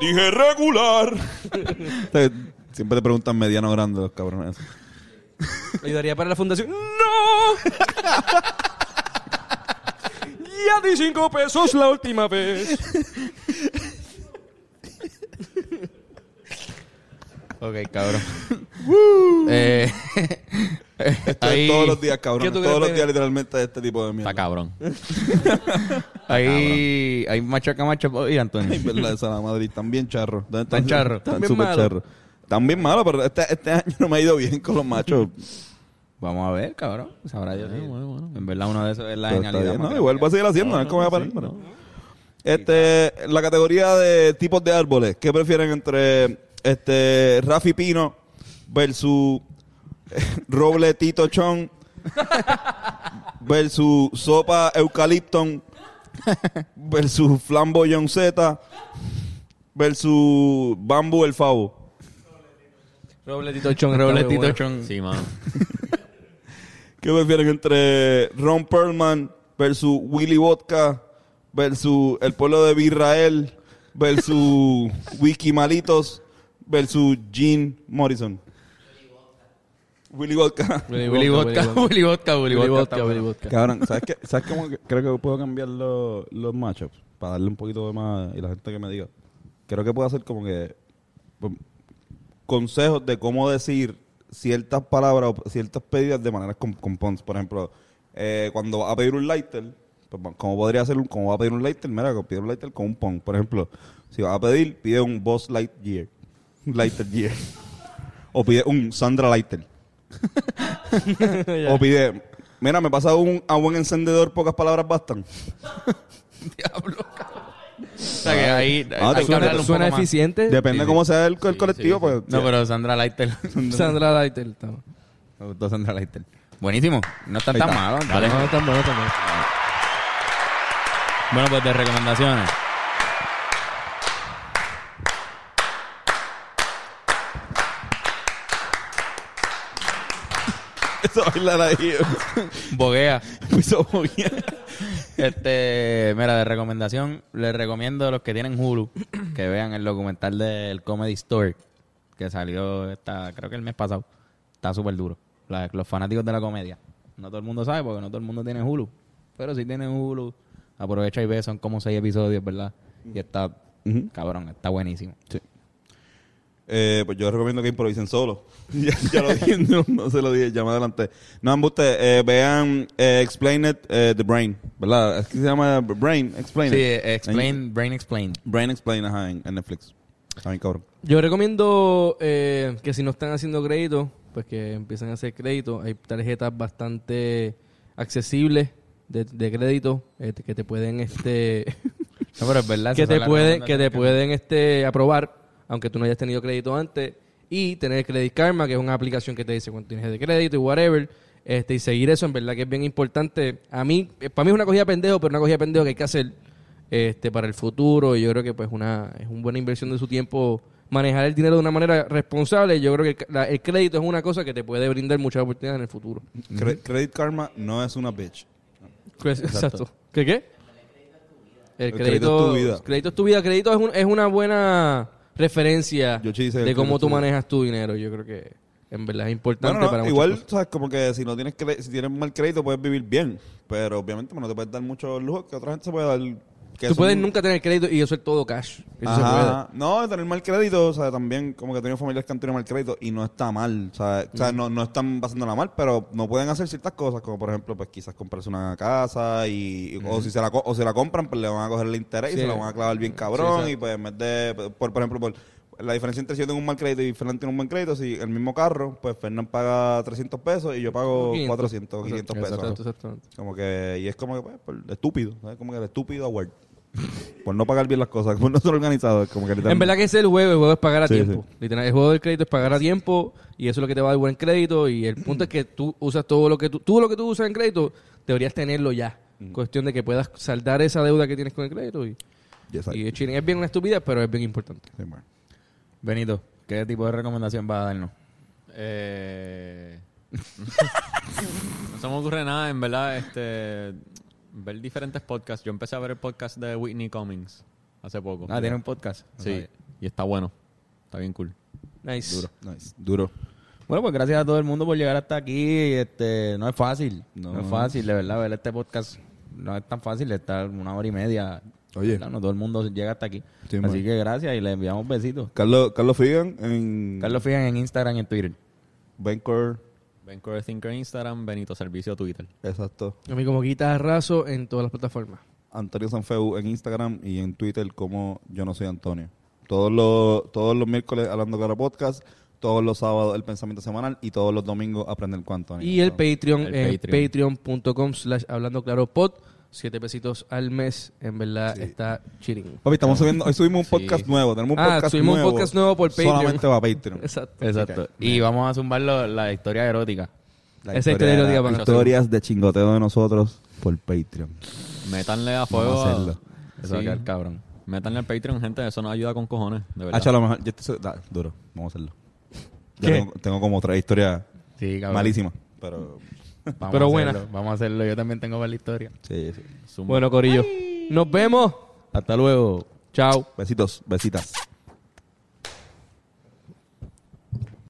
S1: Dije regular. O sea, Siempre te preguntan mediano o grande los cabrones.
S3: Ayudaría para la fundación. ¡No! ya di cinco pesos la última vez.
S2: Ok, cabrón. eh,
S1: Esto es
S2: ahí,
S1: todos los días, cabrón.
S3: ¿Qué tú
S1: Todos
S3: crees
S1: los
S3: que-
S1: días, literalmente, este tipo de
S4: Está
S1: mierda.
S4: cabrón.
S2: ahí, ahí machaca, machaca. Y Antonio.
S1: En verdad, esa la Madrid. También charro. ¿Dónde
S2: Tan charro.
S1: Están
S3: También
S1: súper
S3: malo.
S1: charro. También malo, pero este, este año no me ha ido bien con los machos.
S2: Vamos a ver, cabrón. Sabrá Dios. En verdad, uno de esos es la
S1: Pero Pues, está
S2: genialidad.
S1: bien, no,
S2: material.
S1: igual va a seguir haciendo. a ver cómo va a parar, pero- Este, la categoría de tipos de árboles. ¿Qué prefieren entre este Rafi Pino versus Roble Tito Chon versus Sopa Eucalipton versus Flamboyón Z versus Bambú el Favo?
S3: Robletito chon,
S2: Robletito
S3: robletito chon.
S2: chon.
S4: Sí, mano.
S1: ¿Qué prefieren entre Ron Perlman versus Willy Vodka versus el pueblo de Israel versus Wiki Malitos versus Gene Morrison? Willy Vodka.
S2: Willy Vodka, Willy Vodka, Willy
S3: Willy
S2: Vodka.
S3: Vodka, Willy Vodka.
S1: Cabrón, ¿sabes, qué, ¿sabes cómo que- creo que puedo cambiar los- los matchups? Para darle un poquito de más y la gente que me diga. Creo que puedo hacer como que pues, consejos de cómo decir ciertas palabras o ciertas pedidas de maneras con, con puns. Por ejemplo, eh, cuando vas a pedir un lighter, pues, bueno, como podría hacer un, como va a pedir un lighter, mira, que pide un lighter con un pun. Por ejemplo, si vas a pedir, pide un Boss Lightyear. Un Lighter Gear. O pide un Sandra Lighter. O pide, mira, me pasa un a buen encendedor, pocas palabras bastan.
S2: O sea que ahí
S1: Ah,
S2: hay
S1: te
S2: que
S1: suena-
S2: hablarlo
S3: Suena,
S2: un
S3: suena
S2: poco más.
S3: eficiente.
S1: Depende cómo sea el, el colectivo, pues.
S2: No, pero Sandra Leiter.
S3: Sandra Lighter. está.
S2: Me gustó Sandra Leiter. Buenísimo. No están
S1: Ahí
S2: tan
S1: está. Ah,
S2: malos.
S3: No,
S2: Dale.
S3: está bueno, está bueno.
S2: Bueno, pues de recomendaciones.
S1: Empezó a bailar ahí.
S2: Boguea.
S1: Empezó a mover.
S2: Este, mira, de recomendación, les recomiendo a los que tienen Hulu que vean el documental del Comedy Store que salió esta, creo que el mes pasado. Está súper duro. La- los fanáticos de la comedia. No todo el mundo sabe porque no todo el mundo tiene Hulu. Pero si tienen Hulu, aprovecha y ve, son como seis episodios, ¿verdad? Y está,
S1: Ujú.
S2: cabrón, está buenísimo.
S1: Eh, pues yo les recomiendo que improvisen solo. ya, ya lo dije, no, no se lo dije, ya me adelanté. No, ustedes vean eh, Explain It, eh, The Brain, ¿verdad? Es que se llama Brain, Explain
S2: Sí,
S1: It.
S2: eh, Explain, Brain Explain.
S1: En- Brain Explain, ajá, en, en Netflix. Está bien cabrón.
S3: Yo recomiendo eh, que si no están haciendo crédito, pues que empiecen a hacer crédito. Hay tarjetas bastante accesibles de, de crédito eh, que te pueden este
S2: No, pero es verdad.
S3: que
S2: esas son
S3: te
S2: las
S3: pueden que
S2: recomendaciones
S3: te pueden este aprobar aunque tú no hayas tenido crédito antes y tener Credit Karma que es una aplicación que te dice cuánto tienes de crédito y whatever este y seguir eso en verdad que es bien importante a mí eh, para mí es una cogida de pendejo pero una cogida de pendejo que hay que hacer este para el futuro y yo creo que pues una es una buena inversión de su tiempo manejar el dinero de una manera responsable yo creo que el ca- la- el crédito es una cosa que te puede brindar muchas oportunidades en el futuro
S1: Cre- Credit Karma no es una bitch.
S3: Exacto. ¿Qué qué? El
S1: El
S3: crédito,
S1: crédito es tu vida.
S3: crédito es tu vida. Crédito es, un- es una buena referencia
S1: Yo sí hice el
S3: de
S1: crédito
S3: cómo
S1: es
S3: tú
S1: tu vida.
S3: manejas tu dinero. Yo creo que en verdad es importante
S1: Bueno, no,
S3: para muchas
S1: igual,
S3: cosas.
S1: sabes, como que si no tienes cre- si tienes mal crédito puedes vivir bien, pero obviamente pues, no te puedes dar muchos lujos que otra gente se puede dar. Que
S3: Tú
S1: son-
S3: puedes nunca tener crédito y eso es todo cash. Eso se puede.
S1: Ajá. No, tener mal crédito, o sea, también como que he tenido familias que han tenido mal crédito y no está mal, o sea, o sea, no, no están pasándola mal, pero no pueden hacer ciertas cosas, como por ejemplo, pues quizás comprarse una casa y, y- o si se la, co- o se la compran, pues le van a coger el interés
S3: Sí.
S1: y se la van a clavar bien cabrón y pues en vez de, por, por ejemplo, por, la diferencia entre si yo tengo un mal crédito y Fernán tiene un buen crédito, si el mismo carro, pues Fernán paga 300 pesos y yo pago
S3: 500.
S1: 400, 500 pesos.
S3: Exacto, exactamente.
S1: Como que, y es como que, pues, por estúpido, ¿sabes? Como que el estúpido award. por no pagar bien las cosas, por no ser organizado. Como que
S3: En verdad que ese es el juego. El juego es pagar a
S1: Sí,
S3: tiempo. Literal, el juego del crédito es pagar a tiempo y eso es lo que te va a dar buen crédito. Y el punto es que tú usas todo lo que tú, tú lo que tú usas en crédito, deberías tenerlo ya.
S1: Mm.
S3: Cuestión de que puedas saldar esa deuda que tienes con el crédito y...
S1: Yes, I-
S3: Y el cheating es bien una estupidez, pero es bien importante.
S1: Sí, bueno.
S2: Benito, ¿qué tipo de recomendación vas a darnos?
S4: Eh, no se me ocurre nada, en verdad, este ver diferentes podcasts. Yo empecé a ver el podcast de Whitney Cummings hace poco.
S2: Ah, tiene un podcast.
S4: Sí, y está bueno. Está bien cool.
S3: Nice.
S1: Duro. Nice. Duro.
S2: Bueno, pues gracias a todo el mundo por llegar hasta aquí. Este, no es fácil, no,
S1: No.
S2: es fácil, de verdad, ver este podcast no es tan fácil estar una hora y media.
S1: Oye.
S2: ¿verdad? No todo el mundo llega hasta aquí.
S1: Sí,
S2: Así
S1: man.
S2: que gracias y le enviamos besitos.
S1: Carlos, Carlos Figan en
S2: Carlos Fijan en Instagram y en Twitter.
S1: Bancor.
S4: Bencore Thinker Instagram, Benito Servicio Twitter.
S1: Exacto.
S3: A mí como guitarrazo en todas las plataformas.
S1: Antonio Sanfeu en Instagram y en Twitter como Yo No Soy Antonio. Todos los, todos los miércoles hablando claro podcast, todos los sábados el pensamiento semanal y todos los domingos aprender con Antonio.
S3: Y el
S1: Entonces,
S3: Patreon
S4: El
S3: en
S4: Patreon.
S3: patreon.com slash hablando claro pod. Siete pesitos al mes. En verdad está cheating.
S1: Papi, estamos subiendo, hoy subimos un podcast nuevo, tenemos un
S3: Ah,
S1: podcast
S3: subimos un
S1: nuevo.
S3: podcast nuevo por Patreon.
S1: Solamente va a Patreon.
S3: Exacto.
S2: Exacto. Y vamos a zumbar lo- la historia erótica.
S1: La
S3: Esa historia
S1: historia-
S3: erótica para nosotros.
S1: historias de chingoteo de nosotros por Patreon.
S4: Métanle a
S1: Vamos
S4: fuego.
S1: a hacerlo.
S2: Eso va a
S4: Sí.
S2: quedar cabrón.
S4: Métanle al Patreon, gente. Eso nos ayuda con cojones, de verdad.
S1: Hacho, a lo mejor. Yo estoy, da, duro, vamos a hacerlo. Ya
S3: ¿Qué?
S1: Tengo, tengo como otra historia
S2: Sí, cabrón.
S1: malísima. Pero.
S2: Vamos
S3: Pero
S2: a
S3: buena.
S2: hacerlo, Vamos a hacerlo. Yo también tengo para la historia.
S1: Sí, sí.
S4: Zumba.
S3: Bueno, Corillo. Nos vemos.
S2: Hasta luego.
S3: Chao.
S1: Besitos, besitas.